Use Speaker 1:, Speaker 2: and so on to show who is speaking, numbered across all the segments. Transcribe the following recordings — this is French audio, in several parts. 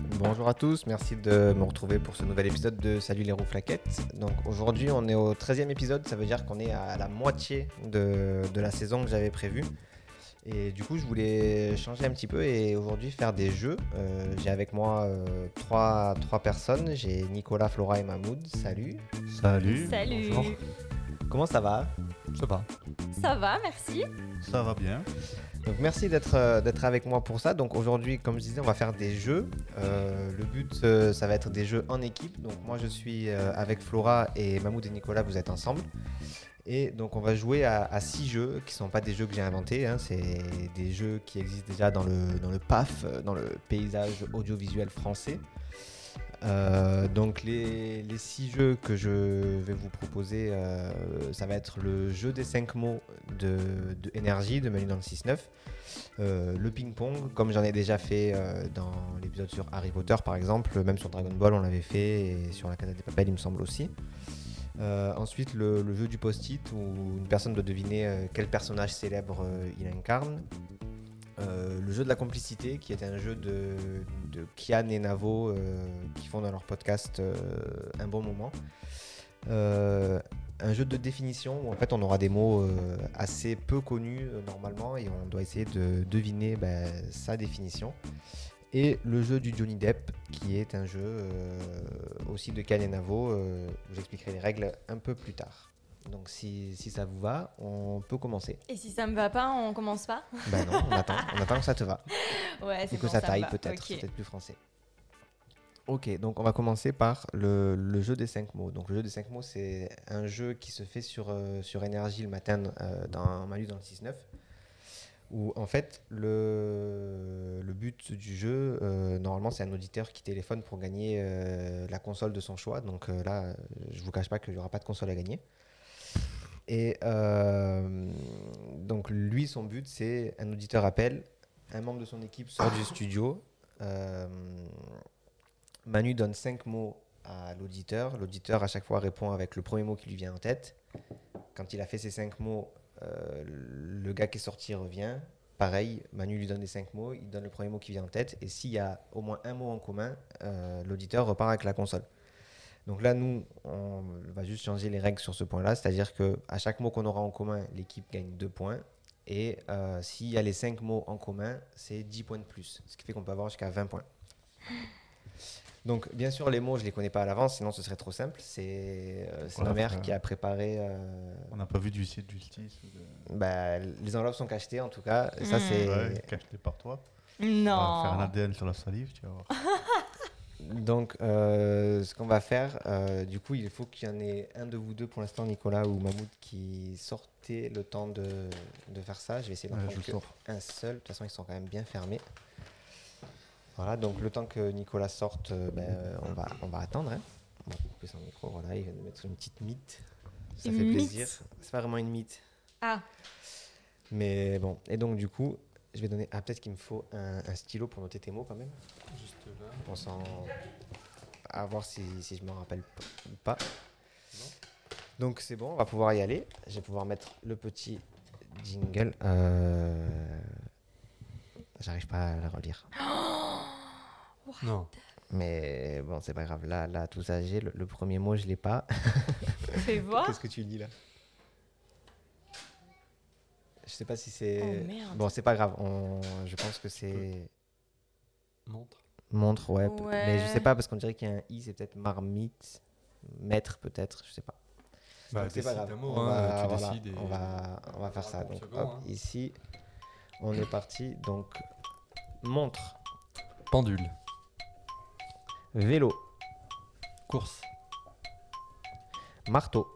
Speaker 1: Bonjour à tous, merci de me retrouver pour ce nouvel épisode de Salut les roues flaquettes. Donc aujourd'hui on est au 13e épisode, ça veut dire qu'on est à la moitié de, de la saison que j'avais prévue. Et du coup je voulais changer un petit peu et aujourd'hui faire des jeux. Euh, j'ai avec moi euh, trois, trois personnes, j'ai Nicolas, Flora et Mahmoud. Salut.
Speaker 2: Salut.
Speaker 3: Salut.
Speaker 2: Bonjour.
Speaker 1: Comment ça va
Speaker 2: Ça va.
Speaker 3: Ça va, merci.
Speaker 2: Ça va bien.
Speaker 1: Donc merci d'être euh, d'être avec moi pour ça. Donc aujourd'hui, comme je disais, on va faire des jeux. Euh, le but, euh, ça va être des jeux en équipe. Donc moi, je suis euh, avec Flora et Mahmoud et Nicolas, vous êtes ensemble. Et donc on va jouer à, à six jeux qui sont pas des jeux que j'ai inventés. hein. C'est des jeux qui existent déjà dans le, dans le PAF, euh, dans le paysage audiovisuel français. Euh, donc les, les six jeux que je vais vous proposer, euh, ça va être le jeu des cinq mots de, de énergie de Manu dans le 6-9, euh, le ping-pong, comme j'en ai déjà fait euh, dans l'épisode sur Harry Potter par exemple, même sur Dragon Ball on l'avait fait, et sur la Casa des Papels il me semble aussi. Euh, ensuite le, le jeu du post-it où une personne doit deviner euh, quel personnage célèbre euh, il incarne. Euh, le jeu de la complicité, qui est un jeu de, de Kian et Navo, euh, qui font dans leur podcast euh, un bon moment. Euh, un jeu de définition où en fait on aura des mots euh, assez peu connus euh, normalement et on doit essayer de deviner ben, sa définition. Et le jeu du Johnny Depp, qui est un jeu euh, aussi de Kian et Navo, euh, où j'expliquerai les règles un peu plus tard. Donc si, si ça vous va, on peut commencer.
Speaker 3: Et si ça me va pas, on commence pas
Speaker 1: Ben non, on attend, on attend que ça te va.
Speaker 3: Ouais, c'est
Speaker 1: Ou que
Speaker 3: bon,
Speaker 1: ça
Speaker 3: me
Speaker 1: taille
Speaker 3: va.
Speaker 1: peut-être,
Speaker 3: Ok.
Speaker 1: c'est peut-être plus français. Ok, donc on va commencer par le, le jeu des cinq mots. Donc le jeu des cinq mots, c'est un jeu qui se fait sur, euh, sur énergie le matin euh, dans Malus dans le 6-9, où en fait le, le but du jeu, euh, normalement c'est un auditeur qui téléphone pour gagner euh, la console de son choix. Donc euh, là, euh, je vous cache pas qu'il n'y aura pas de console à gagner. Et euh, donc lui, son but, c'est un auditeur appelle, un membre de son équipe sort du studio. euh, Manu donne cinq mots à l'auditeur. L'auditeur, à chaque fois, répond avec le premier mot qui lui vient en tête. Quand il a fait ces cinq mots, euh, le gars qui est sorti revient. Pareil, Manu lui donne les cinq mots, il donne le premier mot qui vient en tête. Et s'il y a au moins un mot en commun, euh, l'auditeur repart avec la console. Donc là, nous, on va juste changer les règles sur ce point-là. C'est-à-dire que à chaque mot qu'on aura en commun, l'équipe gagne deux points. Et euh, s'il y a les 5 mots en commun, c'est 10 points de plus. Ce qui fait qu'on peut avoir jusqu'à 20 points. Donc, bien sûr, les mots, je ne les connais pas à l'avance, sinon ce serait trop simple. C'est euh, c'est
Speaker 2: Voilà,
Speaker 1: ma mère
Speaker 2: frère.
Speaker 1: qui a préparé. euh,
Speaker 2: On n'a pas vu d'huissier de justice. ou de-
Speaker 1: bah, les enveloppes sont cachetées, en tout cas. Ça,
Speaker 3: Mm.
Speaker 1: c'est.
Speaker 2: Ouais, cacheté par toi. On va faire un
Speaker 3: Non.
Speaker 2: ADN sur la salive, tu vas voir.
Speaker 1: Donc, euh, ce qu'on va faire, euh, du coup, il faut qu'il y en ait un de vous deux, pour l'instant, Nicolas ou Mahmoud, qui sortez le temps de, de faire ça. Je vais essayer d'en
Speaker 2: Ouais, Euh, je
Speaker 1: prendre
Speaker 2: le
Speaker 1: que
Speaker 2: sors.
Speaker 1: un seul. De toute façon, ils sont quand même bien fermés. Voilà, donc le temps que Nicolas sorte, euh, ben, euh, on, va, on va attendre. hein. On va couper son micro, voilà, il vient de mettre une petite mythe. Ça
Speaker 3: Une
Speaker 1: fait
Speaker 3: mythe
Speaker 1: plaisir. C'est pas vraiment une mythe.
Speaker 3: Ah,
Speaker 1: Mais bon, et donc du coup, je vais donner. Ah, peut-être qu'il me faut un, un stylo pour noter tes mots quand même.
Speaker 2: Juste là.
Speaker 1: On s'en. à voir si, si je m'en rappelle p- ou pas. Donc c'est bon, on va pouvoir y aller. Je vais pouvoir mettre le petit jingle. Euh, J'arrive pas à la relire.
Speaker 2: Non.
Speaker 1: Mais bon, c'est pas grave. Là, là tout ça, j'ai le, le premier mot, je l'ai pas.
Speaker 3: fais voir.
Speaker 1: Qu'est-ce que tu dis là Je sais pas si c'est.
Speaker 3: Oh, merde.
Speaker 1: Bon, c'est pas grave. On... Je pense que c'est.
Speaker 2: Montre.
Speaker 1: Montre, ouais. p- Mais je sais
Speaker 3: Ouais.
Speaker 1: pas, parce qu'on dirait qu'il y a un i, c'est peut-être marmite, maître, peut-être, je sais pas.
Speaker 4: Bah,
Speaker 1: Donc, c'est pas grave. On,
Speaker 4: hein,
Speaker 1: va, voilà, on, va, on va
Speaker 4: Ah,
Speaker 1: faire ça.
Speaker 2: raconte
Speaker 1: Donc,
Speaker 2: ce qu'on,
Speaker 1: hop, ici, on est parti. Donc, montre,
Speaker 4: Pendule,
Speaker 1: vélo,
Speaker 4: course,
Speaker 1: marteau,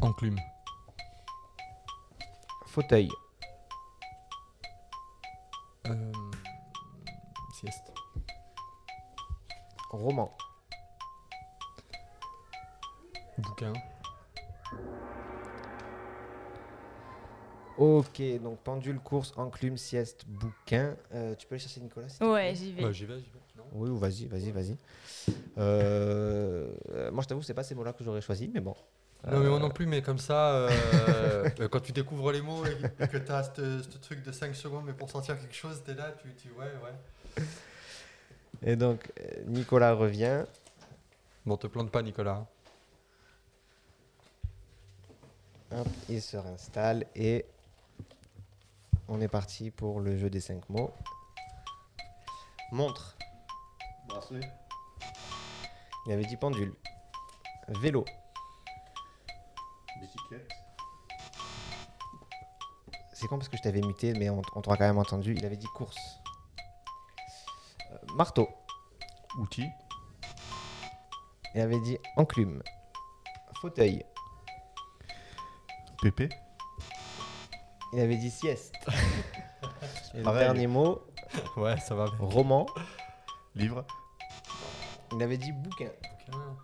Speaker 4: enclume,
Speaker 1: fauteuil,
Speaker 4: euh, sieste,
Speaker 1: roman,
Speaker 4: bouquin,
Speaker 1: Ok, donc pendule, course, enclume, sieste, bouquin. Euh, tu peux aller chercher Nicolas s'il te
Speaker 3: Ouais,
Speaker 1: plaît
Speaker 3: j'y vais.
Speaker 4: Bah, j'y vais, j'y vais. Non
Speaker 1: Oui, ou vas-y, vas-y, vas-y. Euh, euh, moi, je t'avoue, c'est pas ces mots-là que j'aurais choisi, mais bon.
Speaker 4: mais
Speaker 1: Euh,
Speaker 4: moi non plus, mais comme ça, euh, euh, quand tu découvres les mots et que t'as ce truc de 5 secondes, mais pour sentir quelque chose, t'es là, tu, tu ouais, ouais.
Speaker 1: Et donc, euh, Nicolas revient.
Speaker 4: Bon, te plante pas, Nicolas.
Speaker 1: Hop, il se réinstalle et on est parti pour le jeu des cinq mots. Montre.
Speaker 2: Bracelet.
Speaker 1: Il avait dit pendule. Vélo.
Speaker 2: Bicyclette.
Speaker 1: C'est con parce que je t'avais muté, mais on, on t'aura quand même entendu. Il avait dit course. Euh, marteau.
Speaker 2: Outil.
Speaker 1: Il avait dit enclume. Fauteuil.
Speaker 2: Pépé.
Speaker 1: Il avait dit sieste. Et le
Speaker 2: Pareil.
Speaker 1: dernier mot,
Speaker 4: Ouais, ça va.
Speaker 1: roman.
Speaker 2: Livre.
Speaker 1: Il avait dit bouquin.
Speaker 4: Putain.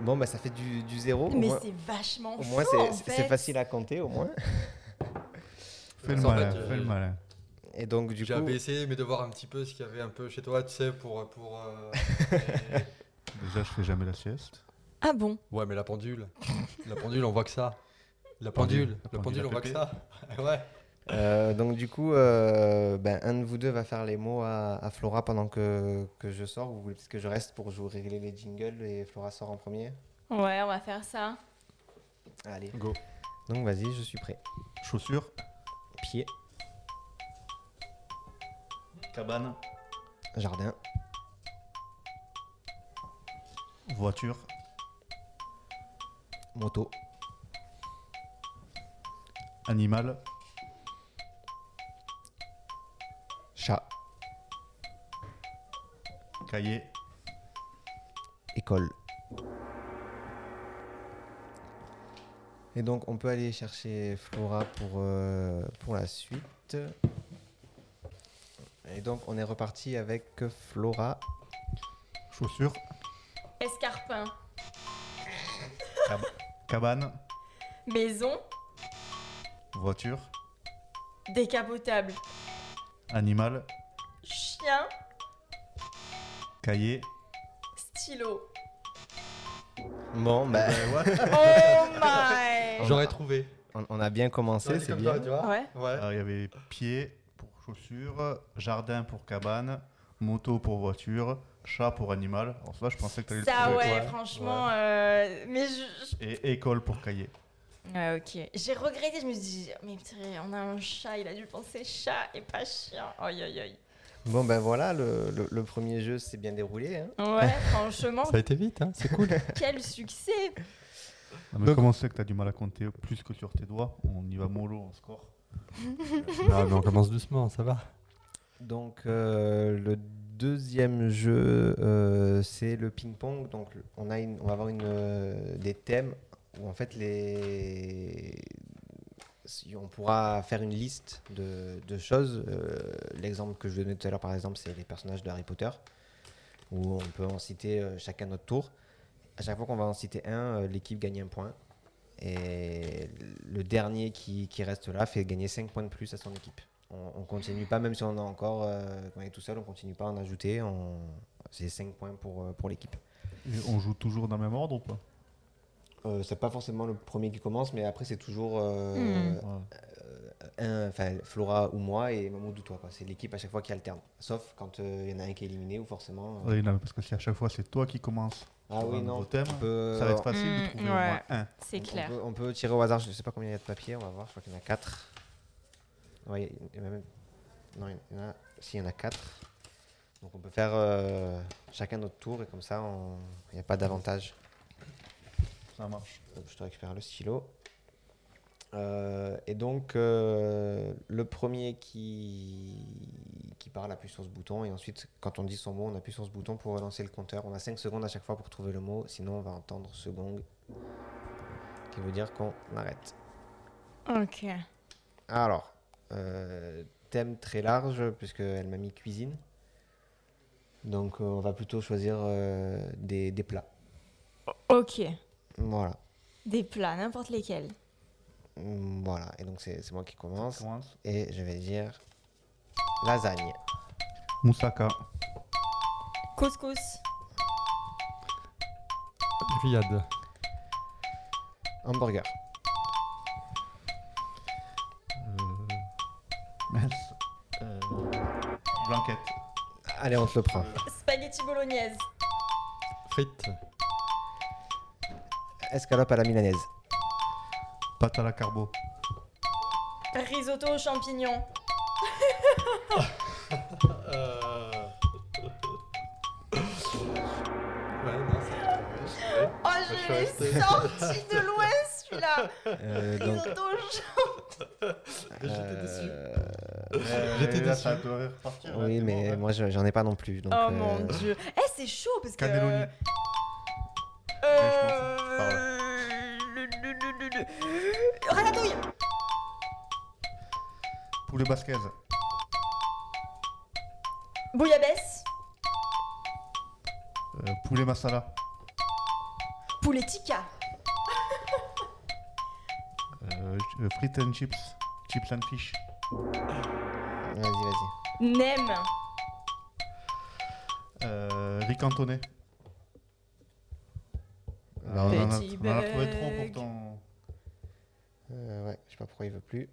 Speaker 1: Bon, bah ça fait du, du zéro. Au
Speaker 3: Mais
Speaker 1: moins,
Speaker 3: c'est vachement
Speaker 1: au moins,
Speaker 3: chaud,
Speaker 1: c'est
Speaker 3: en
Speaker 1: c'est-
Speaker 3: fait.
Speaker 1: c'est facile à compter, au moins.
Speaker 2: Fais le
Speaker 4: En fait,
Speaker 2: malin,
Speaker 4: euh,
Speaker 2: fais le malin.
Speaker 1: Et donc, du coup,
Speaker 4: J'avais essayé mais de voir un petit peu ce qu'il y avait un peu chez toi, tu sais, pour. pour euh, et-
Speaker 2: Déjà, je fais jamais la sieste.
Speaker 3: Ah bon
Speaker 4: Ouais, mais la pendule. La pendule, on voit que ça. La pendule,
Speaker 2: Pendule.
Speaker 4: la
Speaker 2: La
Speaker 4: pendule,
Speaker 2: pendule à
Speaker 4: on voit que
Speaker 2: pépé.
Speaker 4: ça. Ouais.
Speaker 1: euh, donc, du coup euh, ben, un de vous deux va faire les mots à, à Flora pendant que, que je sors. Vous voulez peut-être que je reste pour jouer, régler les jingles et Flora sort en premier
Speaker 3: Ouais, on va faire ça.
Speaker 1: Allez.
Speaker 4: Go.
Speaker 1: Donc, vas-y, je suis prêt.
Speaker 2: Chaussures.
Speaker 1: Pied,
Speaker 2: Cabane.
Speaker 1: jardin,
Speaker 2: Voiture.
Speaker 1: moto,
Speaker 2: Animal.
Speaker 1: chat,
Speaker 2: Cahier.
Speaker 1: école. Et donc, on peut aller chercher Flora pour, euh, pour la suite. Et donc, on est reparti avec Flora.
Speaker 2: Chaussures.
Speaker 3: Escarpin.
Speaker 2: Cabane.
Speaker 3: Maison.
Speaker 2: Voiture.
Speaker 3: Décapotable.
Speaker 2: Animal.
Speaker 3: Chien.
Speaker 2: Cahier.
Speaker 3: Stylo.
Speaker 1: Bon, bah,
Speaker 3: Oh my
Speaker 4: J'aurais trouvé.
Speaker 1: on, on a bien commencé,
Speaker 4: Ouais,
Speaker 1: c'est
Speaker 4: comme
Speaker 1: bien.
Speaker 4: toi, tu vois
Speaker 3: Ouais.
Speaker 4: Ouais.
Speaker 2: Alors, Euh, il y avait pied pour chaussures, jardin pour cabane, moto pour voiture, chat pour animal. Alors ça, je pensais que tu allais le
Speaker 3: Ça
Speaker 2: trouver.
Speaker 3: ouais,
Speaker 4: ouais,
Speaker 3: franchement, euh, mais je, je-
Speaker 2: Et école pour cahier.
Speaker 3: Ouais, ok. J'ai regretté, je me suis dit, mais putain, on a un chat, il a dû penser chat et pas chien. Aïe, aïe, aïe.
Speaker 1: Bon, ben voilà, le, le- le premier jeu s'est bien déroulé. hein.
Speaker 3: Ouais, franchement,
Speaker 4: a été vite, hein, c'est cool.
Speaker 3: quel succès.
Speaker 2: Ah, mais comment c'est que tu as du mal à compter plus que sur tes doigts On y va mollo en score.
Speaker 4: non, mais on commence doucement, ça va.
Speaker 1: Donc, euh, le deuxième jeu, euh, c'est le ping-pong. Donc, le- on, a une- on va avoir une, euh, des thèmes où, en fait, les... si on pourra faire une liste de, de choses. Euh, L'exemple que je donnais tout à l'heure, par exemple, c'est les personnages de Harry Potter, où on peut en citer euh, chacun notre tour. À chaque fois qu'on va en citer un, euh, l'équipe gagne un point. Et le dernier qui, qui reste là fait gagner 5 points de plus à son équipe. On, on continue pas, même si on a encore, euh, quand on est tout seul, on continue pas à en ajouter. On... C'est 5 points pour, euh, pour l'équipe.
Speaker 2: Et on joue toujours dans le même ordre ou pas
Speaker 1: Euh, c'est pas forcément le premier qui commence, mais après, c'est toujours euh,
Speaker 3: Hmm.
Speaker 2: Voilà.
Speaker 1: un- enfin, Flora ou moi et Mamoud ou toi. quoi. C'est l'équipe à chaque fois qui alterne. Sauf quand euh, il y en a un qui est éliminé ou forcément. euh,
Speaker 2: Oui, non, mais parce que si à chaque fois c'est toi qui commences,
Speaker 1: Ah
Speaker 2: sur un
Speaker 1: oui, non.
Speaker 2: nouveau thème,
Speaker 1: on peut-
Speaker 2: ça va être facile
Speaker 3: Mm,
Speaker 2: de trouver au
Speaker 3: ouais.
Speaker 2: moins un.
Speaker 3: C'est
Speaker 1: on- on
Speaker 3: clair.
Speaker 1: peut- On peut, tirer au hasard, je ne sais pas combien il y a de papier, on va voir, je crois qu'il y en a 4. Ouais, il y en a même. Non, il y en a. Si, il y en a 4. Donc on peut faire euh, chacun notre tour et comme ça, on- il n'y a pas d'avantage.
Speaker 2: Ça marche.
Speaker 1: Hop, Je te récupère le stylo. Euh, et donc, euh, le premier qui, qui parle appuie sur ce bouton. Et ensuite, quand on dit son mot, on appuie sur ce bouton pour relancer le compteur. On a 5 secondes à chaque fois pour trouver le mot. Sinon, on va entendre ce gong qui veut dire qu'on arrête.
Speaker 3: Ok.
Speaker 1: Alors, euh, thème très large, puisqu'elle m'a mis cuisine. Donc, euh, on va plutôt choisir euh, des, des plats.
Speaker 3: Ok.
Speaker 1: Voilà.
Speaker 3: Des plats, n'importe lesquels.
Speaker 1: Mm, Voilà. Et donc, c'est c'est moi qui commence.
Speaker 2: Commence.
Speaker 1: et je vais dire lasagne,
Speaker 2: Moussaka,
Speaker 3: Couscous.
Speaker 4: Riyad.
Speaker 1: hamburger,
Speaker 2: mince, Euh, blanquette,
Speaker 1: Allez, on te le prend.
Speaker 3: Spaghetti bolognaise.
Speaker 4: Frites.
Speaker 1: Escalope à la milanaise.
Speaker 2: Pâte à la carbo.
Speaker 3: Risotto aux champignons.
Speaker 4: Euh... Ouais, non, c'est... ouais.
Speaker 3: Oh,
Speaker 4: je
Speaker 3: je
Speaker 4: suis
Speaker 3: l'ai
Speaker 4: resté.
Speaker 3: sorti de l'ouest celui-là.
Speaker 1: Euh, donc,
Speaker 3: Risotto aux champignons.
Speaker 4: J'étais déçu.
Speaker 1: euh,
Speaker 4: J'étais
Speaker 2: là,
Speaker 4: déçu.
Speaker 2: ça doit repartir. là, hein.
Speaker 1: Oui,
Speaker 2: t'es
Speaker 1: mais
Speaker 2: mort,
Speaker 1: moi, je- j'en ai pas non plus. donc,
Speaker 3: Oh
Speaker 1: euh,
Speaker 3: mon dieu. Eh, c'est chaud parce que.
Speaker 2: Cannelloni.
Speaker 3: Euh.
Speaker 2: Pardon.
Speaker 3: le- le- le- le- le- Ratatouille.
Speaker 2: hein. Poulet basquez.
Speaker 3: Bouillabaisse.
Speaker 2: Euh, poulet masala.
Speaker 3: Poulet tikka.
Speaker 2: Euh, ch- euh, frites and chips. Chips and fish.
Speaker 1: Vas-y, vas-y.
Speaker 3: Nem.
Speaker 2: Euh, riz cantonais.
Speaker 1: Non,
Speaker 2: on, en a,
Speaker 3: Petit
Speaker 2: Euh, on en a trouvé
Speaker 3: bug.
Speaker 2: trop pour ton.
Speaker 1: Euh, ouais, je sais pas pourquoi il veut plus.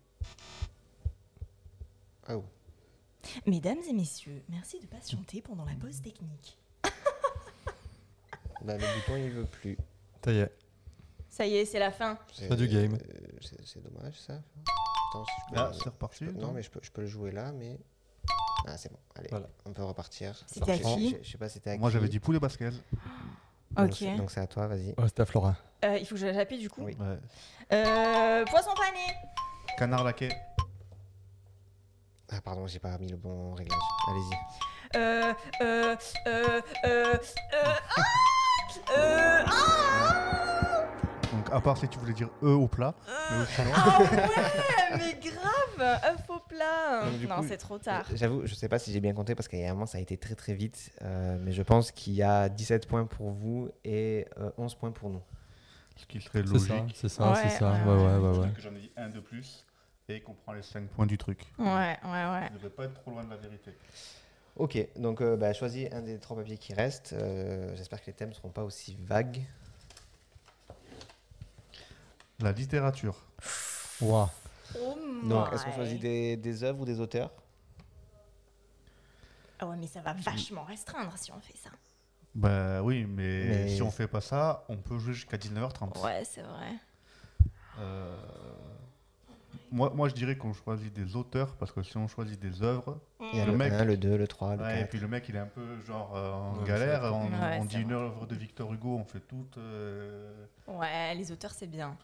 Speaker 1: Ah oui.
Speaker 3: Mesdames et messieurs, merci de patienter pendant la pause technique.
Speaker 1: Bah, le bouton, il veut plus.
Speaker 4: Ça y est,
Speaker 3: Ça y est, c'est la fin.
Speaker 1: C'est
Speaker 4: du game.
Speaker 1: euh, c'est- c'est dommage, ça. Attends, si je peux-
Speaker 2: Là, c'est reparti.
Speaker 1: je peux-
Speaker 2: Ah, non
Speaker 1: non, mais je peux, je peux le jouer là, mais. Ah, c'est bon. Allez,
Speaker 4: Voilà.
Speaker 1: on peut repartir.
Speaker 3: C'était à
Speaker 1: Je sais-
Speaker 3: qui
Speaker 1: je- Je sais pas, c'était à
Speaker 2: Moi,
Speaker 1: qui.
Speaker 2: j'avais dit poulet basquez.
Speaker 1: Donc,
Speaker 3: Ok.
Speaker 1: c'est- Donc, c'est à toi, vas-y.
Speaker 4: oh, c'était à Flora.
Speaker 3: Euh, il faut que je l'appuie du coup.
Speaker 1: Oui.
Speaker 2: Ouais.
Speaker 3: Euh, poisson pané.
Speaker 2: Canard laqué.
Speaker 1: Ah, pardon, j'ai pas mis le bon réglage. Allez-y.
Speaker 3: Euh, euh, euh, euh, euh, ah Euh, ah
Speaker 2: Donc, à part si tu voulais dire eux au plat.
Speaker 3: Euh,
Speaker 2: Mais au sinon,
Speaker 3: Ah ouais, mais grave, un faux plat.
Speaker 1: Donc, du
Speaker 3: Non,
Speaker 1: coup,
Speaker 3: c'est trop tard.
Speaker 1: J'avoue, je sais pas si j'ai bien compté parce qu'à un moment ça a été très très vite, euh, mais je pense qu'il y a 17 points pour vous et euh, 11 points pour nous.
Speaker 2: ce qui serait
Speaker 4: C'est ça,
Speaker 2: logique.
Speaker 4: c'est ça,
Speaker 3: Ouais,
Speaker 4: c'est ça.
Speaker 3: ouais,
Speaker 4: Ouais, ouais, ouais,
Speaker 2: Surtout
Speaker 4: ouais.
Speaker 2: que J'en ai dit un de plus et qu'on prend les 5 points du truc.
Speaker 3: Ouais, ouais, ouais.
Speaker 2: Ça devrait pas être trop loin de la vérité.
Speaker 1: Ok, donc euh, bah, choisis un des trois papiers qui restent. Euh, J'espère que les thèmes seront pas aussi vagues.
Speaker 2: La littérature.
Speaker 4: Ouah.
Speaker 3: Oh
Speaker 1: Donc, est-ce
Speaker 3: my.
Speaker 1: qu'on choisit des, des œuvres ou des auteurs
Speaker 3: Ah ouais, mais ça va vachement restreindre si on fait ça.
Speaker 2: Bah oui, mais,
Speaker 1: Mais-
Speaker 2: si on fait pas ça, on peut jouer jusqu'à 19h30.
Speaker 3: Ouais, c'est vrai.
Speaker 2: Euh, Moi, moi, je dirais qu'on choisit des auteurs parce que si on choisit des œuvres,
Speaker 1: Il y a
Speaker 2: Le
Speaker 1: le,
Speaker 2: mec-
Speaker 1: 1, le 2, le 3, le
Speaker 2: ouais, et
Speaker 1: 4.
Speaker 2: puis le mec il est un peu genre euh, en
Speaker 4: Ouais,
Speaker 2: galère.
Speaker 4: ça va
Speaker 2: On,
Speaker 3: Ouais,
Speaker 2: on
Speaker 3: c'est
Speaker 2: dit une
Speaker 3: vrai.
Speaker 2: œuvre de Victor Hugo, on fait toute euh,
Speaker 3: Ouais, les auteurs, c'est bien.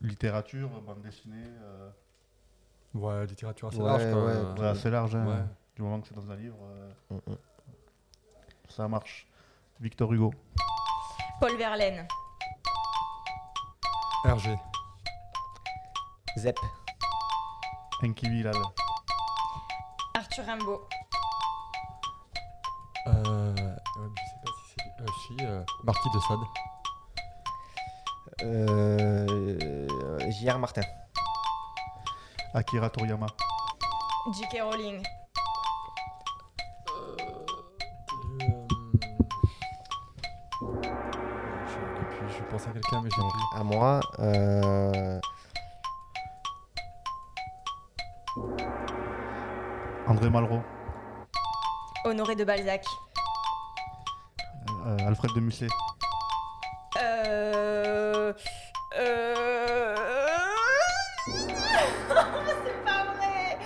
Speaker 2: littérature, bande dessinée. euh,
Speaker 4: Ouais, littérature assez
Speaker 1: Ouais,
Speaker 4: large, quoi.
Speaker 1: ouais,
Speaker 4: Euh,
Speaker 2: voilà, c'est large. hein.
Speaker 4: Ouais.
Speaker 2: Du moment que c'est dans un livre, euh,
Speaker 1: Mm, mm.
Speaker 2: ça marche. Victor Hugo,
Speaker 3: Paul Verlaine,
Speaker 4: RG.
Speaker 1: Zep,
Speaker 2: Enki Villal,
Speaker 3: Arthur Rimbaud,
Speaker 4: Euh... Ouais, mais je sais pas si c'est... Euh, si, euh, Marquis de Sade.
Speaker 1: euh, J.R. Martin,
Speaker 2: Akira Toriyama,
Speaker 3: J.K. Rowling,
Speaker 4: Et, euh, Je, et puis, je pense à quelqu'un, mais j'ai
Speaker 1: donc
Speaker 4: plus.
Speaker 1: à moi. euh,
Speaker 2: André Malraux,
Speaker 3: Honoré de Balzac,
Speaker 2: euh, Alfred de Musset,
Speaker 3: euh... Euh... c'est pas vrai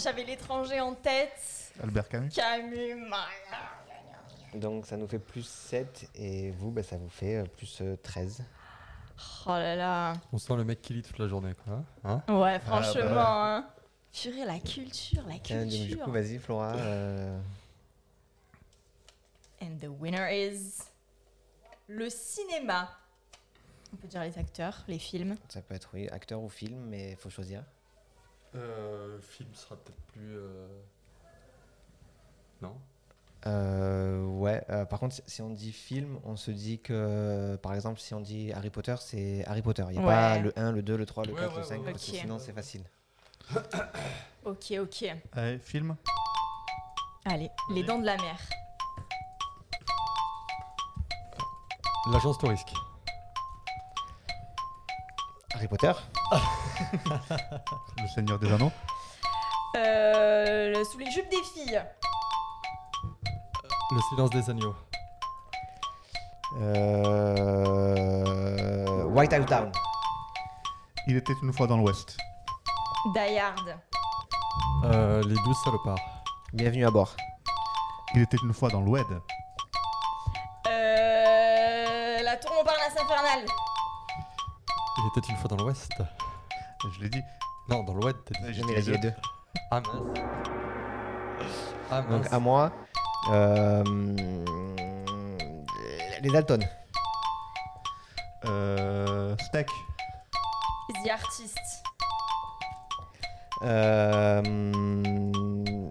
Speaker 3: J'avais l'étranger en tête.
Speaker 2: Albert Camus.
Speaker 3: Camus, malin.
Speaker 1: donc ça nous fait plus 7 et vous, bah, ça vous fait euh, plus euh, 13.
Speaker 3: Oh là là.
Speaker 4: On sent le mec qui lit toute la journée, quoi. Hein
Speaker 3: Ouais, franchement.
Speaker 2: bah ouais.
Speaker 3: hein. Purée, la culture, la
Speaker 1: Tiens, donc, du
Speaker 3: culture.
Speaker 1: coup, bah, vas-y, Flora. euh,
Speaker 3: And the winner is le cinéma. On peut dire les acteurs, les films.
Speaker 1: Ça peut être oui, acteur ou film, mais faut choisir.
Speaker 4: euh, film sera peut-être plus... euh, Non
Speaker 1: Euh, ouais. euh, par contre, si- si on dit film, on se dit que, par exemple, si on dit Harry Potter, c'est Harry Potter. Il n'y a
Speaker 3: Ouais.
Speaker 1: pas le 1, le 2, le 3, le
Speaker 4: Ouais,
Speaker 1: 4,
Speaker 4: ouais,
Speaker 1: le 5,
Speaker 4: ouais,
Speaker 1: parce que
Speaker 3: ok.
Speaker 1: sinon c'est facile.
Speaker 3: Ok, ok.
Speaker 2: Allez, film,
Speaker 3: Allez, les dents de la mer.
Speaker 4: L'agence Tourisque.
Speaker 1: Harry Potter
Speaker 2: Le Seigneur des Anneaux,
Speaker 3: Euh, le- sous les jupes des filles.
Speaker 4: Le silence des agneaux.
Speaker 1: Euh... White Out Town.
Speaker 2: Il était une fois dans l'Ouest.
Speaker 3: Die Hard.
Speaker 4: Euh, les douze salopards.
Speaker 1: Bienvenue à bord.
Speaker 2: Il était une fois dans l'Oued.
Speaker 3: Euh, la tour Montparnasse infernale.
Speaker 4: Il était une fois dans l'ouest.
Speaker 2: Je l'ai dit.
Speaker 4: Non, dans l'ouest, t'as dit.
Speaker 2: J'ai
Speaker 1: J'ai mis
Speaker 2: dit
Speaker 1: les
Speaker 2: les
Speaker 1: deux.
Speaker 4: Ah mince. Ah mince.
Speaker 1: Donc à moi. Euh... Les Dalton.
Speaker 2: Euh, steak.
Speaker 3: The Artist.
Speaker 1: Euh...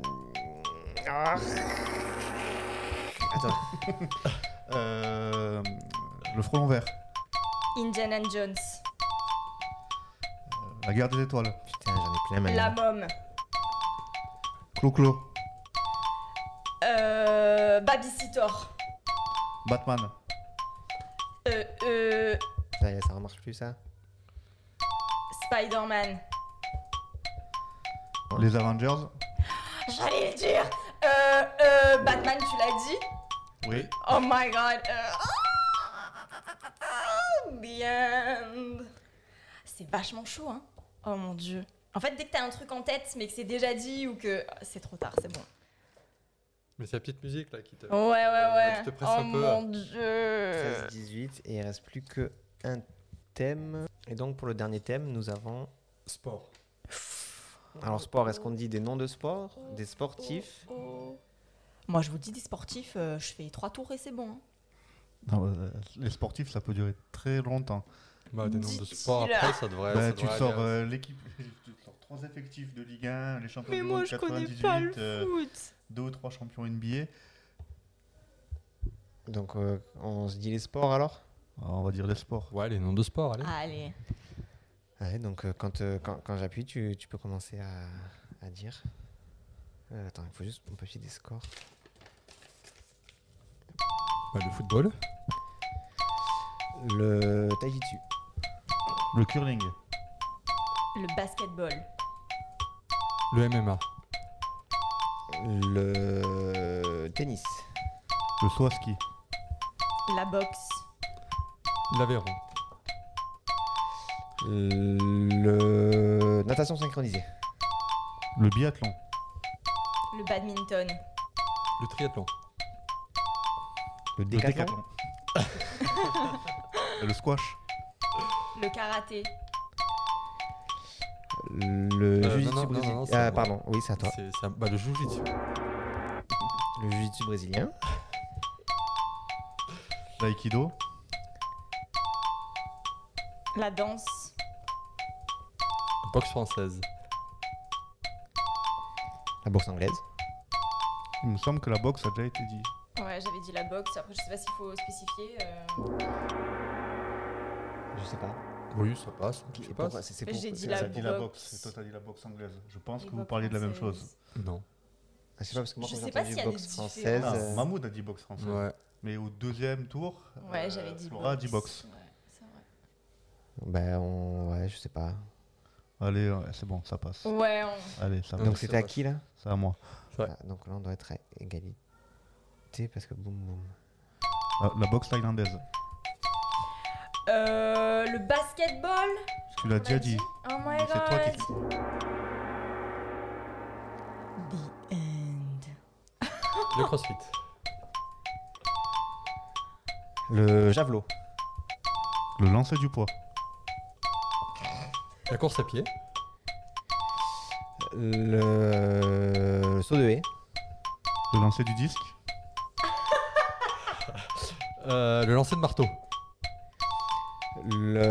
Speaker 1: ah. Attends.
Speaker 2: Euh, le frelon vert.
Speaker 3: Indiana Jones.
Speaker 2: La guerre des étoiles.
Speaker 1: Putain, j'en ai plein
Speaker 3: La
Speaker 1: maintenant.
Speaker 3: Mom.
Speaker 2: Clo-Clo.
Speaker 3: Euh, Babysitter.
Speaker 2: Batman.
Speaker 3: Euh, euh,
Speaker 1: Ça, y est, ça remarche plus ça.
Speaker 3: Spider-Man.
Speaker 2: Les Avengers.
Speaker 3: Ah, J'allais le dire. Euh, euh, Batman, tu l'as dit.
Speaker 2: Oui.
Speaker 3: Oh my god. euh, ah, the end. C'est vachement chaud, hein. Oh mon dieu. En fait, dès que t'as un truc en tête, mais que c'est déjà dit ou que c'est trop tard, c'est bon.
Speaker 4: Mais c'est la petite musique là qui te.
Speaker 3: Ouais, ouais, ouais.
Speaker 4: Tu te presses
Speaker 3: Oh
Speaker 4: un peu.
Speaker 3: mon dieu.
Speaker 1: 13, 18 et il reste plus que un thème. Et donc pour le dernier thème, nous avons.
Speaker 4: Sport.
Speaker 1: Alors sport, est-ce qu'on dit des noms de sport, des sportifs
Speaker 3: Oh. Moi, je vous dis, des sportifs, euh, je fais trois tours et c'est bon. hein.
Speaker 2: Non, euh, les sportifs, ça peut durer très longtemps.
Speaker 4: Bah, des noms de
Speaker 3: Dit-il.
Speaker 4: sport après, ça devrait.
Speaker 2: Bah,
Speaker 4: ça
Speaker 2: tu
Speaker 4: devrait
Speaker 2: sors
Speaker 4: aller, hein.
Speaker 2: euh, l'équipe, tu sors trois effectifs de Ligue 1, les champions
Speaker 3: Mais
Speaker 2: du
Speaker 3: moi,
Speaker 2: monde
Speaker 3: je connais pas le
Speaker 2: 98, euh,
Speaker 3: foot.
Speaker 2: deux ou trois champions NBA.
Speaker 1: Donc euh, on se dit les sports alors
Speaker 2: Alors, Ah, on va dire les sports.
Speaker 4: Ouais, les noms de sport, allez.
Speaker 3: Allez.
Speaker 1: Ouais, donc euh, quand, euh, quand, quand j'appuie, tu, tu peux commencer à, à dire. Euh, attends, il faut juste mon papier des scores.
Speaker 4: Bah, le football.
Speaker 1: Le taijitsu,
Speaker 2: Le curling.
Speaker 3: Le basketball.
Speaker 4: Le MMA.
Speaker 1: le tennis,
Speaker 2: Le saut à ski.
Speaker 3: La boxe.
Speaker 4: L'Aveyron.
Speaker 1: le natation synchronisée,
Speaker 2: Le biathlon.
Speaker 3: Le badminton.
Speaker 4: Le triathlon.
Speaker 1: le
Speaker 2: Le
Speaker 1: décathlon,
Speaker 2: décathlon. le squash.
Speaker 3: Le karaté.
Speaker 1: le
Speaker 4: Euh,
Speaker 1: jiu-jitsu
Speaker 4: non, non,
Speaker 1: brésilien.
Speaker 4: non, non, c'est
Speaker 1: Ah,
Speaker 4: à moi.
Speaker 1: pardon, oui, c'est à toi.
Speaker 4: C'est ça. Bah, le jiu-jitsu.
Speaker 1: Le jiu-jitsu brésilien,
Speaker 2: L'aïkido.
Speaker 3: La danse.
Speaker 4: Boxe française.
Speaker 1: la bourse anglaise,
Speaker 2: Il me semble que la boxe a déjà été dit.
Speaker 3: Ouais, j'avais dit la boxe. Après, je sais pas s'il faut spécifier. euh,
Speaker 1: je sais pas.
Speaker 4: Oui, ça passe. Je sais pas.
Speaker 1: Pourquoi- c'est- c'est
Speaker 3: J'ai
Speaker 1: pour-
Speaker 3: dit
Speaker 1: c'est-
Speaker 3: la
Speaker 2: T'as
Speaker 1: c'est-
Speaker 2: dit la
Speaker 3: boxe.
Speaker 2: boxe. et Toi, t'as dit la boxe anglaise. Je pense
Speaker 3: les
Speaker 2: que vous
Speaker 3: boxes
Speaker 2: parlez de la même chose.
Speaker 3: françaises.
Speaker 1: Ah,
Speaker 4: Non.
Speaker 1: Je sais pas, parce que moi,
Speaker 3: Je
Speaker 1: quand j'ai
Speaker 3: sais pas
Speaker 1: entendu
Speaker 3: s'il y a des
Speaker 1: boxe
Speaker 3: différences.
Speaker 1: française.
Speaker 2: Ah,
Speaker 1: euh,
Speaker 2: Mahmoud a dit boxe française.
Speaker 4: Ouais.
Speaker 2: Mais au deuxième tour,
Speaker 3: Ouais,
Speaker 2: euh,
Speaker 3: j'avais dit
Speaker 2: Flora a dit boxe.
Speaker 3: boxe. Ouais, c'est vrai.
Speaker 1: Ben, on... ouais, je sais pas.
Speaker 2: Allez, euh, c'est bon, ça passe.
Speaker 3: Ouais, on-
Speaker 2: Allez, ça
Speaker 4: Non,
Speaker 1: Donc,
Speaker 2: passe.
Speaker 4: je
Speaker 1: c'était
Speaker 4: sais
Speaker 1: à
Speaker 4: pas.
Speaker 1: qui là
Speaker 2: C'est à moi.
Speaker 4: Ouais.
Speaker 1: Ah, Donc, là, on doit être à égalité parce que boum boum.
Speaker 2: La, la boxe thaïlandaise.
Speaker 3: Euh, le basketball.
Speaker 2: Tu l'as
Speaker 3: on
Speaker 2: déjà
Speaker 3: a
Speaker 2: dit.
Speaker 3: Oh my
Speaker 2: C'est
Speaker 3: god.
Speaker 2: toi qui.
Speaker 3: The end.
Speaker 4: Le crossfit.
Speaker 1: Le javelot,
Speaker 2: Le lancer du poids.
Speaker 4: La course à pied.
Speaker 1: le, le saut de haie,
Speaker 2: Le lancer du disque.
Speaker 4: Euh, le lancer de marteau.
Speaker 1: le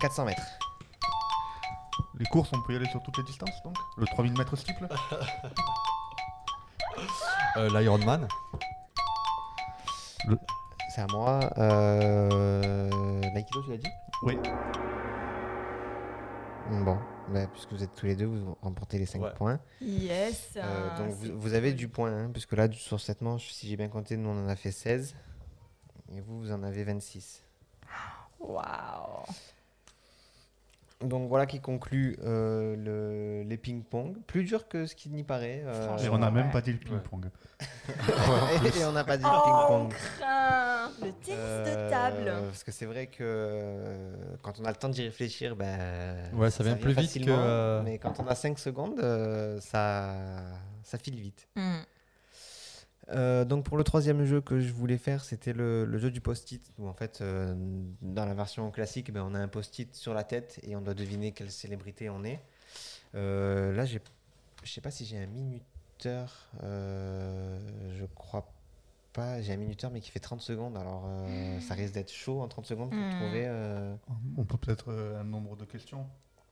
Speaker 1: 400 mètres,
Speaker 2: Les courses, on peut y aller sur toutes les distances donc Le 3000 mètres steeple
Speaker 4: Euh, L'Ironman.
Speaker 1: c'est à moi. Euh... L'aïkido, tu l'as dit
Speaker 2: Oui.
Speaker 1: Bon, ben, puisque vous êtes tous les deux, vous remportez les 5
Speaker 4: Ouais.
Speaker 1: points.
Speaker 3: Yes.
Speaker 1: Euh,
Speaker 3: ah,
Speaker 1: donc
Speaker 3: c'est
Speaker 1: vous, vous avez du point, hein, puisque là, du- sur cette manche, si j'ai bien compté, nous on en a fait 16. Et vous, vous en avez 26.
Speaker 3: Waouh.
Speaker 1: Donc voilà qui conclut euh, le- les ping-pong. Plus dur que ce qui n'y paraît. euh,
Speaker 2: Et on n'a
Speaker 3: Ouais.
Speaker 2: même pas dit le ping-pong.
Speaker 1: et, et on n'a pas dit le
Speaker 3: Oh, on
Speaker 1: ping-pong.
Speaker 3: craint Le tennis de
Speaker 1: Euh,
Speaker 3: table.
Speaker 1: Parce que c'est vrai que euh, quand on a le temps d'y réfléchir, ben,
Speaker 4: Ouais, ça vient plus vite
Speaker 1: facilement,
Speaker 4: que, euh,
Speaker 1: Mais quand on a 5 secondes, euh, ça, ça file vite.
Speaker 3: Hmm.
Speaker 1: Euh, donc pour le troisième jeu que je voulais faire, c'était le, le jeu du post-it, où en fait, euh, dans la version classique, ben, on a un post-it sur la tête et on doit deviner quelle célébrité on est. Euh, là, j'ai- je sais pas si j'ai un minuteur, euh, je crois pas, j'ai un minuteur mais qui fait 30 secondes, alors euh, ça risque d'être chaud en 30 secondes pour
Speaker 3: Mm.
Speaker 1: trouver... euh,
Speaker 2: On peut peut-être euh, un nombre de questions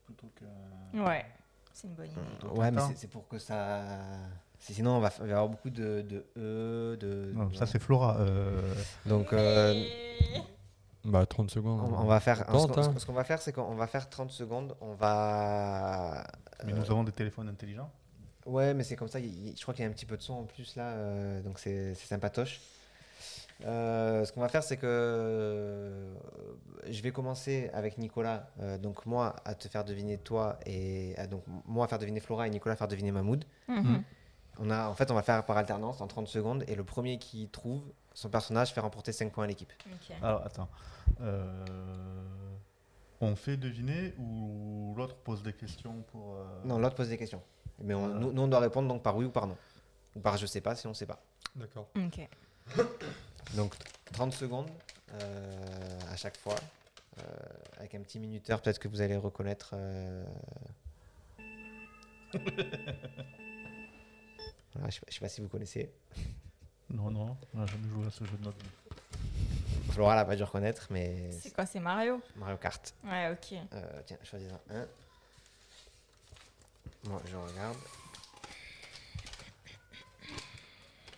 Speaker 2: plutôt que.
Speaker 3: Ouais, c'est une bonne idée.
Speaker 2: plutôt que
Speaker 1: Ouais, mais
Speaker 2: temps.
Speaker 1: c'est- c'est pour que ça... c'est- Sinon, on va, f- il va y avoir beaucoup de, de E, de...
Speaker 2: Non,
Speaker 1: de-
Speaker 2: ça c'est Flora. euh,
Speaker 1: Donc... euh,
Speaker 3: Et-
Speaker 4: Bah 30 secondes.
Speaker 1: On, on va faire.
Speaker 4: On
Speaker 1: ce
Speaker 4: tente,
Speaker 1: qu'on- ce
Speaker 4: hein.
Speaker 1: qu'on- ce qu'on va faire, c'est qu'on va faire 30 secondes. On va.
Speaker 2: Mais nous avons des téléphones intelligents.
Speaker 1: Ouais, mais c'est comme ça. il- il- je crois qu'il y a un petit peu de son en plus là, euh, donc c'est c'est sympatoche. Euh, ce qu'on va faire, c'est que euh, je vais commencer avec Nicolas. euh, donc moi à te faire deviner toi et à- donc moi à faire deviner Flora et Nicolas à faire deviner Mahmoud. Hmm.
Speaker 3: Mhm.
Speaker 1: On a en fait, on va faire par alternance en 30 secondes et le premier qui trouve son personnage fait remporter 5 points à l'équipe.
Speaker 3: Ok.
Speaker 2: Alors attends. Euh, On fait deviner ou l'autre pose des questions pour. euh,
Speaker 1: Non, l'autre pose des questions. Mais on-
Speaker 2: Voilà.
Speaker 1: nous, nous, on doit répondre donc par oui ou par non. Ou par je sais pas si on sait pas.
Speaker 4: D'accord.
Speaker 3: Ok.
Speaker 1: Donc 30 secondes euh, à chaque fois. euh, avec un petit minuteur, peut-être que vous allez reconnaître. euh. Voilà, je, sais pas, je sais pas si vous connaissez.
Speaker 2: Non, non, on n'a jamais joué à ce jeu de notre vie.
Speaker 1: Flora l'a pas dû reconnaître, mais
Speaker 3: C'est quoi, c'est Mario
Speaker 1: Mario Kart.
Speaker 3: Ouais, ok.
Speaker 1: Euh, tiens, choisis un. un. Moi, je regarde.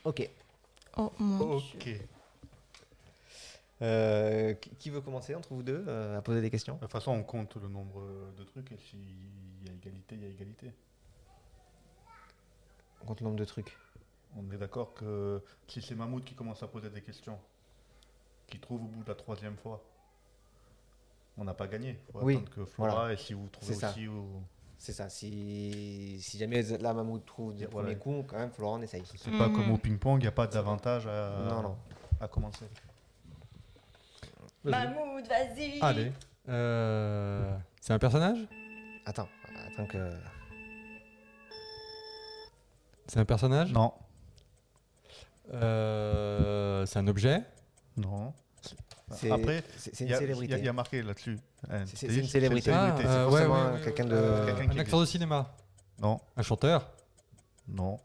Speaker 1: Ok.
Speaker 3: Oh mon dieu.
Speaker 2: Ok.
Speaker 1: Euh, qui qui veut commencer entre vous deux euh, à poser des questions
Speaker 2: De toute façon, on compte le nombre de trucs et s'il y a égalité, il y a égalité.
Speaker 1: On compte le nombre de trucs.
Speaker 2: On est d'accord que si c'est Mahmoud qui commence à poser des questions, qui trouve au bout de la troisième fois, on n'a pas gagné. Il faut
Speaker 1: Oui,
Speaker 2: attendre que Flora
Speaker 1: voilà.
Speaker 2: et si vous trouvez
Speaker 1: C'est ça.
Speaker 2: aussi. Ou...
Speaker 1: C'est ça. Si, si jamais la Mahmoud trouve du
Speaker 2: Voilà.
Speaker 1: premier coup, quand même, Florent essaye.
Speaker 2: C'est pas
Speaker 3: Mhm.
Speaker 2: comme au ping-pong, il n'y a pas d'avantage à,
Speaker 1: Hmm. Non, non.
Speaker 2: à commencer.
Speaker 4: Bah,
Speaker 3: Mahmoud, vas-y
Speaker 4: Allez. Euh, C'est un personnage
Speaker 1: Attends, attends que.
Speaker 4: C'est un personnage
Speaker 2: Non.
Speaker 4: Euh, C'est un objet
Speaker 2: Non.
Speaker 1: C'est-
Speaker 2: Après,
Speaker 1: c'est c'est une
Speaker 2: il y, a- il y a- il y
Speaker 1: célébrité.
Speaker 2: a marqué là-dessus. Hein,
Speaker 1: C'est- c'est
Speaker 2: t'as
Speaker 1: une
Speaker 2: dit,
Speaker 1: célébrité.
Speaker 4: Ah,
Speaker 1: C'est
Speaker 4: euh,
Speaker 1: forcément
Speaker 4: ouais, ouais, ouais,
Speaker 1: quelqu'un de-
Speaker 4: euh,
Speaker 1: quelqu'un
Speaker 2: qui
Speaker 4: Un acteur de cinéma
Speaker 2: Non,
Speaker 4: Un chanteur
Speaker 2: non,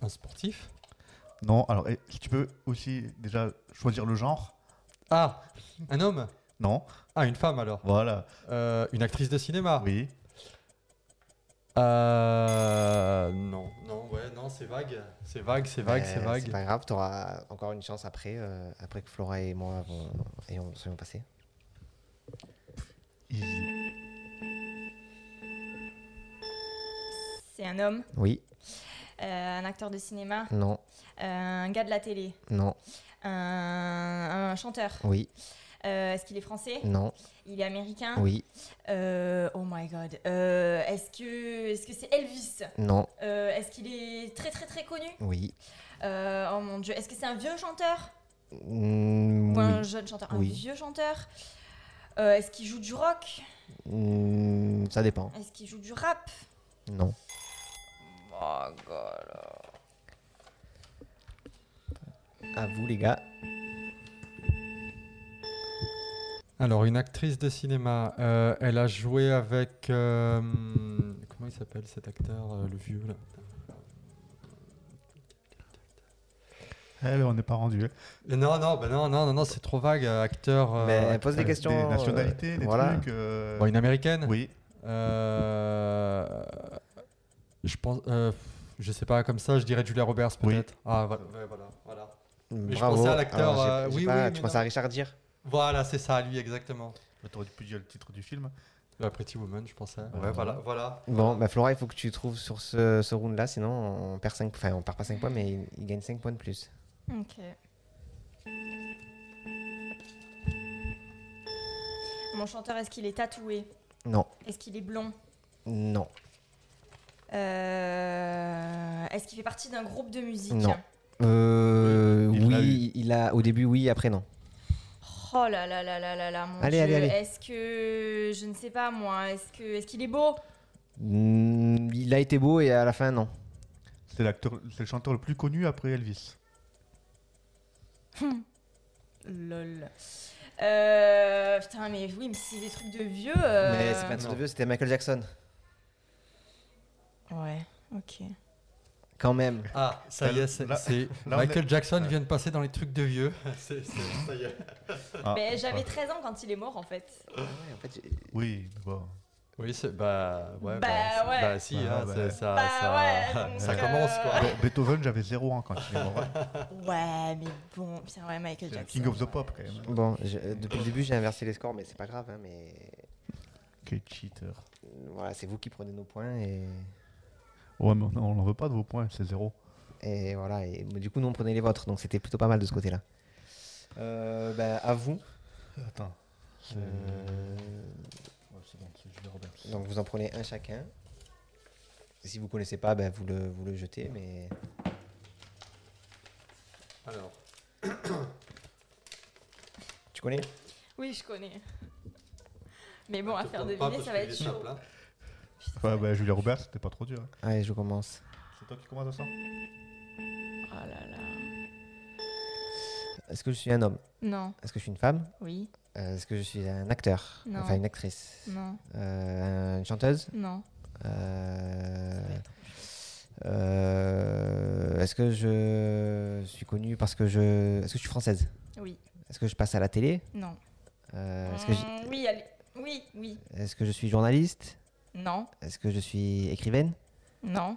Speaker 4: Un sportif
Speaker 2: non. Alors, eh, si tu peux aussi déjà choisir le genre.
Speaker 4: Ah Un homme
Speaker 2: Non.
Speaker 4: Ah, une femme alors
Speaker 2: Voilà.
Speaker 4: Euh, Une actrice de
Speaker 1: Ah.
Speaker 4: cinéma
Speaker 2: Oui.
Speaker 4: Euh, Non, non, ouais, non, c'est vague. C'est vague, c'est vague,
Speaker 1: Euh,
Speaker 4: c'est vague.
Speaker 1: C'est pas grave, t'auras encore une chance après, euh, après que Flora et moi vont, et on, soyons passés.
Speaker 2: Easy.
Speaker 3: C'est un homme,
Speaker 1: Oui,
Speaker 3: euh, un acteur de cinéma,
Speaker 1: non,
Speaker 3: euh, un gars de la télé,
Speaker 1: non,
Speaker 3: un, un chanteur.
Speaker 1: oui,
Speaker 3: Euh, Est-ce qu'il est français
Speaker 1: non,
Speaker 3: Il est américain
Speaker 1: oui,
Speaker 3: Euh, oh my god. Euh, Est-ce que est-ce que c'est Elvis
Speaker 1: non,
Speaker 3: Euh, Est-ce qu'il est très très très connu
Speaker 1: oui.
Speaker 3: Euh, Oh mon dieu. Est-ce que c'est un vieux chanteur
Speaker 1: Mm,
Speaker 3: Ou un
Speaker 1: oui.
Speaker 3: jeune chanteur Un
Speaker 1: Oui.
Speaker 3: vieux chanteur Euh, Est-ce qu'il joue du rock
Speaker 1: Mm, ça dépend.
Speaker 3: Est-ce qu'il joue du rap
Speaker 1: Non.
Speaker 3: Oh god.
Speaker 1: À vous les gars.
Speaker 4: Alors, une actrice de cinéma, euh, elle a joué avec. euh, comment il s'appelle cet acteur, euh, le vieux là
Speaker 2: Eh, mais on n'est pas rendu. hein.
Speaker 4: Euh, Non, non, bah non, non, non, non, c'est trop vague, euh, acteur. euh,
Speaker 1: Mais pose des
Speaker 2: Euh,
Speaker 1: questions.
Speaker 2: Des
Speaker 1: euh,
Speaker 2: nationalités, des
Speaker 1: voilà.
Speaker 2: trucs. euh,
Speaker 4: bon, une américaine
Speaker 2: Oui.
Speaker 4: Euh, je pense. euh, je sais pas, comme ça, je dirais Julia Roberts
Speaker 2: Oui.
Speaker 4: peut-être. Ah, voilà, ouais, voilà, voilà.
Speaker 1: Bravo.
Speaker 4: je pensais à l'acteur,
Speaker 1: Alors, j'ai-
Speaker 4: euh,
Speaker 1: j'ai
Speaker 4: oui,
Speaker 1: pas-
Speaker 4: oui,
Speaker 1: Tu
Speaker 4: mais
Speaker 1: pensais
Speaker 4: non.
Speaker 1: à Richard Gere
Speaker 4: Voilà, c'est ça, lui, exactement.
Speaker 2: T'aurais pu dire le titre du film.
Speaker 4: La Pretty Woman, je pensais.
Speaker 2: Ouais.
Speaker 4: Ouais, voilà, voilà.
Speaker 1: Bon, bah Flora, il faut que tu trouves sur ce, ce round-là, sinon on perd 5 enfin, on perd pas 5 points, mais il, il gagne 5 points de plus.
Speaker 3: Ok. mon chanteur, est-ce qu'il est tatoué
Speaker 1: Non,
Speaker 3: Est-ce qu'il est blond
Speaker 1: non,
Speaker 3: Euh, Est-ce qu'il fait partie d'un groupe de musique
Speaker 1: Non. Euh,
Speaker 2: Il l'a
Speaker 1: oui, il a au début oui, après non.
Speaker 3: Oh là là là là là là, mon
Speaker 1: Allez,
Speaker 3: Dieu.
Speaker 1: allez, allez.
Speaker 3: Est-ce que je ne sais pas moi Est-ce que est-ce qu'il est beau
Speaker 1: Mm, il a été beau et à la fin non.
Speaker 2: C'est l'acteur, c'est le chanteur le plus connu après Elvis.
Speaker 3: Lol. Euh, putain, mais oui, mais c'est des trucs de vieux. euh,
Speaker 1: Mais c'est pas un truc de
Speaker 2: non.
Speaker 1: vieux, c'était Michael Jackson.
Speaker 3: Ouais, ok.
Speaker 1: Quand même.
Speaker 4: Ah, ça y est, c'est
Speaker 2: Là-
Speaker 4: c'est-
Speaker 2: là, on
Speaker 4: Michael Jackson
Speaker 2: Ouais.
Speaker 4: vient de passer dans les trucs de vieux. C'est- c'est- ça y est.
Speaker 2: Ah,
Speaker 3: mais
Speaker 2: ah.
Speaker 3: Ben, j'avais 13 ans quand il est mort en fait.
Speaker 1: Ah
Speaker 2: Oui, mais bon.
Speaker 4: Oui, c'est bah ouais.
Speaker 3: Bah
Speaker 4: c'est-
Speaker 3: ouais.
Speaker 4: Bah si,
Speaker 2: Ouais,
Speaker 4: hein,
Speaker 2: bah
Speaker 4: c'est-
Speaker 2: ouais.
Speaker 4: ça,
Speaker 3: Bah
Speaker 4: ça,
Speaker 3: ouais, donc,
Speaker 4: ça commence quoi.
Speaker 2: Bon, Beethoven, j'avais 0 ans quand il est mort.
Speaker 3: Ouais, mais bon, putain, ouais, Michael
Speaker 2: C'est le
Speaker 3: Jackson.
Speaker 2: King of the
Speaker 3: ouais.
Speaker 2: Pop quand même.
Speaker 1: Bon, je- euh, depuis le début j'ai inversé les scores, mais c'est pas grave. hein, mais
Speaker 2: Quel cheater.
Speaker 1: voilà, c'est vous qui prenez nos points et,
Speaker 2: Ouais, mais on n'en veut pas de vos points, c'est 0.
Speaker 1: et voilà. Et mais du coup nous on prenait les vôtres, donc c'était plutôt pas mal de ce côté-là. Euh, bah, à vous.
Speaker 2: Attends. C'est...
Speaker 1: Euh,
Speaker 2: Ouais, c'est bon, c'est Julia Roberts.
Speaker 1: donc vous en prenez un chacun. Si vous connaissez pas, bah, vous le vous le jetez, mais
Speaker 4: Alors,
Speaker 1: tu connais
Speaker 3: Oui, je connais. Mais bon, à
Speaker 4: te
Speaker 3: faire
Speaker 4: plante pas
Speaker 3: deviner,
Speaker 4: parce
Speaker 3: ça va
Speaker 4: qu'il est
Speaker 3: être chaud.
Speaker 4: simple, hein.
Speaker 3: Putain,
Speaker 2: Ouais, bah, Julia Roberts, c'était pas trop dur. hein.
Speaker 1: Allez, je commence.
Speaker 2: C'est toi qui commence à ça
Speaker 3: Oh là là.
Speaker 1: Est-ce que je suis un homme
Speaker 3: Non,
Speaker 1: Est-ce que je suis une femme
Speaker 3: oui,
Speaker 1: Euh, Est-ce que je suis un acteur
Speaker 3: Non.
Speaker 1: Enfin, une actrice
Speaker 3: non,
Speaker 1: Euh, Une chanteuse
Speaker 3: non.
Speaker 1: Euh,
Speaker 3: va être
Speaker 1: euh, Est-ce que je suis connue parce que je. Est-ce que je suis française
Speaker 3: Oui,
Speaker 1: Est-ce que je passe à la télé
Speaker 3: non.
Speaker 1: Euh, Est-ce que, je...
Speaker 3: Mm, Oui, allez. Oui, oui.
Speaker 1: est-ce que je suis journaliste
Speaker 3: Non,
Speaker 1: Est-ce que je suis écrivaine
Speaker 3: non,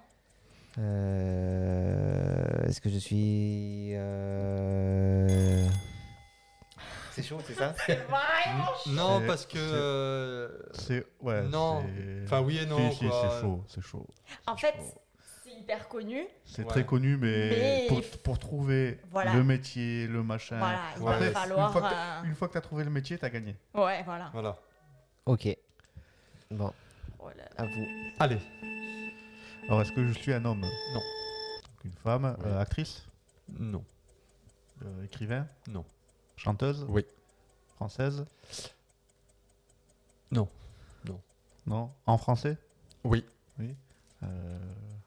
Speaker 1: Euh, Est-ce que je suis. euh, C'est chaud, c'est ça
Speaker 4: Non,
Speaker 2: C'est-
Speaker 4: parce que
Speaker 2: c'est-
Speaker 4: euh,
Speaker 2: C'est. Ouais.
Speaker 4: non.
Speaker 2: c'est-
Speaker 4: Enfin oui et non.
Speaker 2: Si, si,
Speaker 4: quoi.
Speaker 2: c'est chaud, c'est chaud.
Speaker 3: En fait, c'est hyper connu.
Speaker 2: C'est
Speaker 4: Ouais.
Speaker 2: très connu, mais,
Speaker 3: Mais-
Speaker 2: Pour, pour trouver
Speaker 3: Voilà.
Speaker 2: le métier, le machin.
Speaker 3: Voilà, il
Speaker 4: Ouais.
Speaker 3: va
Speaker 2: Après,
Speaker 3: falloir.
Speaker 2: Une fois que
Speaker 3: euh,
Speaker 2: t'as- une fois que t'as trouvé le métier, t'as gagné.
Speaker 3: Ouais, voilà.
Speaker 4: Voilà.
Speaker 1: Ok. Bon,
Speaker 3: Oh là là.
Speaker 1: à vous.
Speaker 4: Allez.
Speaker 2: Alors, est-ce que je suis un homme
Speaker 4: Non.
Speaker 2: Donc, Une femme,
Speaker 1: Ouais.
Speaker 2: euh, actrice,
Speaker 4: Non.
Speaker 2: euh, écrivain
Speaker 4: Non.
Speaker 2: Chanteuse
Speaker 4: Oui.
Speaker 2: Française
Speaker 4: Non. Non.
Speaker 2: Non En français
Speaker 4: Oui.
Speaker 2: Oui. Euh,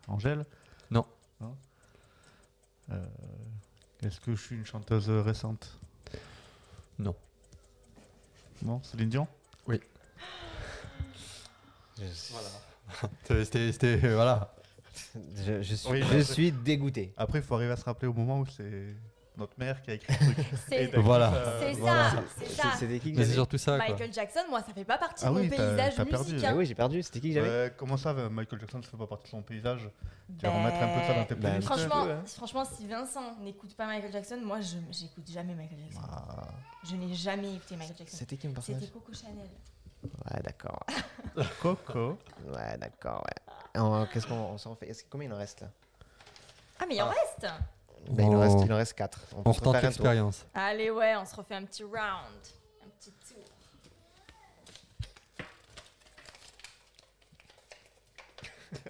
Speaker 2: Angèle
Speaker 4: Non.
Speaker 2: Non. Euh, Est-ce que je suis une chanteuse récente
Speaker 4: Non.
Speaker 2: Non Céline Dion
Speaker 4: Voilà. C'était- C'était c'était- euh, voilà.
Speaker 1: Je, je suis,
Speaker 2: Oui,
Speaker 1: je
Speaker 2: après-
Speaker 1: suis dégoûté.
Speaker 2: Après, il faut arriver à se rappeler au moment où c'est notre mère qui a écrit le truc.
Speaker 3: C'est
Speaker 2: t'as-
Speaker 4: Voilà.
Speaker 2: euh,
Speaker 3: c'est
Speaker 4: voilà.
Speaker 3: ça, c'est ça.
Speaker 1: C'était qui que
Speaker 4: Mais c'est
Speaker 1: j'avais
Speaker 4: surtout ça quoi.
Speaker 3: Michael Jackson, moi, ça fait pas partie
Speaker 2: Ah
Speaker 3: de mon
Speaker 2: oui, t'as-
Speaker 3: paysage
Speaker 2: t'as perdu,
Speaker 3: musical.
Speaker 1: Ah oui, j'ai perdu. C'était qui que j'avais
Speaker 2: Ouais, comment ça, euh, Michael Jackson ne fait pas partie de son paysage Tu vas
Speaker 3: Ben,
Speaker 2: remettre un peu ça dans tes
Speaker 1: Ben,
Speaker 2: playlists
Speaker 3: Franchement,
Speaker 1: peu, hein.
Speaker 3: franchement, si Vincent n'écoute pas Michael Jackson, moi, je j'écoute jamais Michael Jackson.
Speaker 2: Ah,
Speaker 3: Je n'ai jamais écouté Michael Jackson.
Speaker 1: C'était qui mon
Speaker 3: C'était
Speaker 1: personnage
Speaker 3: Coco
Speaker 2: Ah.
Speaker 3: Chanel.
Speaker 1: Ouais, d'accord.
Speaker 2: Coco.
Speaker 1: Ouais, d'accord, ouais. On- Qu'est-ce qu'on on s'en fait Est-ce que- Combien il en reste là
Speaker 3: Ah, mais il en
Speaker 4: Ah.
Speaker 3: reste
Speaker 1: Ben, il, en reste,
Speaker 4: Oh.
Speaker 1: il en reste 4.
Speaker 4: On retente l'expérience.
Speaker 3: Allez, ouais, on se refait un petit round. Un petit tour.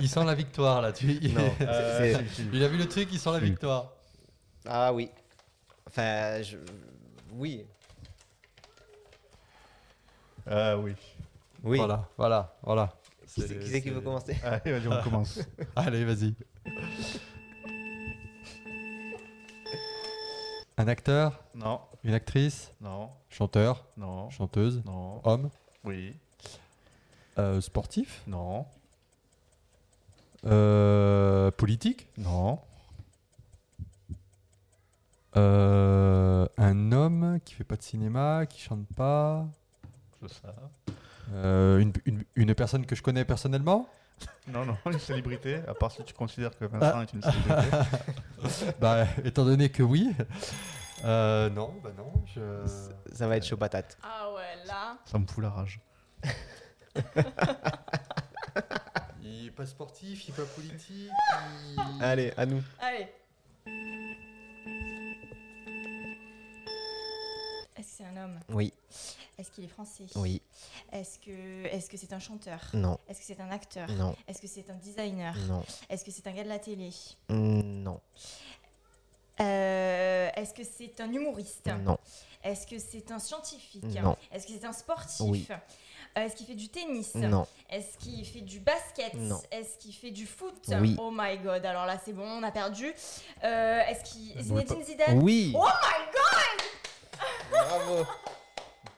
Speaker 4: Il sent la victoire là. Tu... il-
Speaker 1: Non.
Speaker 2: Euh,
Speaker 1: C'est-
Speaker 2: si, si.
Speaker 4: Il a vu le truc, il sent la
Speaker 2: Oui.
Speaker 4: victoire.
Speaker 1: Ah oui. Enfin, je... oui.
Speaker 2: Ah oui.
Speaker 1: Oui.
Speaker 4: Voilà, voilà, voilà.
Speaker 1: Qui c'est qui, c'est qui veut commencer
Speaker 2: Allez, Ah, vas-y, on commence.
Speaker 4: Allez, vas-y. Un acteur,
Speaker 2: Non,
Speaker 4: une actrice,
Speaker 2: non,
Speaker 4: chanteur,
Speaker 2: non,
Speaker 4: chanteuse,
Speaker 2: non,
Speaker 4: homme,
Speaker 2: oui,
Speaker 4: euh, sportif,
Speaker 2: non,
Speaker 4: euh, politique,
Speaker 2: non,
Speaker 4: euh, un homme qui fait pas de cinéma, qui chante pas,
Speaker 2: je sais.
Speaker 4: euh, une, une- une personne que je connais personnellement.
Speaker 2: Non, non, une célébrité, à part si tu considères que Vincent est une célébrité.
Speaker 4: Bah, étant donné que oui. Euh, non, bah non. Je...
Speaker 1: Ça va être chaud patate.
Speaker 3: Ah ouais, là.
Speaker 2: Ça me fout la rage.
Speaker 4: Il est pas sportif, il est pas politique.
Speaker 1: Allez, à nous.
Speaker 3: Allez. Est-ce que c'est un homme
Speaker 1: Oui.
Speaker 3: Est-ce qu'il est français
Speaker 1: Oui.
Speaker 3: Est-ce que est-ce que c'est un chanteur
Speaker 1: Non.
Speaker 3: Est-ce que c'est un acteur
Speaker 1: Non.
Speaker 3: Est-ce que c'est un designer
Speaker 1: Non.
Speaker 3: Est-ce que c'est un gars de la télé
Speaker 1: Mm, Non.
Speaker 3: Euh, Est-ce que c'est un humoriste
Speaker 1: Non.
Speaker 3: Est-ce que c'est un scientifique
Speaker 1: Non.
Speaker 3: Est-ce que c'est un sportif
Speaker 1: Oui.
Speaker 3: Euh, Est-ce qu'il fait du tennis
Speaker 1: Non.
Speaker 3: Est-ce qu'il fait du basket
Speaker 1: Non.
Speaker 3: Est-ce qu'il fait du foot
Speaker 1: Oui.
Speaker 3: Oh my god, alors là c'est bon, on a perdu. Euh, Est-ce qu'il.
Speaker 4: Elle
Speaker 3: Zinedine Zidane
Speaker 1: Oui.
Speaker 3: Oh
Speaker 1: Bravo.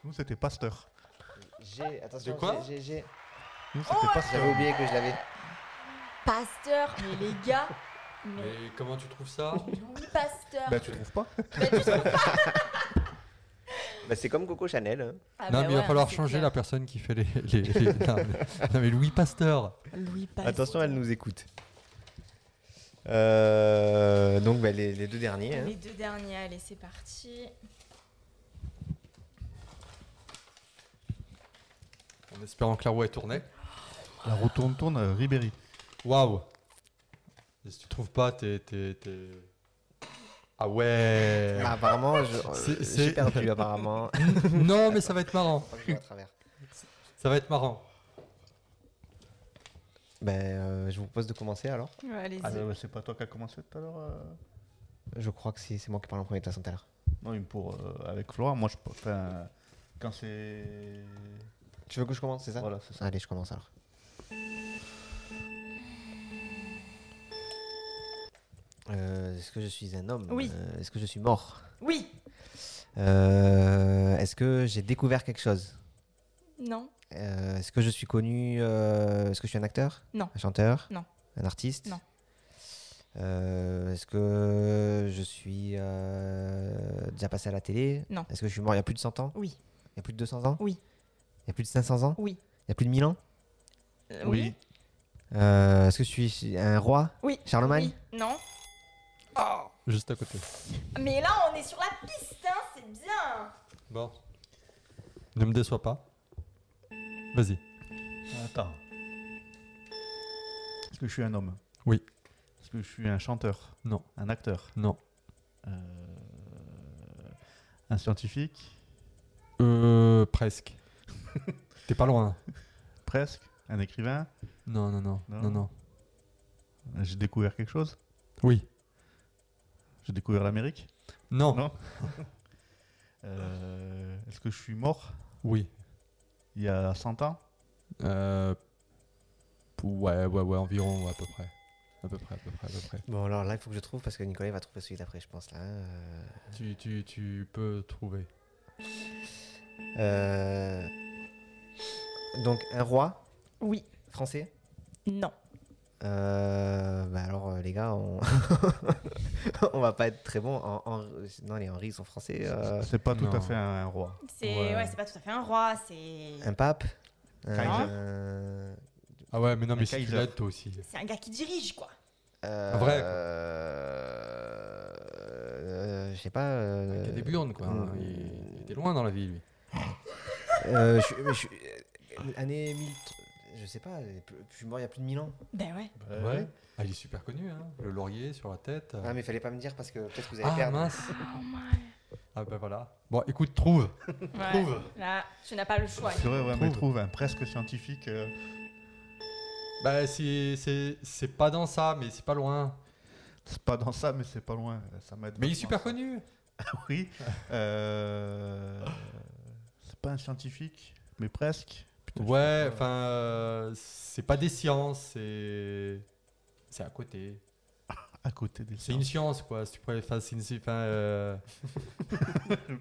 Speaker 2: Nous, c'était Pasteur.
Speaker 1: J'ai. Attention.
Speaker 4: De quoi
Speaker 1: j'ai- j'ai- j'ai-
Speaker 2: Nous, c'était Pasteur.
Speaker 1: Oh, J'avais oublié que je l'avais.
Speaker 3: Pasteur Mais les gars Mais.
Speaker 4: Mais Ben, comment tu trouves ça
Speaker 3: Louis Pasteur
Speaker 2: Bah, tu trouves pas
Speaker 3: Bah, tu trouves-
Speaker 1: Bah, c'est comme Coco Chanel. hein.
Speaker 3: Ah
Speaker 4: Non,
Speaker 3: bah
Speaker 4: mais il va
Speaker 3: ouais,
Speaker 4: falloir
Speaker 3: c'est
Speaker 4: changer la
Speaker 3: clair.
Speaker 4: personne qui fait les. les- les- non, mais- non, mais Louis Pasteur
Speaker 3: Louis Pasteur.
Speaker 1: Attention, elle nous écoute. Euh, donc bah, les, les deux derniers. hein.
Speaker 3: Les deux derniers, allez, c'est parti.
Speaker 4: En espérant que la roue est tournée.
Speaker 2: La retourne tourne euh, Ribéry.
Speaker 4: Waouh Et Si tu trouves pas, t'es. t'es- t'es- Ah ouais
Speaker 1: Ah, apparemment, je-
Speaker 4: C'est-
Speaker 1: euh, j'ai
Speaker 4: c'est-
Speaker 1: perdu apparemment. Je
Speaker 4: Non, mais ça va être marrant
Speaker 1: crois que je vois à travers.
Speaker 4: Ça va être marrant
Speaker 1: Bah, euh, je vous propose de commencer alors.
Speaker 3: Ouais, Allez-y.
Speaker 2: Ah, ouais, c'est pas toi qui as commencé tout à l'heure euh
Speaker 1: Je crois que c'est c'est moi qui parle en premier de toute façon tout à l'heure.
Speaker 2: Non, mais pour, euh, avec Flora, moi, je. Enfin, quand c'est.
Speaker 1: Tu veux que je commence, c'est ça
Speaker 2: Voilà, c'est ça.
Speaker 1: Allez, je commence alors. Euh, Est-ce que je suis un homme
Speaker 3: Oui.
Speaker 1: Euh, Est-ce que je suis mort
Speaker 3: Oui
Speaker 1: Euh, Est-ce que j'ai découvert quelque chose
Speaker 3: Non
Speaker 1: Euh, Est-ce que je suis connu euh, Est-ce que je suis un acteur
Speaker 3: Non.
Speaker 1: Un chanteur
Speaker 3: Non.
Speaker 1: Un artiste
Speaker 3: Non.
Speaker 1: Euh, Est-ce que je suis euh, déjà passé à la télé
Speaker 3: Non.
Speaker 1: Est-ce que je suis mort il y a plus de 100 ans
Speaker 3: Oui.
Speaker 1: Il y a plus de 200 ans
Speaker 3: Oui.
Speaker 1: Il y a plus de 500 ans
Speaker 3: Oui.
Speaker 1: Il y a plus de 1000 ans
Speaker 3: Euh,
Speaker 1: Euh, Est-ce que je suis un roi
Speaker 3: Oui.
Speaker 1: Charlemagne
Speaker 3: Oui. Non
Speaker 4: Juste à côté.
Speaker 3: Mais là, on est sur la piste, hein, c'est bien
Speaker 4: Bon. Ne me déçois pas. Vas-y.
Speaker 2: Attends. Est-ce que je suis un homme
Speaker 4: Oui.
Speaker 2: Est-ce que je suis un chanteur
Speaker 4: Non.
Speaker 2: Un acteur
Speaker 4: Non.
Speaker 2: Euh, Un scientifique
Speaker 4: Euh. Presque. T'es pas loin.
Speaker 2: Presque Un écrivain
Speaker 4: Non, non, non.
Speaker 2: Non.
Speaker 4: Non, non.
Speaker 2: J'ai découvert quelque chose
Speaker 4: Oui.
Speaker 2: J'ai découvert l'Amérique
Speaker 4: Non.
Speaker 2: Non. Euh, Est-ce que je suis mort
Speaker 4: Oui.
Speaker 2: il y a 100 ans
Speaker 4: Euh. Ouais, ouais, ouais, environ, ouais, à peu près. À peu près, à peu près, à peu près.
Speaker 1: Bon, alors là, il faut que je trouve parce que Nicolas il va trouver celui d'après, je pense. Là. Euh,
Speaker 4: Tu, tu, tu peux trouver.
Speaker 1: euh, Donc, un roi
Speaker 3: Oui.
Speaker 1: français
Speaker 3: Non.
Speaker 1: Euh, bah alors euh, les gars, on... on va pas être très bon en, en- non les Henri ils sont français. euh,
Speaker 2: C'est pas tout
Speaker 4: non.
Speaker 2: à fait un, un roi.
Speaker 3: C'est
Speaker 4: Ouais.
Speaker 3: ouais. c'est pas tout à fait un roi, c'est
Speaker 1: Un pape.
Speaker 2: Kaiser.
Speaker 1: euh,
Speaker 4: Ah ouais, mais non, mais si tu
Speaker 2: Kaiser.
Speaker 4: l'aides, toi aussi.
Speaker 3: c'est un gars qui dirige quoi.
Speaker 1: euh,
Speaker 4: Un vrai, quoi.
Speaker 1: euh, euh, Je sais pas. euh,
Speaker 4: Il a des burnes, quoi. hein.
Speaker 1: Mm.
Speaker 4: Il, il était loin dans la vie, lui.
Speaker 1: euh, je suis- je suis- euh, année 1000. Je sais pas. Je suis mort il y a plus de 1000 ans.
Speaker 3: Ben ouais.
Speaker 2: Euh,
Speaker 4: Ah, il est super connu, hein. Le laurier sur la tête.
Speaker 1: Ah mais fallait pas me dire parce que peut-être que vous allez
Speaker 4: Ah,
Speaker 1: perdre.
Speaker 4: mince. Ah bah voilà. Bon, écoute, trouve. Trouve.
Speaker 3: Là, tu n'as pas le choix.
Speaker 2: C'est vrai, ouais, mais
Speaker 4: Trouve.
Speaker 2: trouve un presque scientifique. euh,
Speaker 4: Bah c'est, c'est, c'est pas dans ça, mais c'est pas loin.
Speaker 2: c'est pas dans ça, mais c'est pas loin. Ça m'aide.
Speaker 4: Mais il est
Speaker 2: vachement.
Speaker 4: super connu.
Speaker 2: Oui. Euh, C'est pas un scientifique, mais presque. Putain, je
Speaker 4: Ouais,
Speaker 2: sais pas.
Speaker 4: enfin, euh, c'est pas des sciences, c'est, c'est à côté.
Speaker 2: À côté des
Speaker 4: C'est une
Speaker 2: sciences.
Speaker 4: science, quoi. Si tu pourrais, enfin, c'est une- c'est- enfin, euh,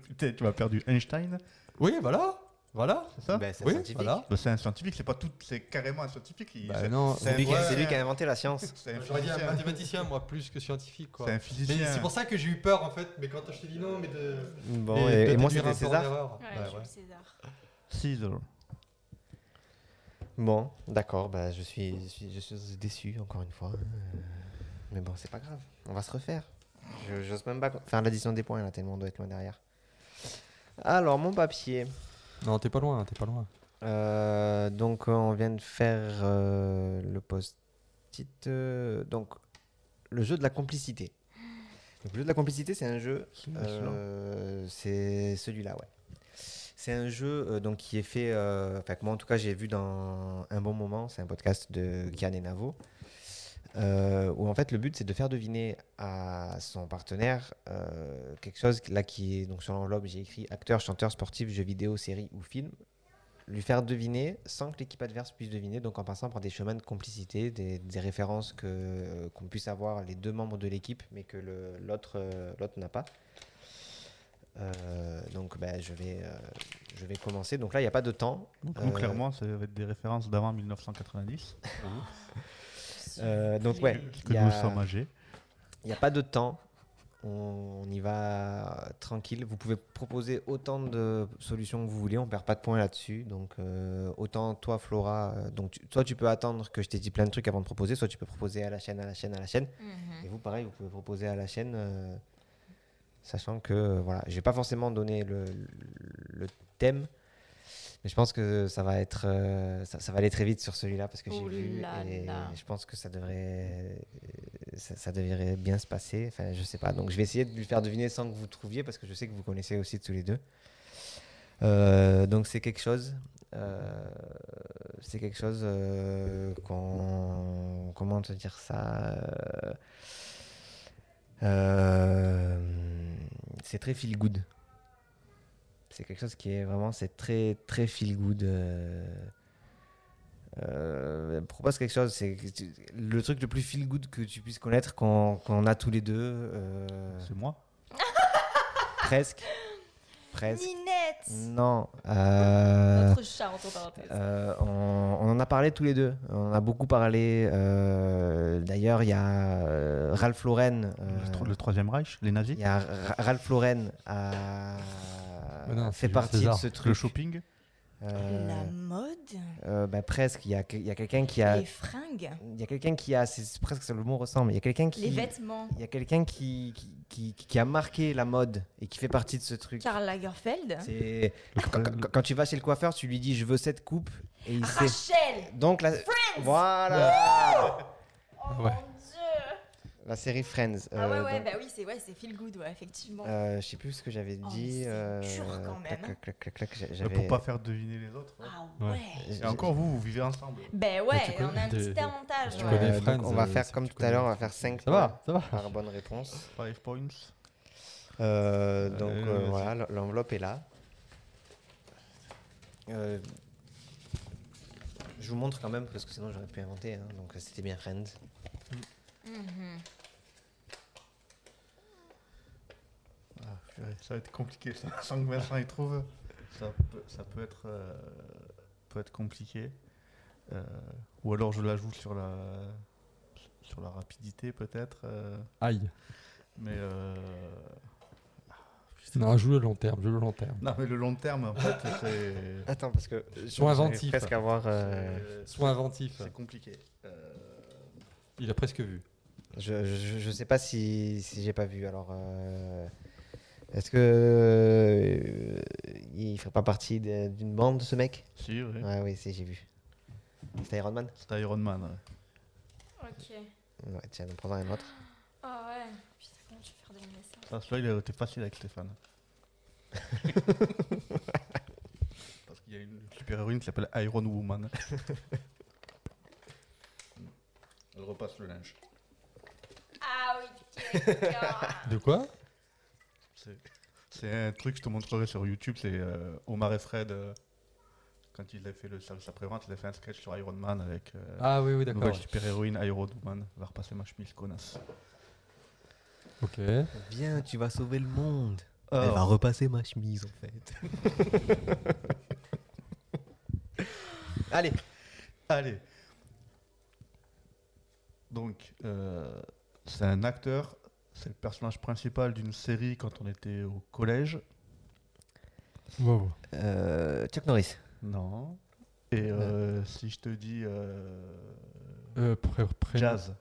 Speaker 2: Putain, tu m'as perdu Einstein,
Speaker 4: Oui, voilà, voilà.
Speaker 2: c'est ça
Speaker 1: Bah, c'est
Speaker 4: oui,
Speaker 1: scientifique.
Speaker 4: voilà.
Speaker 2: Bah, C'est un scientifique, c'est pas tout, c'est carrément un scientifique. il-
Speaker 4: Bah
Speaker 2: c'est-
Speaker 4: non.
Speaker 1: C'est lui, qui a-
Speaker 4: ouais.
Speaker 1: c'est lui qui a inventé la science.
Speaker 2: c'est un
Speaker 4: J'aurais dit un
Speaker 2: physicien.
Speaker 4: mathématicien, moi, plus que scientifique, quoi.
Speaker 2: C'est un
Speaker 4: Mais
Speaker 2: physicien.
Speaker 4: c'est pour ça que j'ai eu peur, en fait. Mais quand je t'ai dit non, mais de.
Speaker 1: Bon
Speaker 4: de
Speaker 1: et, et moi
Speaker 4: déduire
Speaker 1: c'était
Speaker 4: un peu en
Speaker 1: César.
Speaker 4: erreur.
Speaker 3: Ouais,
Speaker 4: Bah,
Speaker 3: Jules
Speaker 4: ouais.
Speaker 3: César.
Speaker 2: Caesar.
Speaker 1: Bon, d'accord, bah, je, suis, je, suis, je suis déçu encore une fois. Euh, Mais bon, c'est pas grave, on va se refaire. Je J'ose même pas faire l'addition des points là, tellement on doit être loin derrière. Alors, mon papier.
Speaker 4: Non, t'es pas loin, t'es pas loin.
Speaker 1: Euh, donc, euh, on vient de faire euh, le post-it. euh, donc, le jeu de la complicité. Donc, le jeu de la complicité, c'est un jeu.
Speaker 2: celui-là.
Speaker 1: euh, c'est celui-là, Euh, ouais. C'est un jeu euh, donc, qui est fait. euh, Enfin, que moi, en tout cas, j'ai vu dans Un bon moment. C'est un podcast de Kian et Navo. euh, où en fait, le but, c'est de faire deviner à son partenaire euh, quelque chose là qui est. Donc, sur l'enveloppe, j'ai écrit acteur, chanteur, sportif, jeu vidéo, série ou film. Lui faire deviner sans que l'équipe adverse puisse deviner, donc en passant par des chemins de complicité, des, des références que, euh, qu'on puisse avoir les deux membres de l'équipe, mais que le- l'autre, euh, l'autre n'a pas. Euh, donc ben, je, vais, euh, je vais commencer. Donc là, il n'y a pas de temps.
Speaker 2: Donc,
Speaker 1: Euh,
Speaker 2: clairement, ça va être des références d'avant 1990,
Speaker 1: Euh, donc ouais,
Speaker 2: que
Speaker 1: il n'y
Speaker 2: nous
Speaker 1: a,
Speaker 2: sommes âgés.
Speaker 1: il y a pas de temps. On, on y va tranquille. Vous pouvez proposer autant de solutions que vous voulez. On perd pas de points là-dessus. Donc euh, autant toi, Flora, euh, donc tu- soit tu peux attendre que je t'ai dit plein de trucs avant de proposer, soit tu peux proposer à la chaîne, à la chaîne, à la chaîne.
Speaker 3: Mhm.
Speaker 1: Et vous, pareil, vous pouvez proposer à la chaîne, euh, sachant que euh, voilà, j'ai pas forcément donné le, le thème, mais je pense que ça va être, euh, ça, ça va aller très vite sur celui-là parce que j'ai
Speaker 3: Ouh
Speaker 1: vu
Speaker 3: Oh là
Speaker 1: et
Speaker 3: là.
Speaker 1: je pense que ça devrait, euh, ça, ça devrait bien se passer. Enfin, je sais pas. Donc, je vais essayer de lui faire deviner sans que vous trouviez parce que je sais que vous connaissez aussi tous les deux. Euh, donc, c'est quelque chose. euh, c'est quelque chose euh, qu'on. Comment te dire ça euh, euh, c'est très feel good. C'est quelque chose qui est vraiment, c'est très très feel good. euh, euh, propose quelque chose, c'est que tu- le truc le plus feel good que tu puisses connaître qu'on qu'on a tous les deux, euh,
Speaker 2: C'est moi
Speaker 1: presque, presque.
Speaker 3: Ninette
Speaker 1: Non. euh,
Speaker 3: Notre chat, entre parenthèses.
Speaker 1: euh, on, on en a parlé tous les deux. On en a beaucoup parlé. euh, D'ailleurs, il y a euh, Ralph Lauren.
Speaker 2: Le tro-
Speaker 1: euh,
Speaker 2: Le Troisième Reich, les nazis,
Speaker 1: Il y a Ra- Ralph Lauren a
Speaker 4: Mais Ah non, c'est
Speaker 1: fait
Speaker 4: Jules
Speaker 1: partie de
Speaker 4: César.
Speaker 1: ce
Speaker 2: le
Speaker 1: truc.
Speaker 2: shopping.
Speaker 1: Euh,
Speaker 3: La mode
Speaker 1: euh, bah, presque. Il y a, que- il y a quelqu'un qui a.
Speaker 3: Les fringues
Speaker 1: Il y a quelqu'un qui a. C'est presque ça, le mot ressemble. Il y a quelqu'un qui.
Speaker 3: Les vêtements
Speaker 1: Il y a quelqu'un qui, qui, qui- qui a marqué la mode et qui fait partie de ce truc.
Speaker 3: Karl Lagerfeld
Speaker 1: C'est quand, quand- quand tu vas chez le coiffeur, tu lui dis je veux cette coupe et il sait.
Speaker 3: Rachel
Speaker 1: Donc la voilà
Speaker 3: Oh mon
Speaker 4: Ouais.
Speaker 3: dieu
Speaker 1: la série Friends.
Speaker 3: Ah ouais,
Speaker 1: euh,
Speaker 3: ouais,
Speaker 1: donc-
Speaker 3: bah oui, c'est ouais, c'est feel good, ouais, effectivement.
Speaker 1: Euh, je sais plus ce que j'avais
Speaker 3: Oh, mais
Speaker 1: dit.
Speaker 3: c'est
Speaker 1: euh,
Speaker 3: dur quand
Speaker 1: clac,
Speaker 3: même. hein.
Speaker 1: clac, clac, clac, clac, j'a-
Speaker 2: Euh,
Speaker 1: j'avais-
Speaker 2: Pour pas faire deviner les autres. hein.
Speaker 3: Ah
Speaker 4: Ouais.
Speaker 3: ouais
Speaker 1: j'-
Speaker 2: Et encore vous, vous vivez ensemble.
Speaker 3: Ben
Speaker 4: Mais
Speaker 3: ouais,
Speaker 4: tu connais-
Speaker 3: on a un
Speaker 4: t'es-
Speaker 3: petit avantage.
Speaker 4: tu
Speaker 1: Euh,
Speaker 3: ouais.
Speaker 4: connais
Speaker 1: donc
Speaker 4: Friends,
Speaker 1: on va
Speaker 4: euh,
Speaker 1: faire
Speaker 4: si
Speaker 1: comme
Speaker 4: tu
Speaker 1: tout à l'heure, on
Speaker 4: connais.
Speaker 1: va Ah. faire 5
Speaker 4: Ça va, ça va.
Speaker 1: par bonne réponse.
Speaker 2: Five points.
Speaker 1: Euh, donc
Speaker 2: Allez,
Speaker 1: euh,
Speaker 2: vas-y.
Speaker 1: voilà, l- l'enveloppe est là. Euh, je vous montre quand même parce que sinon j'aurais pu inventer. hein, donc euh, c'était bien Friends.
Speaker 3: Mhm.
Speaker 2: Ah, purée, ça va être compliqué ça. Sans que Vincent y trouve, ça peut, ça peut être, euh, peut être compliqué. Euh, ou alors je la joue sur la, sur la rapidité peut-être. euh,
Speaker 4: Aïe.
Speaker 2: mais, euh,
Speaker 4: Non, joue le long terme, joue le long terme.
Speaker 2: non, mais le long terme, en fait, c'est-
Speaker 1: Attends parce que je
Speaker 4: Sois
Speaker 1: j'arrive
Speaker 4: inventif.
Speaker 1: Presque à voir. euh,
Speaker 2: c'est
Speaker 4: Sois inventif.
Speaker 2: c'est compliqué. Euh,
Speaker 4: Il a presque vu.
Speaker 1: je, je, je sais pas si, si j'ai pas vu. Alors euh, est-ce que euh, il ferait pas partie de- d'une bande ce mec
Speaker 2: si, oui.
Speaker 1: Ouais, oui, si, j'ai vu. C'est Iron Man
Speaker 2: C'est Iron Man. ouais.
Speaker 3: Ok.
Speaker 1: Ouais, tiens, on prendra un autre.
Speaker 3: Ah ouais. Putain, comment je vais faire deviner ça
Speaker 2: Ah, Celui-là, il a été facile avec Stéphane. Parce qu'il y a une super-héroïne qui s'appelle Iron Woman. Elle repasse le linge.
Speaker 3: Ah oui, quelqu'un.
Speaker 4: De quoi
Speaker 2: C'est- C'est un truc que je te montrerai sur YouTube, c'est euh, Omar et Fred. euh, quand il a fait le service après-vente, il a fait un sketch sur Iron Man avec euh,
Speaker 4: Ah oui, oui,
Speaker 2: la
Speaker 4: d'accord.
Speaker 2: nouvelle super-héroïne Iron Woman. Va repasser ma chemise, connasse.
Speaker 4: Ok.
Speaker 1: Viens, tu vas sauver le monde. Elle
Speaker 4: Oh.
Speaker 2: Alors,
Speaker 1: va repasser ma chemise en fait. Allez,
Speaker 2: Allez. Donc, euh, c'est un acteur, c'est le personnage principal d'une série quand on était au collège.
Speaker 4: Wow.
Speaker 1: euh, Chuck Norris.
Speaker 2: Non. Et euh, si je te dis euh,
Speaker 4: Euh, pré- pré-
Speaker 2: jazz,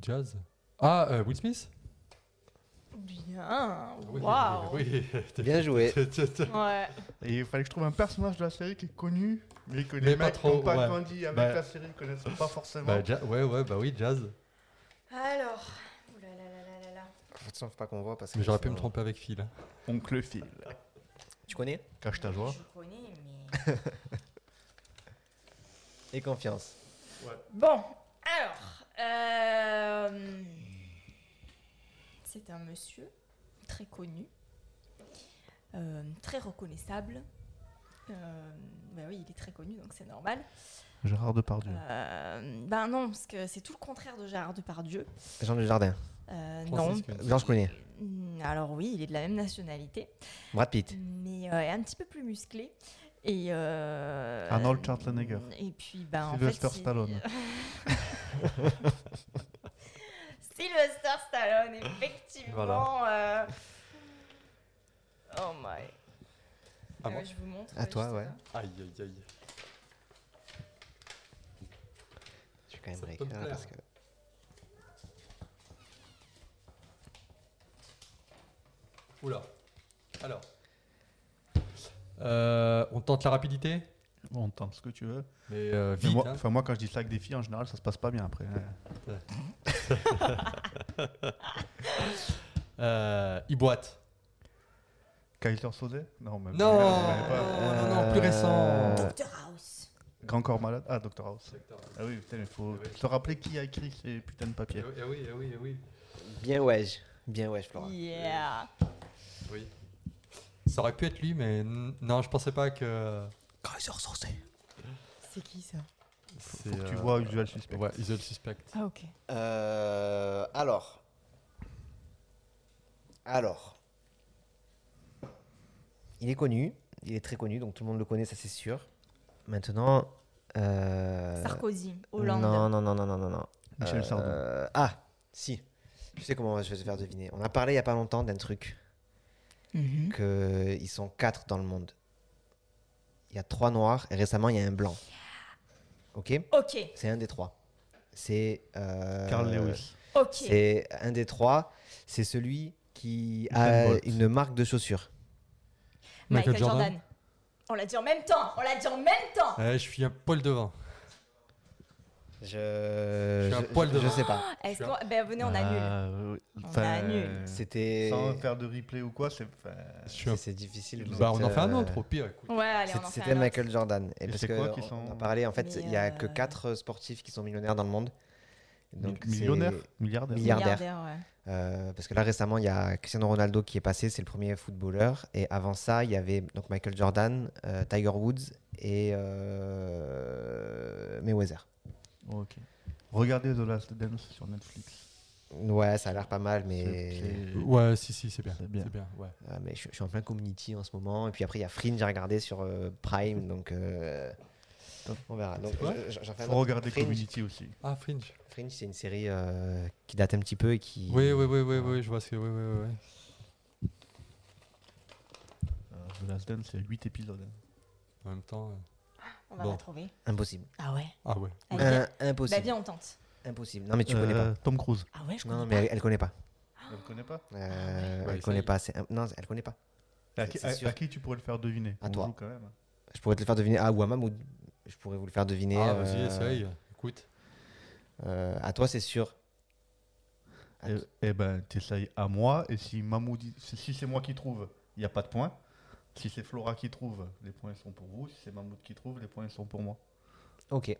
Speaker 4: Jazz. Ah, euh, Will Smith
Speaker 3: Bien.
Speaker 4: Ah Oui,
Speaker 3: Waouh.
Speaker 4: Oui.
Speaker 1: Bien joué.
Speaker 3: Ouais.
Speaker 2: et il fallait que je trouve un personnage de la série qui est connu, mais que les
Speaker 4: Mais pas
Speaker 2: mecs
Speaker 4: trop,
Speaker 2: n'ont pas
Speaker 4: ouais.
Speaker 2: grandi avec
Speaker 4: Bah-
Speaker 2: la série, ne connaissent pas forcément.
Speaker 4: Bah, ja- ouais, ouais, bah oui, Jazz.
Speaker 3: Alors. Ouh là là là là là là.
Speaker 1: Attention, faut pas qu'on voit parce que
Speaker 4: Mais j'aurais pu
Speaker 1: sinon-
Speaker 4: me tromper avec Phil.
Speaker 2: Oncle Phil.
Speaker 1: Tu connais
Speaker 2: Cache ta joie.
Speaker 3: Je connais, mais.
Speaker 1: Et confiance.
Speaker 3: bon, alors. euh, C'est un monsieur très connu, euh, très reconnaissable. Euh, bah oui, il est très connu, donc c'est normal.
Speaker 2: Gérard Depardieu.
Speaker 3: Euh, ben non, parce que c'est tout le contraire de Gérard Depardieu.
Speaker 1: Jean du Jardin.
Speaker 3: Euh, non.
Speaker 4: Francis Kuhn.
Speaker 1: Jean, je connais.
Speaker 3: Mm, Alors oui, il est de la même nationalité,
Speaker 1: Brad Pitt.
Speaker 3: mais euh, un petit peu plus musclé. Et euh,
Speaker 2: Arnold Schwarzenegger.
Speaker 3: Et puis, ben, en fait,
Speaker 2: Sylvester
Speaker 3: il- euh,
Speaker 2: Stallone.
Speaker 3: Sylvester Stallone, effectivement. euh, Oh my.
Speaker 4: Ah
Speaker 3: Euh,
Speaker 4: bon
Speaker 3: je vous montre.
Speaker 1: À
Speaker 3: euh,
Speaker 1: toi,
Speaker 3: juste
Speaker 1: ouais.
Speaker 3: là.
Speaker 4: Aïe, aïe, aïe.
Speaker 1: Je suis quand même
Speaker 4: Ça peut me
Speaker 1: breaker,
Speaker 4: plaire.
Speaker 1: Ah, parce que.
Speaker 4: Oula. Alors. Euh, on tente la rapidité
Speaker 2: Bon, on tente ce que tu veux.
Speaker 4: Mais euh,
Speaker 2: Mais
Speaker 4: vite.
Speaker 2: moi,
Speaker 4: hein.
Speaker 2: enfin, moi, quand je dis ça avec des filles, en général, ça se passe pas bien après. hein.
Speaker 4: Euh, il boite.
Speaker 2: Kaiser Sosé Non, mais
Speaker 4: Non, Oh,
Speaker 2: mais merde, mais pas-
Speaker 4: non, non, non, plus récent.
Speaker 1: Euh,
Speaker 3: Dr. House.
Speaker 2: Grand Corps Malade. Ah, Dr House. Ah oui, putain, il faut
Speaker 4: Ah oui.
Speaker 2: se rappeler qui a écrit ces putains de papiers.
Speaker 4: Eh oui, eh oui, eh oui.
Speaker 1: Bien ouais, je- bien ouais, je Flora.
Speaker 3: Yeah.
Speaker 4: Oui. Ça aurait pu être lui, mais n- non, je pensais pas que.
Speaker 2: Kaiser Sosé.
Speaker 3: C'est qui ça
Speaker 2: Faut que tu vois Usual Suspect.
Speaker 4: euh, Ouais, Isol Suspect.
Speaker 3: Ah, ok.
Speaker 1: Euh, alors. Alors. Il est connu, il est très connu, donc tout le monde le connaît, ça c'est sûr. Maintenant. Euh...
Speaker 3: Sarkozy, Hollande.
Speaker 1: Non, non, non, non, non, non, non.
Speaker 2: Michel
Speaker 1: Euh,
Speaker 2: Sardou.
Speaker 1: Ah, si. Je sais comment je vais te faire deviner. On a parlé il y a pas longtemps d'un truc
Speaker 3: Mhm.
Speaker 1: que ils sont quatre dans le monde. Il y a trois noirs et récemment il y a un blanc. Ok,
Speaker 3: Ok,
Speaker 1: c'est un des trois. C'est euh,
Speaker 2: Carl Lewis.
Speaker 3: ok.
Speaker 1: C'est un des trois. C'est celui qui
Speaker 2: Usain
Speaker 1: a
Speaker 2: Bolt.
Speaker 1: une marque de chaussures.
Speaker 3: Michael,
Speaker 4: Michael Jordan.
Speaker 3: Jordan. On l'a dit en même temps. On l'a dit en même temps.
Speaker 4: Ouais, Eh, je suis un poil devant.
Speaker 1: Je,
Speaker 4: suis un
Speaker 1: je-
Speaker 4: poil
Speaker 1: je-
Speaker 4: devant.
Speaker 1: je sais pas.
Speaker 3: Est-ce
Speaker 4: Je suis
Speaker 3: qu'on. Ben venez, on annule. On annule.
Speaker 1: C'était.
Speaker 2: Ah, Sans faire de replay ou quoi, c'est. enfin,
Speaker 4: Je suis
Speaker 1: c'est-
Speaker 4: un-
Speaker 1: C'est difficile. vous
Speaker 4: Bah,
Speaker 1: êtes,
Speaker 4: on en fait un
Speaker 1: euh,
Speaker 4: autre, au pire. écoute.
Speaker 3: Ouais, allez, on
Speaker 1: c'est-
Speaker 3: en fait
Speaker 1: C'était
Speaker 3: un autre.
Speaker 1: Michael Jordan. Et,
Speaker 2: Et
Speaker 1: parce
Speaker 2: c'est
Speaker 1: que
Speaker 2: quoi qui
Speaker 1: on-
Speaker 2: sont-
Speaker 1: on en parlait. En fait,
Speaker 3: Mais,
Speaker 1: il n'y a que
Speaker 3: euh,
Speaker 1: quatre sportifs qui sont millionnaires dans le monde. Donc, c'est-
Speaker 2: millionnaire Milliardaire.
Speaker 1: Milliard- milliardaire.
Speaker 3: ouais.
Speaker 1: Euh, parce que là récemment, il y a Cristiano Ronaldo qui est passé, c'est le premier footballeur. Et avant ça, il y avait donc Michael Jordan, euh, Tiger Woods et euh, Mayweather.
Speaker 2: Oh, Ok. Regardez The Last Dance sur Netflix.
Speaker 1: Ouais, ça a l'air pas mal,
Speaker 2: C'est-
Speaker 1: mais,
Speaker 2: c'est-
Speaker 4: euh, Ouais, si, si, c'est bien.
Speaker 2: C'est bien.
Speaker 4: C'est bien, ouais.
Speaker 1: Ah, mais je, je suis en plein community en ce moment. Et puis après, il y a Fringe à regarder sur euh, Prime, donc euh,
Speaker 2: Top.
Speaker 1: on verra. Donc,
Speaker 4: C'est quoi
Speaker 1: je- je- j'en fais un
Speaker 2: Faut
Speaker 1: autre.
Speaker 2: regarder
Speaker 1: Fringe.
Speaker 2: Community aussi.
Speaker 4: Ah, Fringe.
Speaker 1: Fringe, c'est une série euh, qui date un petit peu et qui.
Speaker 4: Oui, oui, oui, oui, oui, je vois ce que. Oui, oui, oui. oui.
Speaker 2: Euh, The Last Dance, c'est 8 épisodes. hein.
Speaker 4: En même temps. euh,
Speaker 3: On va
Speaker 4: Bon.
Speaker 3: la trouver.
Speaker 1: Impossible.
Speaker 3: Ah ouais.
Speaker 4: Ah, ouais.
Speaker 3: Elle
Speaker 1: Un-
Speaker 3: vient. Bah
Speaker 1: impossible.
Speaker 3: viens, on tente.
Speaker 1: Impossible. Non, mais tu connais
Speaker 2: Euh,
Speaker 1: pas.
Speaker 2: Tom Cruise.
Speaker 3: Ah ouais, je
Speaker 1: Non,
Speaker 3: connais
Speaker 1: non, mais elle,
Speaker 3: pas.
Speaker 1: elle connaît pas.
Speaker 2: Elle ne connaît pas
Speaker 1: Euh,
Speaker 4: Ouais,
Speaker 1: elle
Speaker 4: ça y
Speaker 1: connaît
Speaker 4: est.
Speaker 1: pas. c'est un- Non, elle connaît pas.
Speaker 2: à
Speaker 1: C'est-
Speaker 2: qui,
Speaker 1: c'est
Speaker 2: à-
Speaker 1: sûr.
Speaker 2: à qui tu pourrais le faire deviner
Speaker 1: À
Speaker 2: On
Speaker 1: toi.
Speaker 2: joue quand même. hein.
Speaker 1: Je pourrais te le faire deviner. Ah, ou à Mahmoud. Je pourrais vous le faire deviner.
Speaker 4: Ah,
Speaker 1: euh,
Speaker 4: vas-y, essaye. Écoute.
Speaker 1: euh, à toi, c'est sûr. À
Speaker 2: Eh
Speaker 1: qui-
Speaker 2: eh ben, t'essayes à moi, et si Mamou dit- si, si c'est moi qui trouve, il n'y a pas de points. Si c'est Flora qui trouve, les points sont pour vous. Si c'est Mahmoud qui trouve, les points sont pour moi.
Speaker 1: Ok.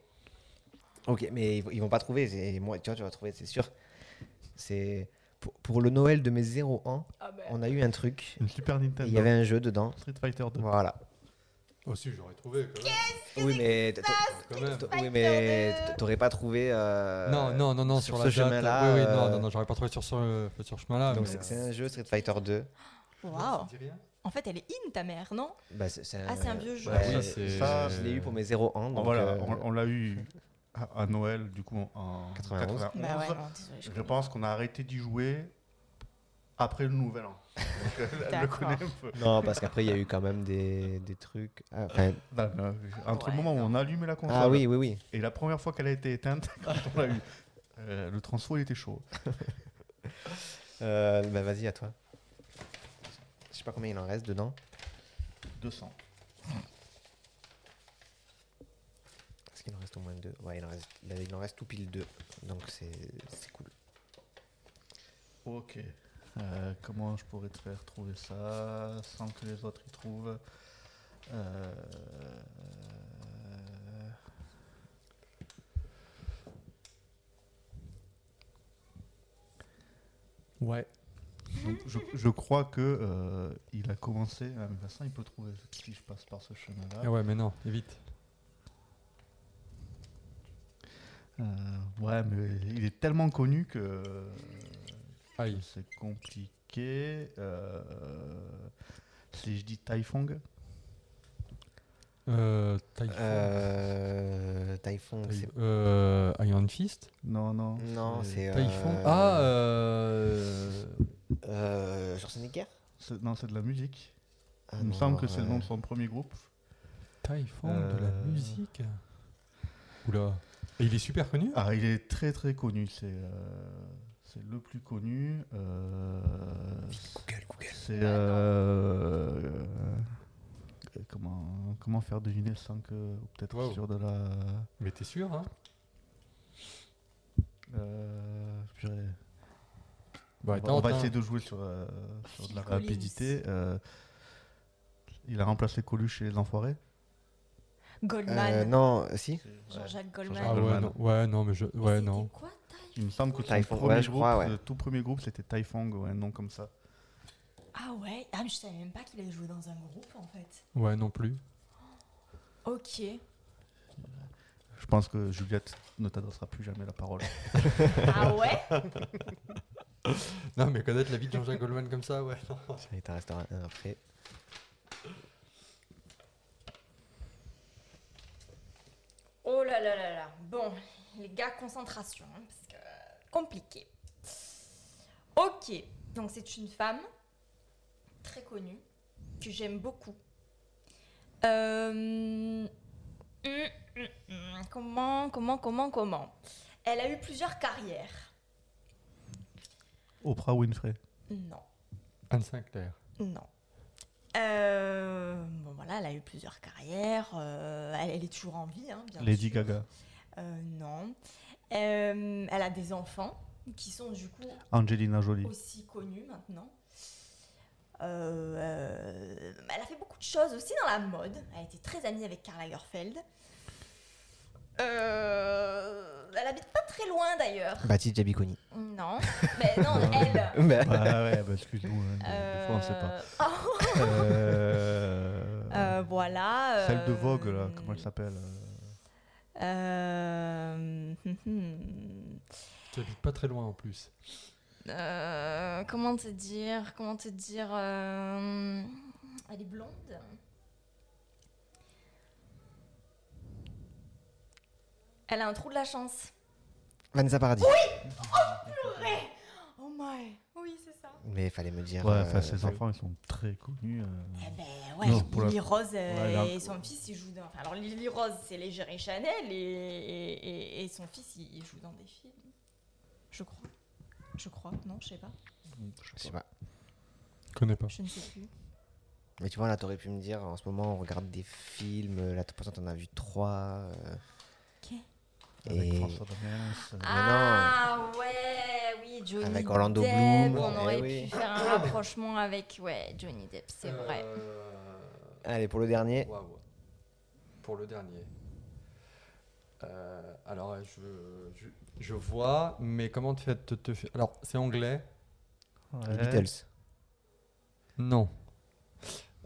Speaker 1: Ok, mais ils, vont- ils vont pas trouver. c'est- Moi, tu vois, tu vas trouver, c'est sûr. C'est pour, pour le Noël de mes 0 ans,
Speaker 3: Ah bah,
Speaker 1: on a eu un truc.
Speaker 2: Une Super
Speaker 1: et
Speaker 2: Nintendo.
Speaker 1: Il y avait un jeu dedans.
Speaker 2: Street Fighter 2.
Speaker 1: Voilà.
Speaker 4: Aussi, Ah, j'aurais trouvé quand même.
Speaker 1: Oui, mais t'a- t'a-
Speaker 4: Quand même.
Speaker 1: t'a- oui, mais t'a- t'aurais pas trouvé. euh,
Speaker 4: Non, non, non, non, sur,
Speaker 1: sur
Speaker 4: la
Speaker 1: ce
Speaker 4: date, euh,
Speaker 1: chemin-là,
Speaker 4: Oui, oui, non,
Speaker 1: euh,
Speaker 4: non, non, j'aurais pas trouvé sur ce, euh, sur ce chemin-là.
Speaker 1: Donc
Speaker 4: mais,
Speaker 1: c'est c'est un jeu Street Fighter 2.
Speaker 3: Waouh. En fait, elle est in ta mère, non
Speaker 1: Bah, c'est c'est
Speaker 3: Ah, c'est un vieux jeu.
Speaker 1: Ouais,
Speaker 4: Ouais,
Speaker 1: je-
Speaker 4: c'est-
Speaker 1: ça, je l'ai eu pour mes 0 ans. Donc,
Speaker 2: Ah, voilà,
Speaker 1: euh,
Speaker 2: on, on l'a eu à, à Noël, du coup, en- en
Speaker 1: 91.
Speaker 2: 91.
Speaker 3: Bah ouais, non, désolé, je
Speaker 1: Euh,
Speaker 2: Je pense qu'on a arrêté d'y jouer après le nouvel an. Donc, elle- elle le
Speaker 3: D'accord.
Speaker 2: connaît un peu.
Speaker 1: Non, parce qu'après, il y a eu quand même des, des trucs. Ah, enfin,
Speaker 2: Non, non, Bah, entre
Speaker 3: Ouais,
Speaker 2: le moment où on a allumé la console
Speaker 1: ah oui, oui, oui.
Speaker 2: et la première fois qu'elle a été éteinte, quand on l'a eu, euh, le transfo il était chaud.
Speaker 1: Euh, bah, vas-y, à toi. Je sais pas combien il en reste dedans.
Speaker 2: 200.
Speaker 1: Est-ce qu'il en reste au moins deux Ouais, il en reste, il en- il en reste tout pile deux. Donc c'est c'est cool.
Speaker 2: Ok. Euh, comment je pourrais te faire trouver ça sans que les autres y trouvent Euh,
Speaker 4: Ouais.
Speaker 2: donc, je, je crois que euh, il a commencé à Vincent, il peut trouver si je passe par ce chemin-là.
Speaker 4: Ah ouais, mais non, évite.
Speaker 2: Euh, ouais, mais il est tellement connu que euh,
Speaker 4: Aïe.
Speaker 2: c'est compliqué. Euh, si je dis Taifong,
Speaker 4: Euh, Typhon.
Speaker 1: Euh, Typhon,
Speaker 4: Ty-
Speaker 1: c'est.
Speaker 4: euh, Iron Fist
Speaker 2: non, non.
Speaker 1: Non, c'est. euh,
Speaker 4: Typhon. Ah euh...
Speaker 1: Euh, Schwarzenegger
Speaker 2: c'est- Non, c'est de la musique.
Speaker 1: Ah
Speaker 2: il me
Speaker 1: non,
Speaker 2: semble que c'est le
Speaker 1: euh,
Speaker 2: nom de son premier groupe.
Speaker 4: Typhon de la
Speaker 2: Euh.
Speaker 4: musique. Oula. Et il est super connu
Speaker 2: Ah, il est très très connu. C'est euh, c'est le plus connu. euh,
Speaker 1: Google, Google.
Speaker 2: c'est euh, euh, comment comment faire deviner sans que ou peut-être
Speaker 4: Wow.
Speaker 2: sur de la
Speaker 4: Mais t'es sûr, hein
Speaker 2: euh, purée. On
Speaker 4: Bah
Speaker 2: va- on
Speaker 4: attends,
Speaker 2: va
Speaker 4: hein.
Speaker 2: essayer de jouer sur, euh, sur de la
Speaker 3: Phil Collins.
Speaker 2: rapidité. euh, il a remplacé Coluche chez les Enfoirés.
Speaker 3: Goldman.
Speaker 1: Euh, non, si.
Speaker 3: Jean-Jacques
Speaker 2: Jean-Jacques
Speaker 3: Goldman.
Speaker 4: Ah ouais,
Speaker 2: Goldman.
Speaker 4: non, ouais, non, mais je...
Speaker 3: Mais
Speaker 4: Ah Ouais,
Speaker 3: c'était
Speaker 4: non.
Speaker 3: quoi, Taï
Speaker 2: Il me semble que son
Speaker 1: Typhon,
Speaker 2: premier
Speaker 1: ouais, je
Speaker 2: groupe,
Speaker 1: crois, ouais.
Speaker 2: le tout premier groupe, c'était Taifong ou un nom comme ça.
Speaker 3: Ah ouais Ah, mais je savais même pas qu'il avait joué dans un groupe, en fait.
Speaker 4: Ouais, non plus.
Speaker 3: Ok.
Speaker 2: Je pense que Juliette ne t'adressera plus jamais la parole.
Speaker 3: Ah ouais
Speaker 4: Non, mais connaître la vie de Jean-Jacques Goldman comme ça, ouais. non.
Speaker 1: Il t'en restera un après.
Speaker 3: Oh là là là là. Bon, les gars, concentration, hein, parce que compliqué. Ok, donc c'est une femme très connue que j'aime beaucoup. Euh, hum, hum, hum, Comment, comment, comment, comment Elle a eu plusieurs carrières.
Speaker 2: Oprah Winfrey.
Speaker 3: Non,
Speaker 4: Anne Sinclair.
Speaker 3: non. Euh, bon voilà, elle a eu plusieurs carrières. euh, elle, elle est toujours en vie, hein, bien
Speaker 2: Lady
Speaker 3: sûr.
Speaker 2: Gaga.
Speaker 3: Euh, non. Euh, elle a des enfants qui sont du coup
Speaker 2: Angelina Jolie.
Speaker 3: aussi connus maintenant. Euh, euh, elle a fait beaucoup de choses aussi dans la mode. Elle était très amie avec Karl Lagerfeld. Euh, elle habite pas très loin d'ailleurs.
Speaker 1: Baptiste Jabiconi.
Speaker 3: Non. Mais non, elle.
Speaker 1: Bah,
Speaker 2: Ouais, ouais, bah, excuse-nous. hein, des- Des fois, on sait pas.
Speaker 3: euh, oh,
Speaker 2: Euh,
Speaker 3: euh, voilà. euh,
Speaker 2: Celle de Vogue, là, comment elle s'appelle
Speaker 3: euh, hum, hum.
Speaker 4: Qui habite pas très loin en plus.
Speaker 3: Euh, comment te dire Comment te dire euh, Elle est blonde. Elle a un trou de la chance.
Speaker 1: Vanessa Paradis.
Speaker 3: Oh my Oui, c'est ça.
Speaker 1: Mais il fallait me dire.
Speaker 2: Ouais,
Speaker 1: euh,
Speaker 2: enfin, ses enfants, ils sont très connus. euh.
Speaker 3: Eh ben ouais,
Speaker 2: Non, pour la-
Speaker 3: Lily Rose euh,
Speaker 2: Ouais, elle a-
Speaker 3: et son fils, ils jouent dans... Enfin, alors Lily Rose, c'est Léger et Chanel, et, et- et- et son fils, il, il joue dans des films. Je crois. Je crois, non, je sais pas.
Speaker 1: Je sais pas.
Speaker 4: Connais pas.
Speaker 3: Je ne sais plus.
Speaker 1: Mais tu vois, là, t'aurais pu me dire, en ce moment, on regarde des films. euh, Là, pour ça, t'en as vu trois. euh,
Speaker 3: Ok.
Speaker 2: Avec
Speaker 1: Et-
Speaker 2: François Damiens. euh,
Speaker 3: Ah ouais, oui, Johnny
Speaker 1: Avec Orlando
Speaker 3: Depp,
Speaker 1: Bloom,
Speaker 3: on
Speaker 1: eh
Speaker 3: aurait
Speaker 1: oui.
Speaker 3: pu faire un rapprochement avec ouais, Johnny Depp, c'est vrai.
Speaker 1: Allez, pour le dernier.
Speaker 4: Euh, Waouh. Pour le dernier. Euh, alors, euh, je, je, je vois, mais comment te fait te, te fait- Alors, c'est anglais
Speaker 1: Les
Speaker 2: ouais.
Speaker 1: Beatles.
Speaker 4: Non.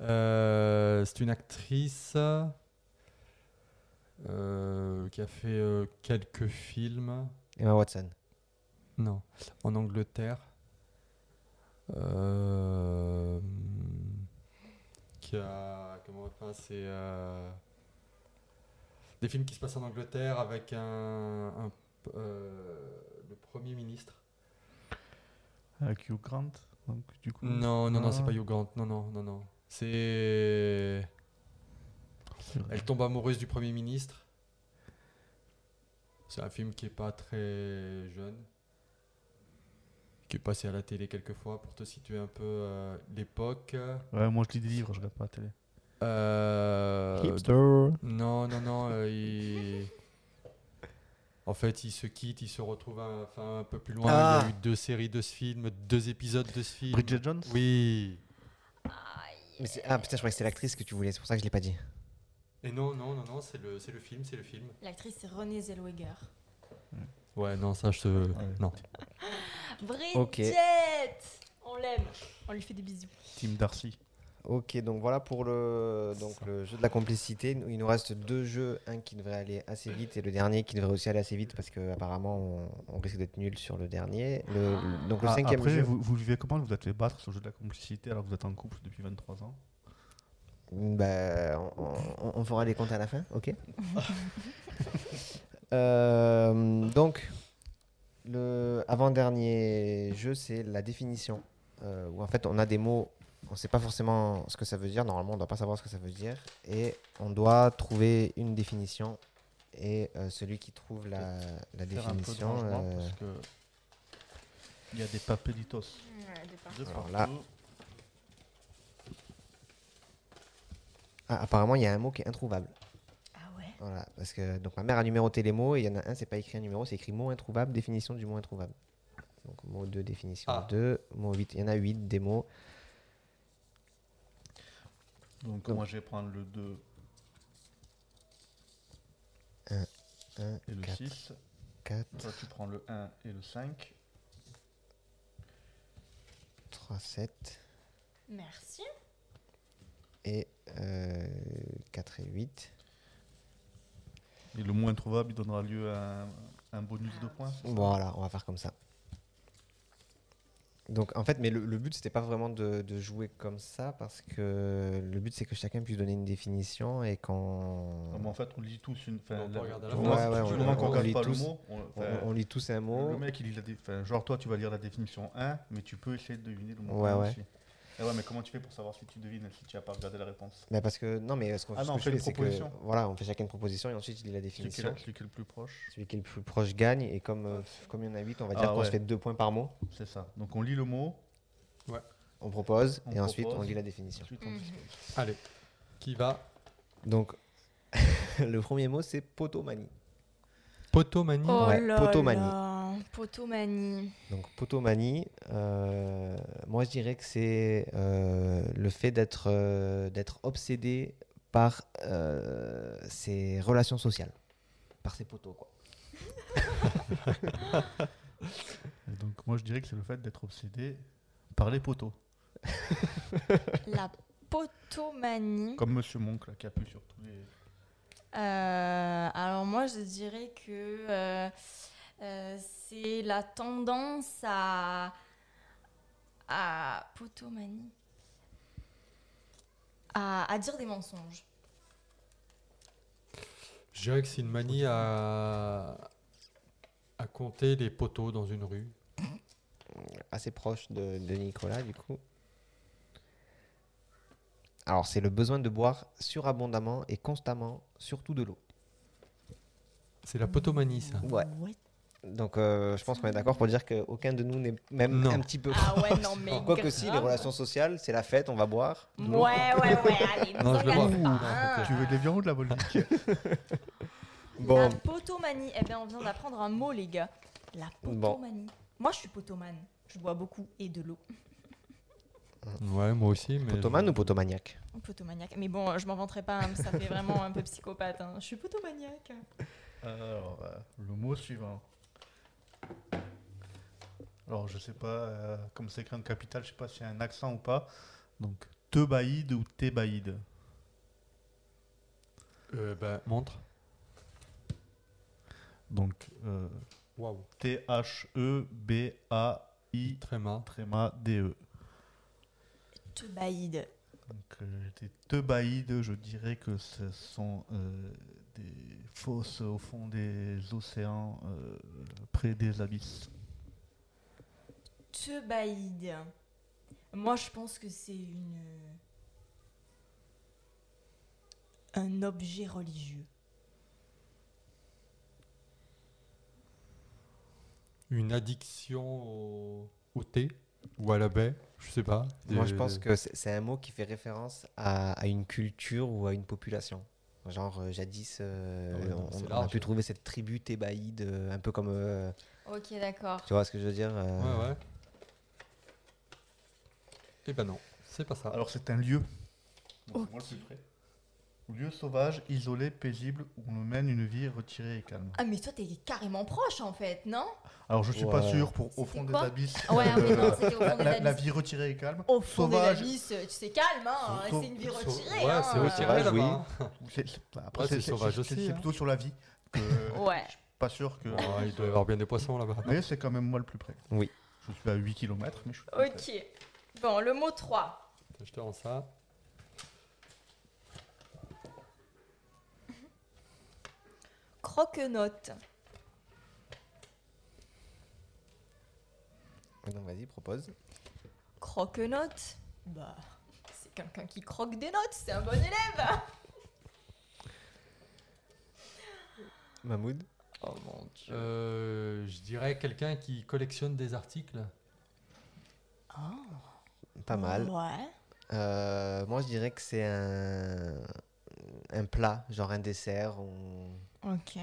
Speaker 4: Euh, c'est une actrice euh, qui a fait euh, quelques films.
Speaker 1: Emma Watson.
Speaker 4: Non. En Angleterre. Euh, hmm, qui a. Comment enfin, c'est. euh, des films qui se passent en Angleterre avec un. un p- euh, le Premier ministre.
Speaker 2: Avec Hugh Grant. Donc, du coup.
Speaker 4: Non, non, non, c'est
Speaker 2: Ah.
Speaker 4: pas Hugh Grant. Non, non, non, non. C'est. Elle tombe amoureuse du Premier ministre. C'est un film qui est pas très jeune. Qui est passé à la télé quelques fois pour te situer un peu euh, l'époque.
Speaker 2: Ouais, moi, je lis des livres, je regarde pas la télé.
Speaker 4: Euh,
Speaker 2: Hipster.
Speaker 4: Non, non, non. euh, il- euh, En fait, ils se quittent, ils se retrouvent un, enfin, un peu plus loin.
Speaker 1: Ah.
Speaker 4: Il y a eu deux séries de ce film, deux épisodes de ce film.
Speaker 2: Bridget Jones
Speaker 4: Oui.
Speaker 1: Mais c'est- ah putain, je croyais que c'était l'actrice que tu voulais, c'est pour ça que je l'ai pas dit.
Speaker 4: Et non, non, non, non, c'est le, c'est le film, c'est le film.
Speaker 3: L'actrice c'est Renée Zellweger.
Speaker 4: Ouais, non, ça, je te. Non.
Speaker 3: Bridget
Speaker 1: Ok.
Speaker 3: On l'aime. On lui fait des bisous.
Speaker 2: Tim Darcy.
Speaker 1: Ok, donc voilà pour le, donc le jeu de la complicité. Il nous reste deux jeux, un qui devrait aller assez vite et le dernier qui devrait aussi aller assez vite parce que apparemment on, on risque d'être nul sur le dernier. Le- le- donc le
Speaker 2: Ah,
Speaker 1: cinquième
Speaker 2: après,
Speaker 1: jeu.
Speaker 2: vous, vous vivez comment Vous êtes fait battre sur le jeu de la complicité alors que vous êtes en couple depuis 23 ans
Speaker 1: Bah, on, on- on fera les comptes à la fin, ok Euh, Donc, le avant-dernier jeu, c'est la définition. euh, où en fait, on a des mots, on ne sait pas forcément ce que ça veut dire. Normalement, on ne doit pas savoir ce que ça veut dire. Et on doit trouver une définition. Et euh, celui qui trouve la, la
Speaker 2: Faire un peu de
Speaker 1: définition.
Speaker 2: rangement,
Speaker 1: euh,
Speaker 2: parce que il y a des papelitos. de
Speaker 1: Alors
Speaker 2: partout.
Speaker 1: là. ah, apparemment, il y a un mot qui est introuvable.
Speaker 3: Ah ouais
Speaker 1: Voilà, parce que donc ma mère a numéroté les mots et il y en a un, c'est pas écrit un numéro, c'est écrit mot introuvable, définition du mot introuvable. Donc mot 2, définition
Speaker 4: Ah.
Speaker 1: 2, mot 8, il y en a 8 des mots.
Speaker 2: Donc
Speaker 1: Donc.
Speaker 2: moi je vais prendre le 2
Speaker 1: 1,
Speaker 2: et le
Speaker 1: 4,
Speaker 2: 6.
Speaker 1: 4,
Speaker 2: Toi tu prends le 1 et le 5.
Speaker 1: 3, 7
Speaker 3: Merci.
Speaker 1: et 4 et 8.
Speaker 2: Et le moins trouvable il donnera lieu à un, un bonus de points.
Speaker 1: Voilà, on va faire comme ça. Donc en fait, mais le, le but c'était pas vraiment de, de jouer comme ça parce que le but c'est que chacun puisse donner une définition et qu'on
Speaker 2: Enfin, bon, en fait on lit tous une. Enfin,
Speaker 4: On peut
Speaker 2: la-
Speaker 4: regarder à
Speaker 2: du
Speaker 4: la
Speaker 2: moment
Speaker 4: fin.
Speaker 2: que-
Speaker 4: Ouais,
Speaker 2: du
Speaker 4: ouais,
Speaker 2: moment
Speaker 4: on-
Speaker 2: qu'on
Speaker 4: on
Speaker 2: regarde
Speaker 1: lit
Speaker 2: pas le
Speaker 1: tous.
Speaker 2: mot. on-
Speaker 1: on,
Speaker 2: enfin,
Speaker 1: on lit tous un mot.
Speaker 2: Le mec, il lit la dé- enfin, genre toi, tu vas lire la définition 1, mais tu peux essayer de deviner le mot
Speaker 1: Ouais,
Speaker 2: ouais,
Speaker 1: ouais.
Speaker 2: aussi. Et ouais, mais comment tu fais pour savoir si tu devines si tu n'as pas regardé la réponse
Speaker 1: Bah parce que non mais ce qu'on
Speaker 2: Ah
Speaker 1: ce
Speaker 2: non,
Speaker 1: que
Speaker 2: on
Speaker 1: je
Speaker 2: fait une
Speaker 1: fais, c'est que,
Speaker 2: proposition. hein.
Speaker 1: voilà on fait chacun une proposition et ensuite il lit la
Speaker 2: Celui qui est,
Speaker 1: définition.
Speaker 2: là- celui qui est le plus proche,
Speaker 1: Celui qui est le plus proche gagne et comme euh, comme il y en a 8 on va
Speaker 2: Ah
Speaker 1: dire qu'on se
Speaker 2: ouais.
Speaker 1: fait deux points par mot.
Speaker 2: c'est ça. Donc on lit le mot,
Speaker 1: On propose
Speaker 2: On
Speaker 1: et ensuite on
Speaker 2: propose.
Speaker 1: lit la définition.
Speaker 2: ensuite on
Speaker 3: Mhm.
Speaker 2: discute.
Speaker 4: Allez. Qui va
Speaker 1: Donc le premier mot c'est potomanie.
Speaker 4: Potomanie
Speaker 3: Oh
Speaker 1: Ouais,
Speaker 3: là
Speaker 1: potomanie.
Speaker 3: là. Potomanie.
Speaker 1: Donc potomanie, euh, moi je dirais que c'est euh, le fait d'être euh, d'être obsédé par euh, ses relations sociales, par ses potos quoi.
Speaker 2: Et donc moi, je dirais que c'est le fait d'être obsédé par les poteaux.
Speaker 3: La potomanie.
Speaker 2: Comme Monsieur Monk, là, qui appuie sur tous les...
Speaker 3: Euh, alors moi, je dirais que euh, euh, c'est la tendance à... à potomanie. À, à dire des mensonges.
Speaker 4: Je dirais que c'est une manie à... à compter les poteaux dans une rue.
Speaker 1: assez proche de, de Nicolas, du coup. Alors, c'est le besoin de boire surabondamment et constamment, surtout de l'eau.
Speaker 4: C'est la potomanie, ça.
Speaker 1: Ouais. Donc, euh, je pense qu'on est d'accord pour dire qu'aucun de nous n'est même
Speaker 4: Non.
Speaker 1: un petit peu.
Speaker 3: Ah ouais, non mais
Speaker 1: Quoi que si, les
Speaker 3: grave.
Speaker 1: relations sociales, c'est la fête, on va boire. de l'eau.
Speaker 3: Ouais, ouais, ouais, allez, nous
Speaker 4: Non, je le vois.
Speaker 3: organise pas,
Speaker 4: Ouh,
Speaker 1: Ah,
Speaker 3: hein.
Speaker 2: Tu veux de l'avion ou de la bolique
Speaker 1: Bon,
Speaker 3: La potomanie. Eh bien, on vient d'apprendre un mot, les gars. La
Speaker 1: Bon.
Speaker 3: potomanie. Moi, je suis potomane. Je bois beaucoup et de l'eau.
Speaker 4: Mmh. Ouais, moi aussi. Mais
Speaker 1: potomane ou potomaniaque
Speaker 3: Potomaniaque. Mais bon, je m'en vanterai pas, hein, ça fait vraiment un peu psychopathe. hein. Je suis potomaniaque.
Speaker 2: Alors, euh, le mot suivant. Alors, je sais pas, euh, comme c'est écrit en capital, je sais pas s'il y a un accent ou pas. Donc, tebaïde ou thébaïde
Speaker 4: Euh, bah, montre.
Speaker 2: Donc, euh, E
Speaker 4: Waouh.
Speaker 2: T-H-E-B-A-I
Speaker 4: Tréma.
Speaker 2: tréma D-E.
Speaker 3: Tebaïde.
Speaker 2: Donc, euh, des tebaïdes, je dirais que ce sont euh, des fosses au fond des océans, euh, près des abysses.
Speaker 3: Tebaïde. Moi, je pense que c'est une. Un objet religieux.
Speaker 4: Une addiction au... au thé ou à la baie, je sais pas.
Speaker 1: Moi, je
Speaker 4: Des-
Speaker 1: pense que c'est c'est un mot qui fait référence à, à une culture ou à une population. Genre, euh, jadis, euh,
Speaker 4: Ah ouais, non,
Speaker 1: on,
Speaker 4: c'est
Speaker 1: on a
Speaker 4: large.
Speaker 1: pu trouver cette tribu thébaïde, euh, un peu comme. euh,
Speaker 3: Ok, d'accord.
Speaker 1: tu vois ce que je veux dire euh,
Speaker 4: Ouais, ouais. Et ben non, c'est pas ça.
Speaker 2: Alors c'est un lieu. Donc, moi, le plus près. Lieu sauvage, isolé, paisible, où on mène une vie retirée et calme.
Speaker 3: Ah, mais toi, t'es carrément proche en fait, non
Speaker 2: Alors je suis pas
Speaker 1: Ouais.
Speaker 2: sûr pour au
Speaker 3: C'était
Speaker 2: fond des
Speaker 3: quoi
Speaker 2: abysses.
Speaker 3: Ouais,
Speaker 2: euh,
Speaker 3: mais non, c'était au fond des
Speaker 2: la, la
Speaker 3: abysses.
Speaker 2: vie retirée et calme.
Speaker 3: Au fond des
Speaker 2: sauvage.
Speaker 3: abysses, tu sais, calme, hein,
Speaker 4: Sau-
Speaker 3: c'est une vie
Speaker 4: sau-
Speaker 3: retirée.
Speaker 4: Ouais,
Speaker 3: hein.
Speaker 4: c'est retiré
Speaker 1: Sauvage, Bah, oui.
Speaker 4: là-bas.
Speaker 2: C'est- c'est- bah, Après
Speaker 4: Ouais,
Speaker 2: c'est
Speaker 4: c'est sauvage
Speaker 2: c'est- c'est-
Speaker 4: aussi,
Speaker 2: C'est
Speaker 4: hein.
Speaker 2: plutôt sur la vie. que-
Speaker 3: Ouais.
Speaker 2: Pas sûr que.
Speaker 4: Bon, il doit y avoir bien des poissons là-bas.
Speaker 2: Mais c'est quand même moi le plus près.
Speaker 1: Oui.
Speaker 2: Je suis à 8 km, mais je suis. le plus près.
Speaker 3: Ok. Bon, le mot 3.
Speaker 4: Attends, Je te rends ça.
Speaker 3: Croque-note.
Speaker 1: Donc, vas-y, propose.
Speaker 3: Croque-note Bah, c'est quelqu'un qui croque des notes, c'est un bon élève.
Speaker 1: Mahmoud
Speaker 3: Oh mon dieu.
Speaker 4: Euh, je dirais quelqu'un qui collectionne des articles.
Speaker 1: Pas mal.
Speaker 3: Ouais.
Speaker 1: Euh, moi, je dirais que c'est un... un plat, genre un dessert. ou-
Speaker 3: Ok.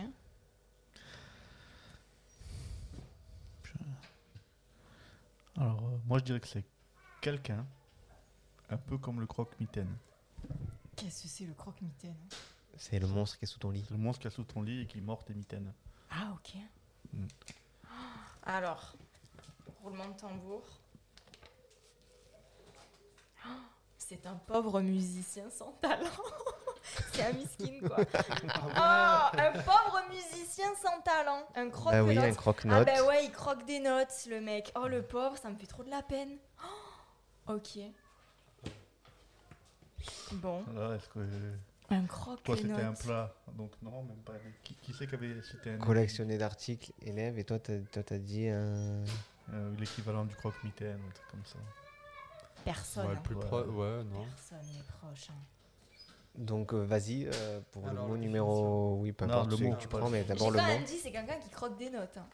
Speaker 2: Alors euh, moi je dirais que c'est quelqu'un, un peu comme le croque-mitaine.
Speaker 3: Qu'est-ce que c'est le croque-mitaine
Speaker 1: C'est le monstre qui est sous ton lit.
Speaker 2: C'est le monstre qui a sous ton lit et qui mord tes mitaines.
Speaker 3: Ah, ok.
Speaker 2: Mm.
Speaker 3: Alors, roulement de tambour. Oh, C'est un pauvre musicien sans talent. C'est un miskin, quoi. Ah, un pauvre musicien sans talent. Un croque
Speaker 1: Bah oui, un croque-note.
Speaker 3: Ah bah ouais, il croque des notes, le mec. Oh, le pauvre, ça me fait trop de la peine. Oh, ok. Bon,
Speaker 2: Voilà, est-ce que euh,
Speaker 3: un croque
Speaker 2: toi
Speaker 3: des
Speaker 2: c'était
Speaker 3: notes.
Speaker 2: un plat Donc non, même pas. Mais Qui, qui c'est qui avait c'était un-
Speaker 1: Collectionner d'articles, élève, et toi, t'as toi, t'as dit un.
Speaker 2: euh, l'équivalent du croque-mitaine, un truc comme ça.
Speaker 3: Personne.
Speaker 4: Ouais,
Speaker 3: hein.
Speaker 4: le plus
Speaker 2: Ouais.
Speaker 4: pro- ouais, non.
Speaker 3: Personne n'est proche. hein.
Speaker 1: Donc, euh, vas-y, euh, pour
Speaker 4: Alors,
Speaker 1: le mot
Speaker 4: la
Speaker 1: numéro. Oui, peu
Speaker 2: Non,
Speaker 1: importe
Speaker 2: le
Speaker 1: celui
Speaker 2: mot,
Speaker 1: que tu
Speaker 2: pas-
Speaker 4: Ah,
Speaker 1: prends,
Speaker 4: bah,
Speaker 1: mais d'abord
Speaker 3: J'ai
Speaker 1: le
Speaker 3: quand
Speaker 1: mot.
Speaker 3: même dit, c'est quelqu'un qui croque des notes. hein.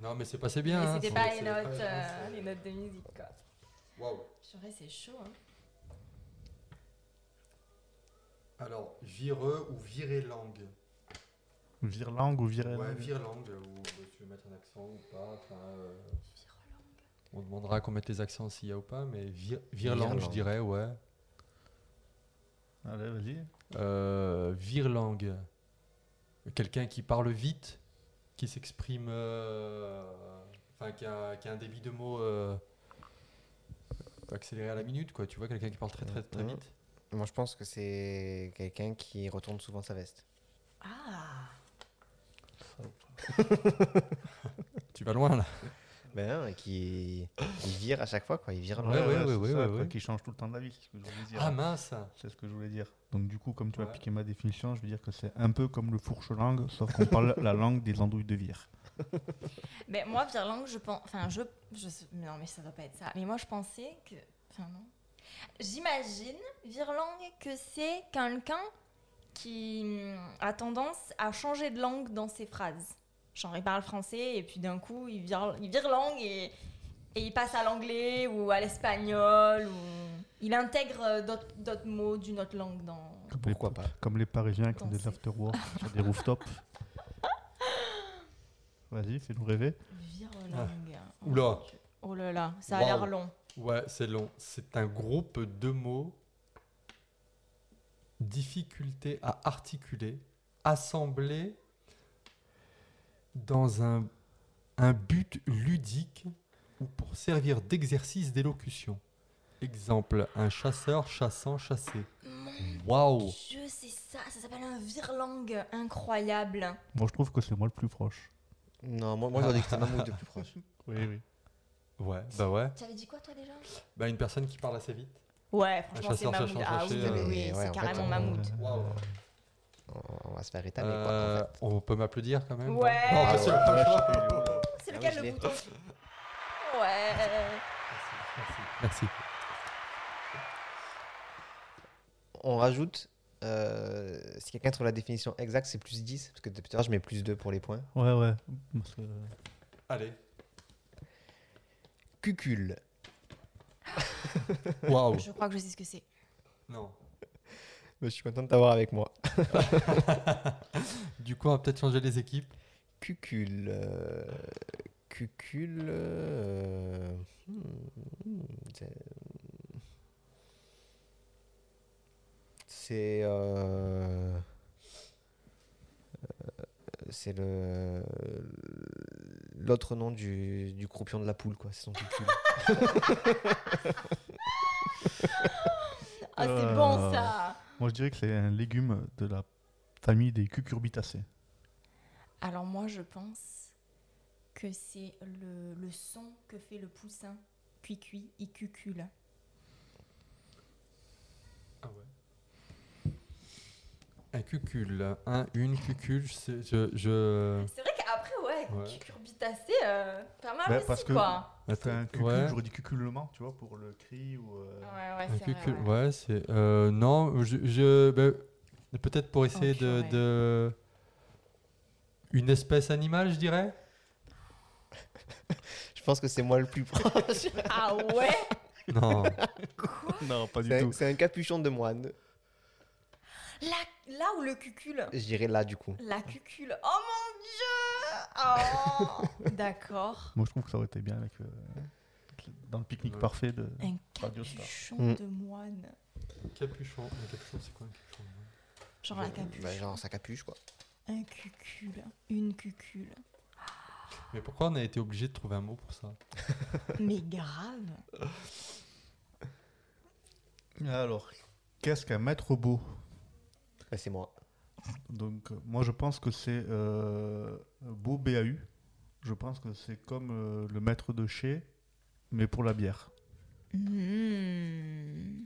Speaker 4: Non, mais c'est passé bien.
Speaker 3: Mais
Speaker 4: hein,
Speaker 3: c'était
Speaker 4: c'est-
Speaker 3: pas les
Speaker 4: c'est-
Speaker 3: notes, euh,
Speaker 4: c'est-
Speaker 3: les notes de musique, quoi.
Speaker 4: Waouh.
Speaker 3: Purée, c'est chaud, hein.
Speaker 4: Alors, vireux ou viré langue
Speaker 2: Virlangue ou virelle
Speaker 4: Ouais, vire langue, ou euh, tu veux mettre un accent ou pas. enfin, euh, On demandera qu'on mette les accents s'il y a ou pas, mais vir, vire langue, je
Speaker 1: langue.
Speaker 4: dirais, ouais.
Speaker 2: Allez, vas-y.
Speaker 4: Euh, virlangue. Quelqu'un qui parle vite, qui s'exprime. euh, Enfin, qui, a, qui a un débit de mots euh, accéléré à la minute, quoi. Tu vois, quelqu'un qui parle très, très, très
Speaker 1: Mhm.
Speaker 4: vite.
Speaker 1: Moi, je pense que c'est quelqu'un qui retourne souvent sa veste.
Speaker 3: Ah
Speaker 4: Tu vas loin, là.
Speaker 1: Ben, hein, et qui. Il vire à chaque fois, quoi. Il vire
Speaker 4: Ah, Ouais, ouais, ouais,
Speaker 2: c'est
Speaker 4: ouais,
Speaker 2: ça,
Speaker 4: ouais,
Speaker 2: quoi,
Speaker 4: ouais.
Speaker 2: Qui change tout le temps d'avis, c'est ce que je voulais dire.
Speaker 4: Ah mince
Speaker 2: c'est ce que je voulais dire. Donc du coup, comme tu as
Speaker 4: Ouais.
Speaker 2: piqué ma définition, je veux dire que c'est un peu comme le fourche-langue, sauf qu'on parle la langue des andouilles de vire.
Speaker 3: Ben moi, Virlangue, je pense... Enfin, je... je sais- mais Non, mais ça doit pas être ça. Mais moi, je pensais que... Enfin, non. J'imagine, Virlangue, que c'est quelqu'un qui hum, a tendance à changer de langue dans ses phrases. Genre, il parle français, et puis d'un coup, il vire, il vire langue, et... et il passe à l'anglais, ou à l'espagnol, ou... Il intègre euh, d'autres d'autres mots d'une autre langue dans...
Speaker 4: Ah.
Speaker 2: Comme
Speaker 1: Pourquoi
Speaker 2: les,
Speaker 1: pas
Speaker 2: Comme les Parisiens qui ont
Speaker 3: Dans
Speaker 2: des
Speaker 3: ces-
Speaker 2: afterworks sur des rooftops. Vas-y, fais-nous rêver.
Speaker 3: Virlangue.
Speaker 4: Oula.
Speaker 3: Oh là là, ça a
Speaker 4: Waouh.
Speaker 3: l'air long.
Speaker 4: Ouais, c'est long. C'est un groupe de mots. Difficulté à articuler, assemblés dans un, un but ludique ou pour servir d'exercice d'élocution. Exemple, un chasseur chassant chassé. Waouh
Speaker 3: Je sais ça, ça s'appelle un virlangue incroyable.
Speaker 2: Moi, je trouve que c'est moi le plus proche.
Speaker 1: Non, moi, moi j'aurais dit que c'est Mahmoud le plus proche.
Speaker 2: Oui, oui.
Speaker 4: Ouais, bah ouais.
Speaker 3: Tu avais dit quoi toi déjà
Speaker 4: Bah une personne qui parle assez vite.
Speaker 3: Ouais,
Speaker 4: Un
Speaker 3: franchement c'est
Speaker 4: chasseur
Speaker 3: Mahmoud.
Speaker 4: cherchant
Speaker 3: Ah
Speaker 4: un
Speaker 3: oui,
Speaker 4: chasseur.
Speaker 3: oui, oui,
Speaker 1: Mais ouais,
Speaker 3: c'est
Speaker 1: en fait,
Speaker 3: carrément
Speaker 1: on-
Speaker 3: Mahmoud.
Speaker 4: Waouh Euh,
Speaker 1: On, on va se faire étaler, quoi. en fait.
Speaker 4: On peut m'applaudir quand même non
Speaker 3: Ouais.
Speaker 4: Non, parce que-
Speaker 3: C'est
Speaker 1: Ah oui,
Speaker 3: lequel
Speaker 1: je
Speaker 3: le
Speaker 1: l'ai.
Speaker 3: bouton Ouais.
Speaker 4: Merci.
Speaker 1: On rajoute. euh, si quelqu'un trouve la définition exacte, c'est plus 10, parce que depuis tout à l'heure, je mets plus 2 pour les points.
Speaker 2: Ouais, ouais. Parce que- euh,
Speaker 4: Allez.
Speaker 1: Cucule.
Speaker 4: Waouh
Speaker 3: Je crois que je sais ce que c'est.
Speaker 4: Non.
Speaker 1: Mais je suis content de t'avoir avec moi.
Speaker 4: Du coup, on va peut-être changer les équipes.
Speaker 1: Cucul. euh, Cucul. euh, hmm, c'est- C'est. euh, euh, C'est le. L'autre nom du, du croupion de la poule, quoi. C'est son cucul.
Speaker 3: Ah, c'est
Speaker 2: Euh.
Speaker 3: bon ça.
Speaker 2: Moi, je dirais que c'est un légume de la famille des cucurbitacées.
Speaker 3: Alors moi, je pense que c'est le, le son que fait le poussin. Cuit, cuit, il cucule.
Speaker 4: Ah ouais. Un cucul. Un, une cucul. Je. sais- je, je...
Speaker 3: C'est vrai qu'après, ouais,
Speaker 4: Ouais.
Speaker 3: cucurbitacé, euh, pas mal
Speaker 2: Bah,
Speaker 3: aussi,
Speaker 2: parce que-
Speaker 3: quoi.
Speaker 2: C'était un cucul,
Speaker 4: ouais.
Speaker 2: j'aurais dit cuculement, tu vois, pour le cri ou. euh,
Speaker 3: Ouais, ouais,
Speaker 4: Un
Speaker 3: c'est vrai,
Speaker 4: cucul.
Speaker 3: ouais.
Speaker 4: Ouais, c'est. euh, non, je. je- ben, peut-être pour essayer de,
Speaker 3: purée.
Speaker 4: de- Une espèce animale, je dirais.
Speaker 1: Je pense que c'est moi le plus proche.
Speaker 3: Ah ouais
Speaker 4: Non.
Speaker 2: Non, pas du
Speaker 1: C'est un-
Speaker 2: tout.
Speaker 1: c'est un capuchon de moine.
Speaker 3: là, là où le cucule
Speaker 1: Je dirais là, du coup.
Speaker 3: La cucule. Oh mon dieu Oh D'accord.
Speaker 2: Moi, je trouve que ça aurait été bien avec. euh, dans le pique-nique
Speaker 4: Ouais.
Speaker 2: parfait de.
Speaker 3: Un
Speaker 2: Radio Star.
Speaker 3: capuchon
Speaker 1: Mm.
Speaker 3: de moine.
Speaker 4: capuchon. Un capuchon, c'est quoi un capuchon
Speaker 3: Genre la
Speaker 1: Bah,
Speaker 3: capuche.
Speaker 1: genre, sa capuche, quoi.
Speaker 3: Un cucule. Une cucule.
Speaker 4: Mais pourquoi on a été obligé de trouver un mot pour ça
Speaker 3: Mais grave.
Speaker 2: Alors, qu'est-ce qu'un maître robot
Speaker 1: Bah, c'est moi.
Speaker 2: Donc, euh, moi, je pense que c'est euh, beau BAU. Je pense que c'est comme euh, le maître de chez, mais pour la bière.
Speaker 3: Mm.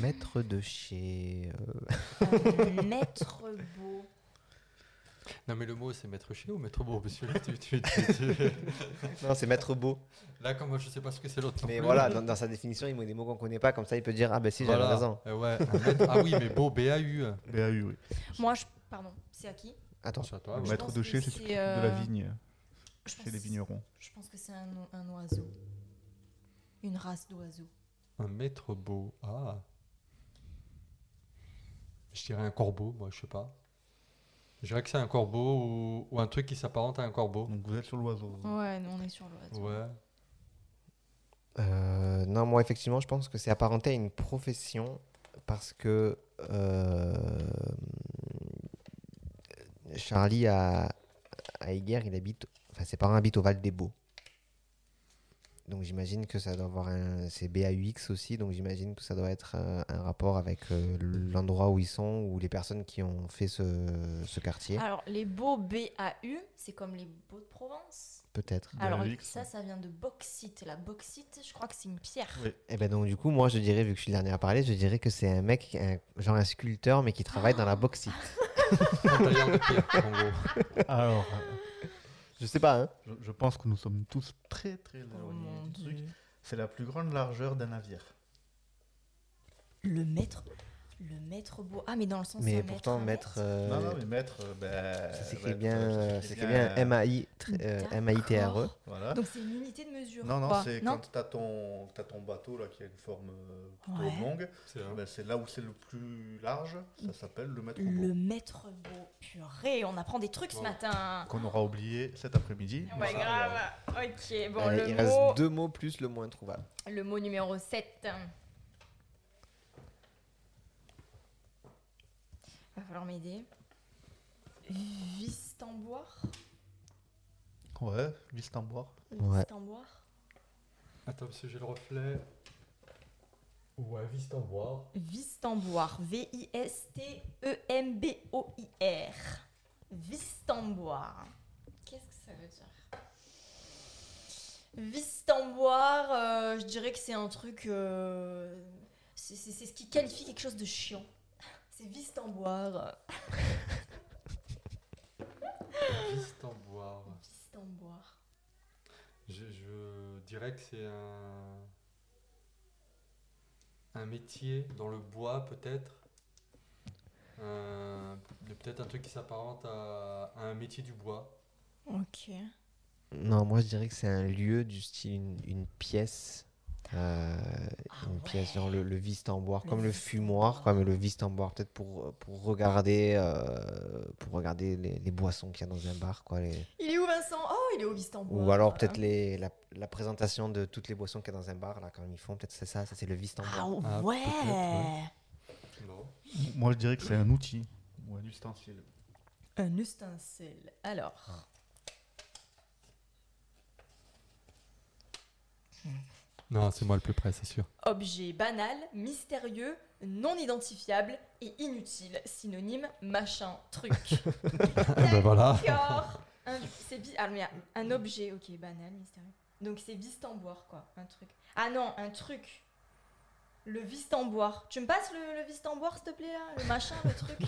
Speaker 1: Maître de chez.
Speaker 3: Un Maître beau.
Speaker 4: Non, mais le mot, c'est maître chien ou maître beau Monsieur, tu, tu- tu- tu-
Speaker 1: Non, c'est maître beau.
Speaker 4: Là, comme moi, je sais pas ce que c'est l'autre. non
Speaker 1: Mais
Speaker 4: plus.
Speaker 1: voilà, dans, dans sa définition, il met des mots qu'on connaît pas, comme ça il peut dire Ah, ben si, j'avais
Speaker 4: Voilà.
Speaker 1: raison.
Speaker 4: Eh ouais, un maître- Ah oui, mais beau, BAU.
Speaker 2: BAU, oui.
Speaker 3: Moi, je. Pardon, c'est à qui
Speaker 1: Attends,
Speaker 4: Attention à toi.
Speaker 2: le
Speaker 4: ouais.
Speaker 2: maître
Speaker 3: pense
Speaker 2: de
Speaker 3: que
Speaker 2: chez, c'est
Speaker 3: c'est,
Speaker 2: plutôt de la
Speaker 3: euh,
Speaker 2: vigne,
Speaker 3: je pense,
Speaker 2: chez les vignerons.
Speaker 3: Je pense que c'est un, o- un oiseau. Une race d'oiseaux.
Speaker 4: Un maître beau. Ah. Je dirais un corbeau, moi, je sais pas. Je dirais que c'est un corbeau ou, ou un truc qui s'apparente à un corbeau.
Speaker 2: Donc, vous êtes sur l'oiseau. vous.
Speaker 3: Ouais, nous, on est sur l'oiseau.
Speaker 4: Ouais.
Speaker 1: Euh, non, moi effectivement, je pense que c'est apparenté à une profession parce que euh, Charlie à, à Higuerre, il habite, enfin ses parents habitent au Val des Beaux. Donc j'imagine que ça doit avoir un, c'est BAUX aussi, donc j'imagine que ça doit être euh, un rapport avec euh, l'endroit où ils sont ou les personnes qui ont fait ce, ce quartier,
Speaker 3: Alors, les beaux BAU, c'est comme les beaux de Provence.
Speaker 1: peut-être.
Speaker 2: Bah,
Speaker 3: Alors,
Speaker 2: oui, que
Speaker 3: ça, ça vient de bauxite. La bauxite, je crois que c'est une pierre.
Speaker 2: Oui.
Speaker 1: Et ben donc du coup, moi je dirais, vu que je suis le dernier à parler, je dirais que c'est un mec, un- genre un sculpteur, mais qui travaille dans la bauxite.
Speaker 4: Un tailleur de pierre, en gros.
Speaker 2: Alors, euh,
Speaker 1: Je sais pas, hein.
Speaker 2: je, je pense que nous sommes tous très, très
Speaker 3: Oh
Speaker 2: éloignés
Speaker 3: mon
Speaker 2: du truc.
Speaker 3: dieu.
Speaker 2: C'est la plus grande largeur d'un navire.
Speaker 3: Le maître. Le maître beau. Ah, mais dans le sens.
Speaker 1: Mais
Speaker 3: un
Speaker 1: pourtant, mettre.
Speaker 3: maître, un
Speaker 1: euh,
Speaker 2: Non, non, mais maître, euh, ben,
Speaker 1: ça s'écrit
Speaker 2: maître,
Speaker 1: bien,
Speaker 2: ça
Speaker 1: euh, ça
Speaker 2: s'écrit
Speaker 1: s'écrit bien
Speaker 2: euh,
Speaker 1: M-A-I,
Speaker 3: D'accord.
Speaker 1: M-A-I-T-R-E.
Speaker 2: Voilà.
Speaker 3: Donc, c'est une unité de mesure.
Speaker 2: Non, non,
Speaker 3: quoi,
Speaker 2: c'est quand t'as ton, t'as ton bateau là qui a une forme euh, plutôt
Speaker 3: Ouais.
Speaker 2: longue,
Speaker 4: C'est un-
Speaker 2: Hein, ben, c'est là où c'est le plus large, ça s'appelle le maître
Speaker 3: Le
Speaker 2: robot.
Speaker 3: maître beau. Purée, on apprend des trucs ce
Speaker 4: Wow.
Speaker 3: matin.
Speaker 2: Qu'on aura oublié cet après-midi. mais
Speaker 3: Ouais,
Speaker 2: ça,
Speaker 3: grave. Ok, bon,
Speaker 1: Allez,
Speaker 3: le,
Speaker 1: il
Speaker 3: mot,
Speaker 1: reste deux mots plus le moins trouvable.
Speaker 3: le mot numéro 7. Va falloir m'aider. Vistamboire
Speaker 2: euh, Ouais, Vistamboire.
Speaker 1: Ouais.
Speaker 3: Vistamboire
Speaker 4: Attends, parce que j'ai le reflet. Ouais, viste en bois.
Speaker 3: Vistamboire. E V-I-S-T-E-M-B-O-I-R. Vistamboire. Qu'est-ce que ça veut dire Vistamboire, euh, je dirais que c'est un truc. euh, c'est c'est- c'est ce qui qualifie quelque chose de chiant. C'est Vistamboire.
Speaker 4: Viste en bois.
Speaker 3: Vistamboire.
Speaker 4: Je, je dirais que c'est un. Un métier dans le bois, peut-être. Un- Peut-être un truc qui s'apparente à, à un métier du bois.
Speaker 3: Ok.
Speaker 1: Non, moi je dirais que c'est un lieu du style une, une pièce. euh,
Speaker 3: Ah
Speaker 1: une pièce, genre le, le vis-tamboir, comme le fumoir, quoi, mais le vis-tamboir, peut-être pour, pour regarder, euh, pour regarder les, les boissons qu'il y a dans un bar. Quoi, les-
Speaker 3: Il est où Vincent Oh, il est au Istanbul.
Speaker 1: Ou alors peut-être les- la, la présentation de toutes les boissons qu'il y a dans un bar, là, quand ils font, peut-être c'est ça, ça c'est le
Speaker 3: Ah
Speaker 1: vis-tambour.
Speaker 4: Ah,
Speaker 3: ouais.
Speaker 4: peut-être, ouais. Non.
Speaker 2: Moi, je dirais que c'est un outil ou un ustensile.
Speaker 3: Un ustensile. Alors.
Speaker 4: Non, c'est moi le plus près, c'est sûr.
Speaker 3: Objet banal, mystérieux, non identifiable et inutile. Synonyme machin, truc.
Speaker 4: Eh ben voilà.
Speaker 3: D'accord. Un, c'est bi- ah, mais un objet, ok, banal, mystérieux. Donc c'est vis-tambour, quoi, un truc. Ah non, un truc. Le vis-tambour. Tu me passes le, le vis-tambour, s'il te plaît, là Le machin, le truc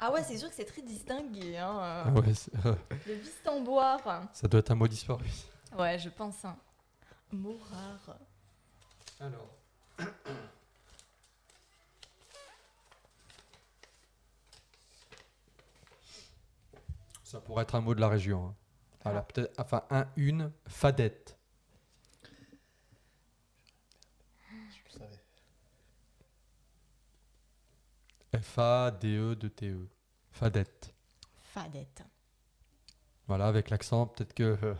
Speaker 3: Ah ouais, c'est sûr que c'est très distingué, hein.
Speaker 4: Ah ouais, c'est- euh,
Speaker 3: Le vis-tambour.
Speaker 4: ça doit être un mot disparu.
Speaker 3: Ouais, je pense, hein. Mot rare.
Speaker 4: Alors. Ça pourrait être un mot de la région. hein. Alors peut-être, enfin un, une, fadette.
Speaker 2: Je le savais.
Speaker 4: F A D E D T E. Fadette.
Speaker 3: Fadette.
Speaker 4: Voilà, avec l'accent, peut-être que euh,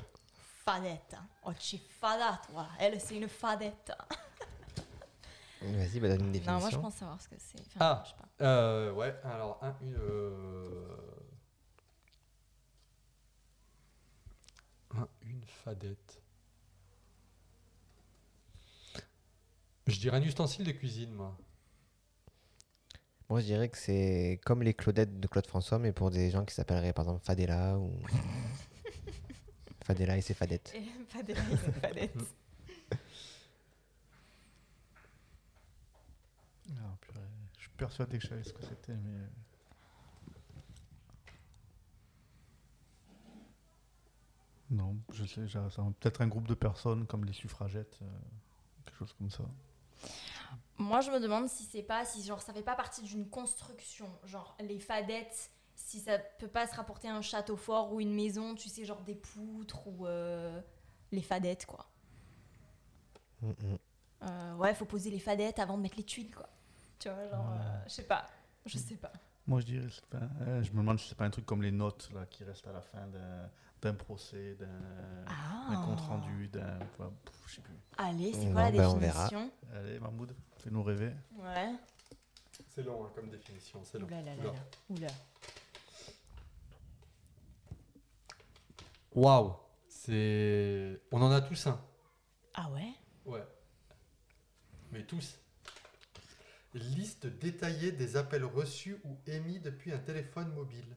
Speaker 3: Fadette. Oh, tu es fada, toi. Elle, c'est une fadette.
Speaker 1: Vas-y, bah, donne une définition.
Speaker 3: Non, moi, je pense savoir ce que c'est. Enfin,
Speaker 4: Ah.
Speaker 3: je sais pas.
Speaker 4: Euh, ouais, alors, un, une. euh, un, une fadette. Je dirais un ustensile de cuisine, moi.
Speaker 1: Moi, je dirais que c'est comme les Claudettes de Claude François, mais pour des gens qui s'appelleraient par exemple Fadela ou. Fadela et ses fadettes.
Speaker 3: Et fadette, c'est fadette.
Speaker 2: Ah, purée. Je suis persuadé que je savais ce que c'était, mais. euh, Non, je sais, j'ai- ça- peut-être un groupe de personnes comme les suffragettes, euh, quelque chose comme ça.
Speaker 3: Moi, je me demande si c'est pas, si genre ça fait pas partie d'une construction, genre les fadettes, si ça peut pas se rapporter à un château fort ou une maison, tu sais, genre des poutres ou euh, les fadettes, quoi.
Speaker 1: Mm, mm.
Speaker 3: Euh, ouais, faut poser les fadettes avant de mettre les tuiles, quoi. Tu vois, genre,
Speaker 2: Ouais.
Speaker 3: euh, je sais pas, je sais pas.
Speaker 2: Moi, je dirais, c'est pas- euh, je me demande si c'est pas un truc comme les notes là, qui restent à la fin d'un d'un procès, d'un
Speaker 3: Ah.
Speaker 2: d'un
Speaker 3: Oh.
Speaker 2: compte rendu, d'un. ouais, pff, je sais plus.
Speaker 3: Allez, c'est
Speaker 1: Non,
Speaker 3: quoi la
Speaker 1: ben, on verra.
Speaker 3: définition
Speaker 2: Allez, Mahmoud, fais-nous rêver.
Speaker 3: Ouais.
Speaker 4: C'est long, hein, comme définition, c'est long.
Speaker 3: Oula, là, là,
Speaker 4: Oula.
Speaker 3: là. Oula.
Speaker 4: Waouh C'est. On en a tous un.
Speaker 3: Ah ouais
Speaker 4: Ouais. Mais tous. Liste détaillée des appels reçus ou émis depuis un téléphone mobile.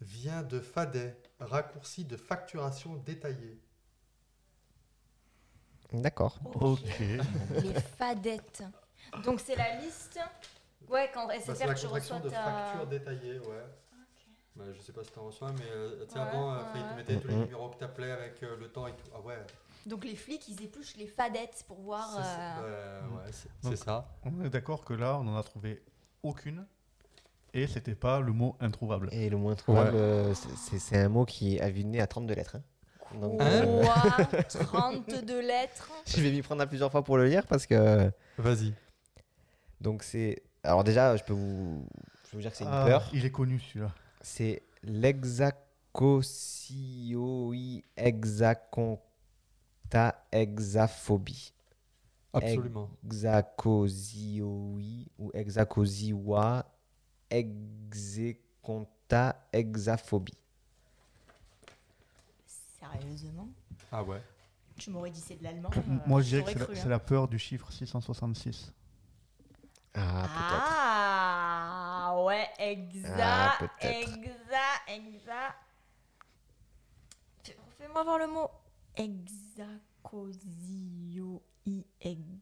Speaker 4: Vient de FADET, raccourci de facturation détaillée.
Speaker 1: D'accord.
Speaker 2: Ok.
Speaker 3: Les fadettes. Donc c'est la liste. Ouais, quand
Speaker 4: Bah,
Speaker 3: SFR, tu reçois
Speaker 4: de
Speaker 3: ta.
Speaker 4: facture détaillée, ouais. Bah, je sais pas si t'en reçois, mais euh, tu sais,
Speaker 3: Ouais,
Speaker 4: avant, euh,
Speaker 3: ouais,
Speaker 4: fallait-
Speaker 3: ouais.
Speaker 4: tu mettais tous les
Speaker 1: Mhm.
Speaker 4: numéros que t'appelais avec euh, le temps et tout. Ah ouais,
Speaker 3: Donc les flics, ils épluchent les fadettes pour voir.
Speaker 4: c'est ça.
Speaker 3: euh,
Speaker 4: Ouais, ouais, c'est-
Speaker 2: Donc-
Speaker 4: c'est ça.
Speaker 2: On est d'accord que là, on n'en a trouvé aucune. Et c'était pas le mot introuvable.
Speaker 1: Et le moins trouvable, euh, c'est- c'est- c'est un mot qui a vu de nez à 32 lettres. hein. Donc,
Speaker 3: Ah.
Speaker 1: euh,
Speaker 3: Quoi 32 lettres
Speaker 1: je vais m'y prendre à plusieurs fois pour le lire parce que.
Speaker 4: Vas-y.
Speaker 1: Donc, c'est. Alors, déjà, je peux vous, je peux vous dire que c'est une
Speaker 2: Ah,
Speaker 1: peur.
Speaker 2: Il est connu celui-là.
Speaker 1: C'est l'exacocioi hexaconta hexaphobie.
Speaker 4: Absolument.
Speaker 1: hexacosioi ou hexacosiwa hexeconta hexaphobie.
Speaker 3: Sérieusement
Speaker 4: Ah ouais.
Speaker 3: Tu m'aurais dit c'est de l'allemand euh,
Speaker 2: Moi, je dirais que
Speaker 3: j'aurais
Speaker 2: c'est la,
Speaker 3: cru, hein.
Speaker 2: c'est la peur du chiffre 666.
Speaker 1: Ah, peut-être.
Speaker 3: Ah, ouais,
Speaker 1: Ah,
Speaker 3: exa,
Speaker 1: peut-être.
Speaker 3: exa, exa. Fais- Fais-moi voir le mot. Hexacosio i execonta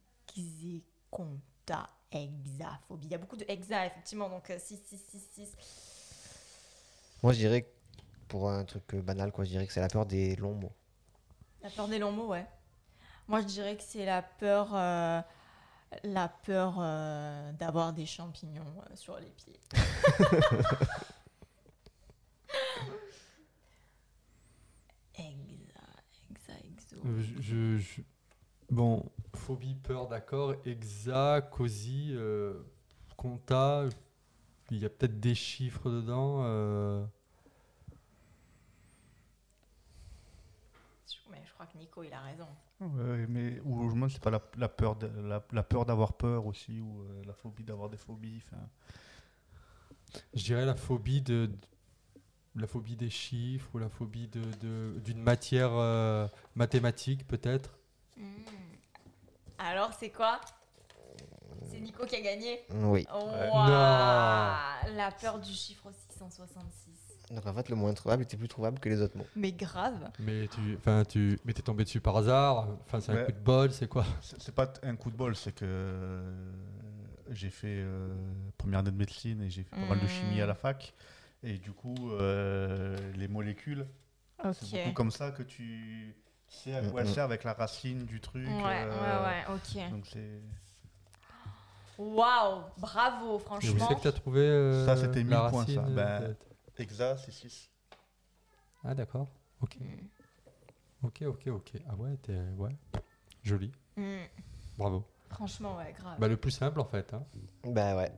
Speaker 3: hexaphobie. Il y a beaucoup de hexa, effectivement, donc euh, 6, 6, 6, 6.
Speaker 1: Moi, je dirais, pour un truc euh, banal, quoi, je dirais que c'est la peur des longs mots.
Speaker 3: La peur des longs mots, ouais. Moi, je dirais que c'est la peur, euh, la peur euh, d'avoir des champignons euh, sur les pieds. exa, exa, exo.
Speaker 4: Euh, Je, je- je- Bon, phobie, peur, d'accord. Exa, cosy, euh, compta. Il y a peut-être des chiffres dedans. euh,
Speaker 3: Mais je crois que Nico, il a raison.
Speaker 2: Ouais, mais ou au moins, c'est pas la, la peur de- la, la peur d'avoir peur aussi ou euh, la phobie d'avoir des phobies. enfin.
Speaker 4: je dirais la phobie de, de- la phobie des chiffres ou la phobie de, de- d'une matière euh, mathématique peut-être.
Speaker 3: Hmm. Alors, c'est quoi C'est Nico qui a gagné
Speaker 1: Mm, Oui.
Speaker 2: Euh,
Speaker 3: Ouah, La peur du chiffre 666.
Speaker 1: Donc en fait, le moins trouvable était plus trouvable que les autres mots.
Speaker 3: Mais grave
Speaker 4: Mais tu, enfin tu, mais t'es tombé dessus par hasard. Enfin c'est un
Speaker 2: Ouais.
Speaker 4: coup de bol, c'est quoi
Speaker 2: C'est c'est pas t- un coup de bol, c'est que euh, j'ai fait euh, première année de médecine et j'ai fait pas mal de chimie
Speaker 3: Mmh.
Speaker 2: à la fac. Et du coup, euh, les molécules, Ah, c'est
Speaker 3: Ok.
Speaker 2: beaucoup comme ça que tu sais à quoi elles
Speaker 1: Mhm.
Speaker 2: servent avec la racine du truc.
Speaker 3: Ouais,
Speaker 2: euh,
Speaker 3: ouais, ouais, ok.
Speaker 2: Donc c'est
Speaker 3: Waouh, bravo,
Speaker 4: Et Où
Speaker 3: franchement.
Speaker 4: c'est que t'as trouvé euh,
Speaker 2: Ça, c'était
Speaker 4: la
Speaker 2: 1000 points,
Speaker 4: racine,
Speaker 2: ça.
Speaker 4: euh,
Speaker 2: Ben,
Speaker 4: peut-être
Speaker 2: hexa, c'est 6.
Speaker 4: Ah d'accord. Ok.
Speaker 3: Hmm.
Speaker 4: Ok ok ok. Ah ouais t'es ouais. Joli.
Speaker 3: Hmm.
Speaker 4: Bravo.
Speaker 3: Franchement, ouais, grave.
Speaker 4: Bah le plus simple en fait. hein.
Speaker 1: Bah ouais.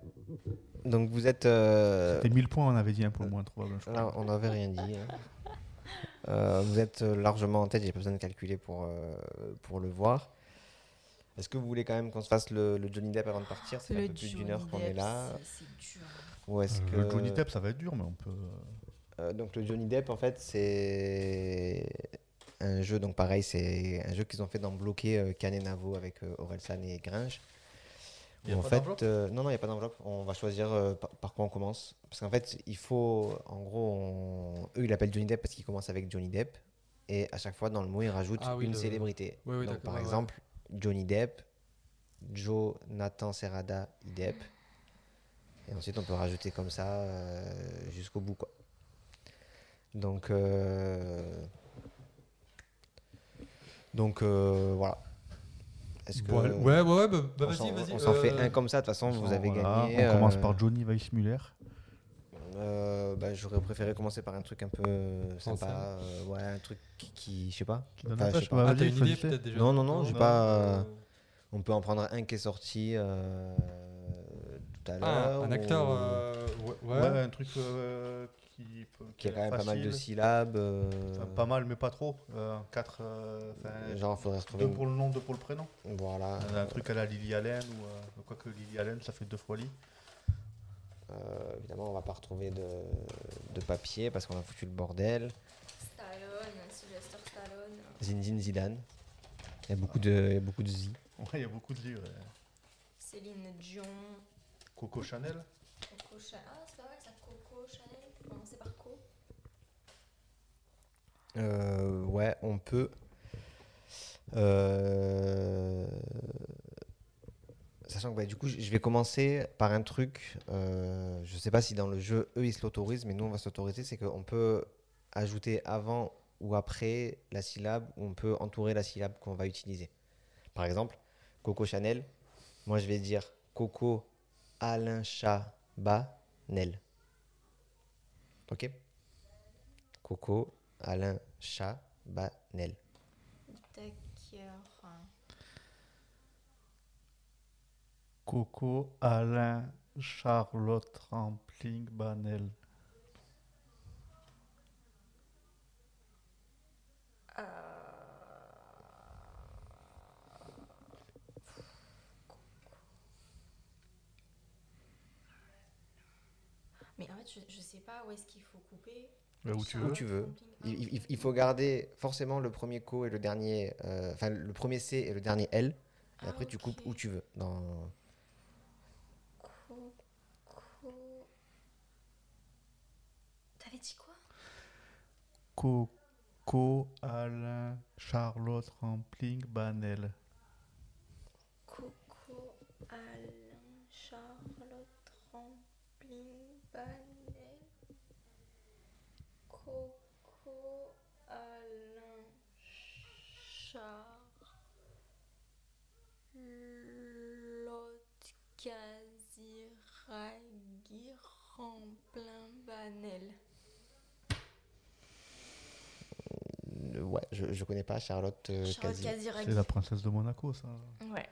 Speaker 1: Donc vous êtes. euh,
Speaker 2: C'était 1000 points, on avait dit un peu moins trouvable. Je crois.
Speaker 1: Là, on n'avait rien dit. hein. Euh, vous êtes euh, largement en tête, j'ai pas besoin de calculer pour, euh, pour le voir. Est-ce que vous voulez quand même qu'on se fasse le, le Johnny Depp avant de partir Ça fait un peu plus d'une heure qu'on est là.
Speaker 3: C'est dur.
Speaker 1: Ou est-ce que...
Speaker 2: Euh, Le Johnny Depp, ça va être dur, mais on peut.
Speaker 1: Euh, donc le Johnny Depp, en fait, c'est un jeu, donc pareil, c'est un jeu qu'ils ont fait dans Bloqué, euh, Canenavo avec euh, Orelsan et Gringe.
Speaker 4: Il y a
Speaker 1: Où, en
Speaker 4: pas
Speaker 1: fait,
Speaker 4: d'enveloppe
Speaker 1: euh, non, non, il n'y a pas d'enveloppe. On va choisir euh, par, par quoi on commence. Parce qu'en fait, il faut, en gros, on- eux, ils l'appellent Johnny Depp parce qu'ils commencent avec Johnny Depp. Et à chaque fois, dans le mot, ils rajoutent
Speaker 4: Ah oui,
Speaker 1: une
Speaker 4: le-
Speaker 1: célébrité.
Speaker 4: Oui,
Speaker 1: donc,
Speaker 4: oui, d'accord,
Speaker 1: par
Speaker 4: ouais, ouais.
Speaker 1: exemple, Johnny Depp, Joe, Nathan Serrada, Depp. Et ensuite, on peut rajouter comme ça euh, jusqu'au bout, quoi. Donc, euh, donc euh, voilà. Est-ce que
Speaker 4: Bon, Ouais ouais ouais. bah,
Speaker 1: on
Speaker 4: bah, vas-y
Speaker 1: s'en-
Speaker 4: vas-y.
Speaker 1: on s'en fait
Speaker 4: euh,
Speaker 1: un comme ça. De toute façon, vous avez
Speaker 2: Voilà,
Speaker 1: gagné.
Speaker 2: On commence
Speaker 1: euh,
Speaker 2: par Johnny Weissmuller.
Speaker 1: euh, bah, J'aurais préféré commencer par un truc un peu
Speaker 4: Français.
Speaker 1: sympa. euh, ouais, un truc qui, qui- je sais pas.
Speaker 2: Qui donne
Speaker 1: Enfin,
Speaker 2: la
Speaker 1: je
Speaker 2: pêche,
Speaker 1: sais pas.
Speaker 2: ouais.
Speaker 4: Ah,
Speaker 2: Vas-y,
Speaker 4: t'as une idée
Speaker 2: choisissez.
Speaker 4: peut-être déjà
Speaker 1: Non, non, non, j'ai pas,
Speaker 4: euh,
Speaker 1: On peut en prendre un qui est sorti euh, tout à
Speaker 4: Ah,
Speaker 1: l'heure.
Speaker 4: un
Speaker 1: ou-
Speaker 4: acteur. euh, ouais.
Speaker 2: Ouais,
Speaker 4: ouais.
Speaker 2: un truc euh, qui, peut-
Speaker 1: qui a
Speaker 2: est
Speaker 1: quand même pas mal de
Speaker 2: facile.
Speaker 1: syllabes. euh,
Speaker 2: Enfin, Pas mal, mais pas trop. Euh, 4.
Speaker 1: Genre, faudrait retrouver.
Speaker 2: deux
Speaker 1: une- Ah.
Speaker 2: pour le nom, deux pour le prénom. Euh,
Speaker 1: Voilà.
Speaker 2: Un truc à la Lily Allen ou euh, quoi que Lily Allen, ça fait deux fois Lee.
Speaker 1: Euh, évidemment, on va pas retrouver de, de papier parce qu'on a foutu le bordel.
Speaker 3: Stallone, Sylvester Stallone.
Speaker 1: Zinzin Zidane. Il y a beaucoup de, il y a beaucoup de zi.
Speaker 2: Ouais, il y a beaucoup de livres. euh.
Speaker 3: Céline Dion.
Speaker 2: Coco Chanel.
Speaker 3: Coco Chanel. Ah, c'est pas mal ça, Coco Chanel. Commencez par Co.
Speaker 1: Euh, ouais, on peut. Euh, Sachant que bah, du coup, je je vais commencer par un truc. euh, je sais pas si dans le jeu, eux, ils se l'autorisent, mais nous, on va s'autoriser. C'est qu'on peut ajouter avant ou après la syllabe, ou on peut entourer la syllabe qu'on va utiliser. Par exemple, Coco Chanel, moi, je vais dire Coco Alain Chabanel. Ok Coco Alain Chabanel.
Speaker 3: D'accord.
Speaker 2: Coco Alain Charlotte Rampling Banel.
Speaker 3: Mais en fait, je, je sais pas où est-ce qu'il faut couper.
Speaker 2: Bah, où
Speaker 3: Ça,
Speaker 2: tu
Speaker 1: Où
Speaker 2: veux.
Speaker 1: tu veux.
Speaker 3: camping. Ah,
Speaker 1: Il, il- il faut garder forcément le premier co et le dernier, euh, enfin le premier C et le dernier L. Et
Speaker 3: Ah,
Speaker 1: après tu coupes
Speaker 3: ok.
Speaker 1: où tu veux. Dans...
Speaker 3: Coco. T'avais dit quoi
Speaker 2: Coco Alain Charlotte Rampling Banel.
Speaker 3: Coco, Alain, Charlotte, Rampling, Banel. Coco, Alain, Charlotte, Kaziragi, Ramplin, Banel.
Speaker 1: Euh, ouais, je, je connais pas Charlotte euh,
Speaker 3: Charlotte
Speaker 1: Cazio.
Speaker 3: Casiraghi.
Speaker 2: C'est la princesse de Monaco, ça.
Speaker 3: Ouais.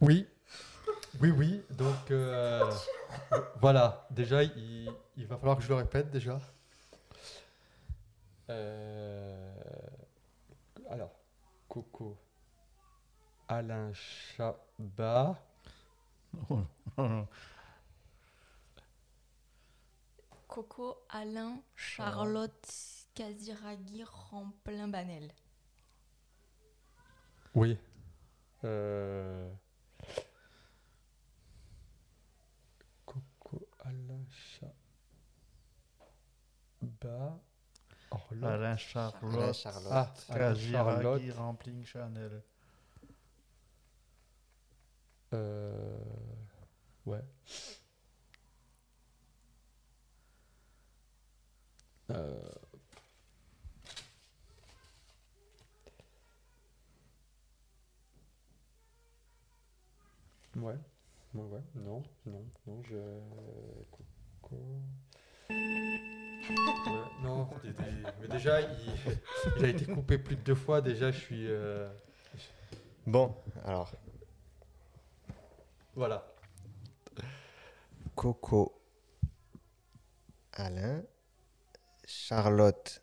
Speaker 4: Oui. Oui, oui. Donc, euh, voilà. Déjà, il, il va falloir que je le répète déjà. Euh, alors, Coco. Alain Chabat.
Speaker 2: Oh, oh, oh.
Speaker 3: Coco, Alain, Charlotte, Casiraghi, Ramplin, Banel.
Speaker 4: Oui. Euh... Coco Alain Chabat. Oh Orlot.
Speaker 2: Alain
Speaker 1: Alain
Speaker 2: Charlotte.
Speaker 1: Charlotte.
Speaker 4: Ah, Alain Charlotte.
Speaker 2: Casiraghi, Rampling, Chanel.
Speaker 4: Euh... Ouais. Euh... Ouais. Ouais, ouais. Non, non, non, je... Coco... Ouais, non, des- des- mais déjà, il... il a été coupé plus de deux fois, déjà, je suis... euh,
Speaker 1: Bon, alors,
Speaker 4: Voilà.
Speaker 1: Coco, Alain, Charlotte,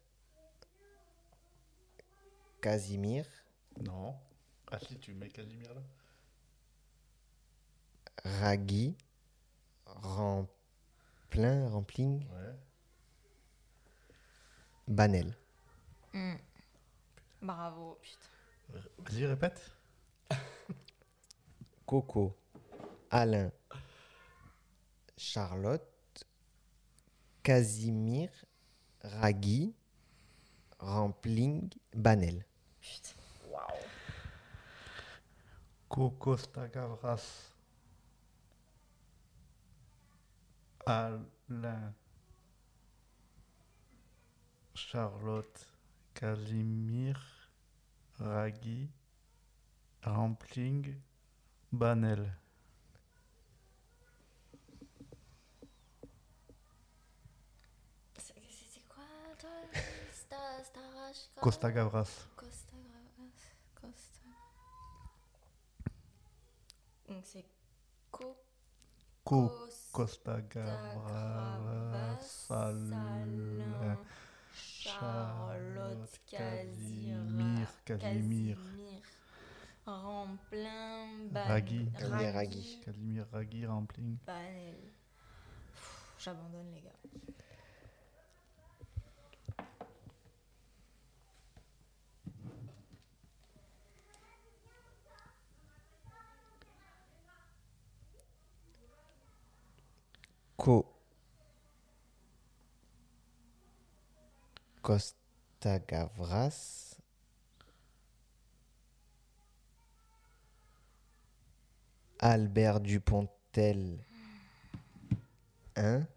Speaker 1: Casimir,
Speaker 2: Non. Ah si, tu mets Casimir là.
Speaker 1: Ragui, Ramplin, Rampling,
Speaker 2: Ouais.
Speaker 1: Banel.
Speaker 3: Bravo, Mm. putain.
Speaker 2: Vas-y, répète.
Speaker 1: Coco, Alain, Charlotte, Casimir, Ragui, Rampling, Banel.
Speaker 3: Putain. Waouh.
Speaker 2: Coco Stagavras. Alain. Charlotte. Casimir. Ragui. Rampling. Banel.
Speaker 3: C'est- C'était quoi, toi le- Sta- Starash, quoi
Speaker 2: Costa Gavras.
Speaker 3: Costa Gavras, Costa. Donc c'est Coco.
Speaker 2: Co Costa Gavras. Alain.
Speaker 3: Alain, Charlotte, Casimir,
Speaker 2: Casimir. Casimir.
Speaker 3: Ramplin,
Speaker 2: Ragui.
Speaker 1: Casimir Ragui.
Speaker 2: Casimir Ragui. Rampling.
Speaker 3: Banel. Pff, J'abandonne les gars.
Speaker 1: Co. Costa Gavras. Albert Dupontel Hein? 1.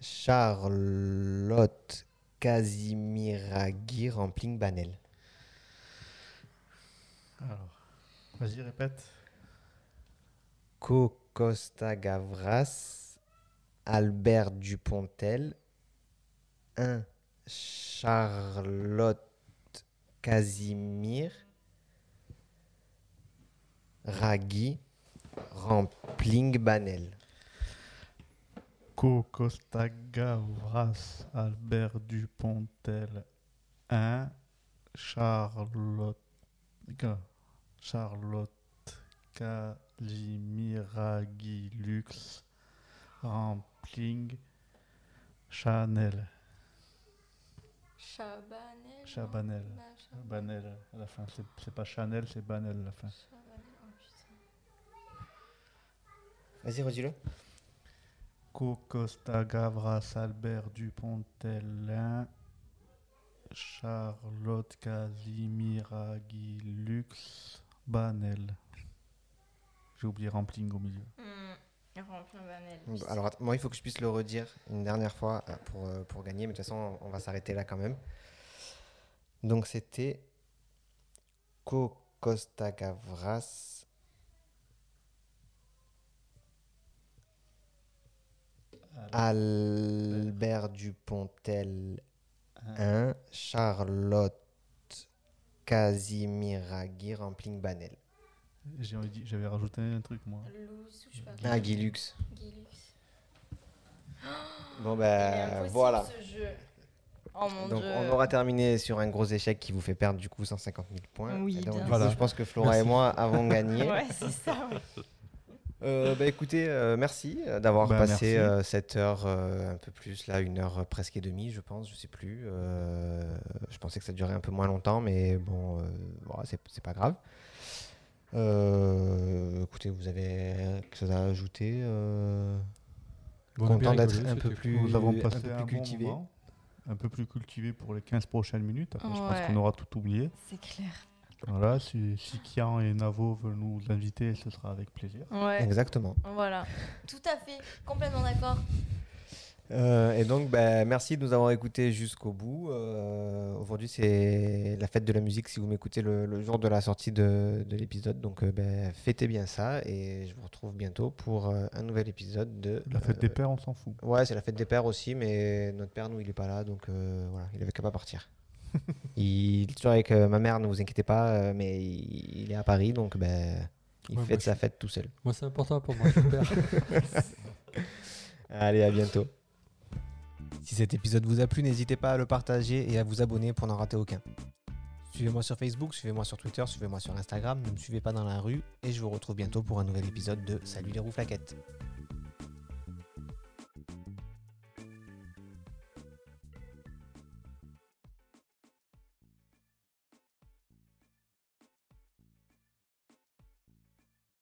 Speaker 1: Charlotte Casimiragui Rampling Banel.
Speaker 2: Alors. Vas-y, répète.
Speaker 1: Co Costa Gavras, Albert Dupontel, 1 Charlotte Casimir, Ragui, Rampling Banel.
Speaker 2: Co Costagavras, Albert Dupontel 1, Charlotte, Ga- Charlotte Calimiraghi Lux, Rampling, Chanel,
Speaker 3: Chabanel.
Speaker 2: Chabanel.
Speaker 3: Ramplin, Chabanel.
Speaker 2: Banel à la fin, c'est c'est pas Chanel, c'est Banel à la fin.
Speaker 3: Chabanel, oh
Speaker 1: Vas-y,
Speaker 3: putain.
Speaker 1: redis-le.
Speaker 2: Co Costagavras, Albert Dupontel 1, Charlotte Casimiraghi Lux Banel. J'ai oublié Rampling au milieu.
Speaker 3: Hmm, Ramplin, Banel.
Speaker 1: Bon,
Speaker 3: putain.
Speaker 1: Alors, att- moi, il faut que je puisse le redire une dernière fois euh, pour, euh, pour gagner, mais de toute façon, on va s'arrêter là quand même. Donc, c'était Co Costa Gavras. Albert Dupontel
Speaker 2: Ah.
Speaker 1: 1, Charlotte Casimira Rampling Banel.
Speaker 2: J'ai envie de dire- J'avais rajouté un truc, moi.
Speaker 3: Loose ou je sais pas quoi.
Speaker 1: Ah, Guilux.
Speaker 3: Guilux.
Speaker 1: Bon
Speaker 3: Il est
Speaker 1: ben
Speaker 3: impossible,
Speaker 1: voilà.
Speaker 3: ce jeu. Oh mon
Speaker 1: Donc
Speaker 3: dieu.
Speaker 1: on aura terminé sur un gros échec qui vous fait perdre du coup 150 000 points.
Speaker 3: Oui,
Speaker 1: Et donc,
Speaker 3: bien
Speaker 1: du coup,
Speaker 4: Voilà.
Speaker 1: Je pense que Flora et moi avons gagné.
Speaker 3: Ouais, c'est ça. ouais.
Speaker 1: Euh, bah, écoutez, euh, merci euh, d'avoir
Speaker 2: Bah,
Speaker 1: passé
Speaker 2: merci.
Speaker 1: euh, cette heure euh, un peu plus, là, une heure euh, presque et demie, je pense, je sais plus. Euh, je pensais que ça durait un peu moins longtemps, mais bon, euh, voilà, c'est c'est pas grave. Euh, écoutez, vous avez quelque chose à ajouter euh, Content d'être un peu plus,
Speaker 2: Nous avons passé
Speaker 1: un peu
Speaker 2: un,
Speaker 1: plus cultivé.
Speaker 2: bon moment. Un peu plus cultivé pour les 15 prochaines minutes. Après, je
Speaker 3: Ouais.
Speaker 2: pense qu'on aura tout oublié.
Speaker 3: C'est clair.
Speaker 2: Voilà, si, si Kian et Navo veulent nous inviter, ce sera avec plaisir.
Speaker 3: Ouais.
Speaker 1: Exactement.
Speaker 3: Voilà. Tout à fait. Complètement d'accord.
Speaker 1: Euh, et donc, bah, merci de nous avoir écoutés jusqu'au bout. Euh, Aujourd'hui, c'est la fête de la musique si vous m'écoutez le, le jour de la sortie de, de l'épisode. Donc, euh, bah, fêtez bien ça et je vous retrouve bientôt pour euh, un nouvel épisode de.
Speaker 2: La fête
Speaker 1: euh,
Speaker 2: des pères, on s'en fout.
Speaker 1: Ouais, c'est la fête des pères aussi, mais notre père, nous, il est pas là, donc euh, voilà, il avait qu'à pas partir. il est toujours avec euh, ma mère, ne vous inquiétez pas, euh, mais il, il est à Paris, donc ben il
Speaker 4: Ouais, moi,
Speaker 1: fête
Speaker 2: bah,
Speaker 4: je
Speaker 1: sa
Speaker 4: suis-
Speaker 1: fête tout seul.
Speaker 4: Moi, c'est important pour moi, super.
Speaker 1: Allez, à bientôt. Si cet épisode vous a plu, n'hésitez pas à le partager et à vous abonner pour n'en rater aucun. Suivez-moi sur Facebook, suivez-moi sur Twitter, suivez-moi sur Instagram, ne me suivez pas dans la rue et je vous retrouve bientôt pour un nouvel épisode de Salut les rouflaquettes.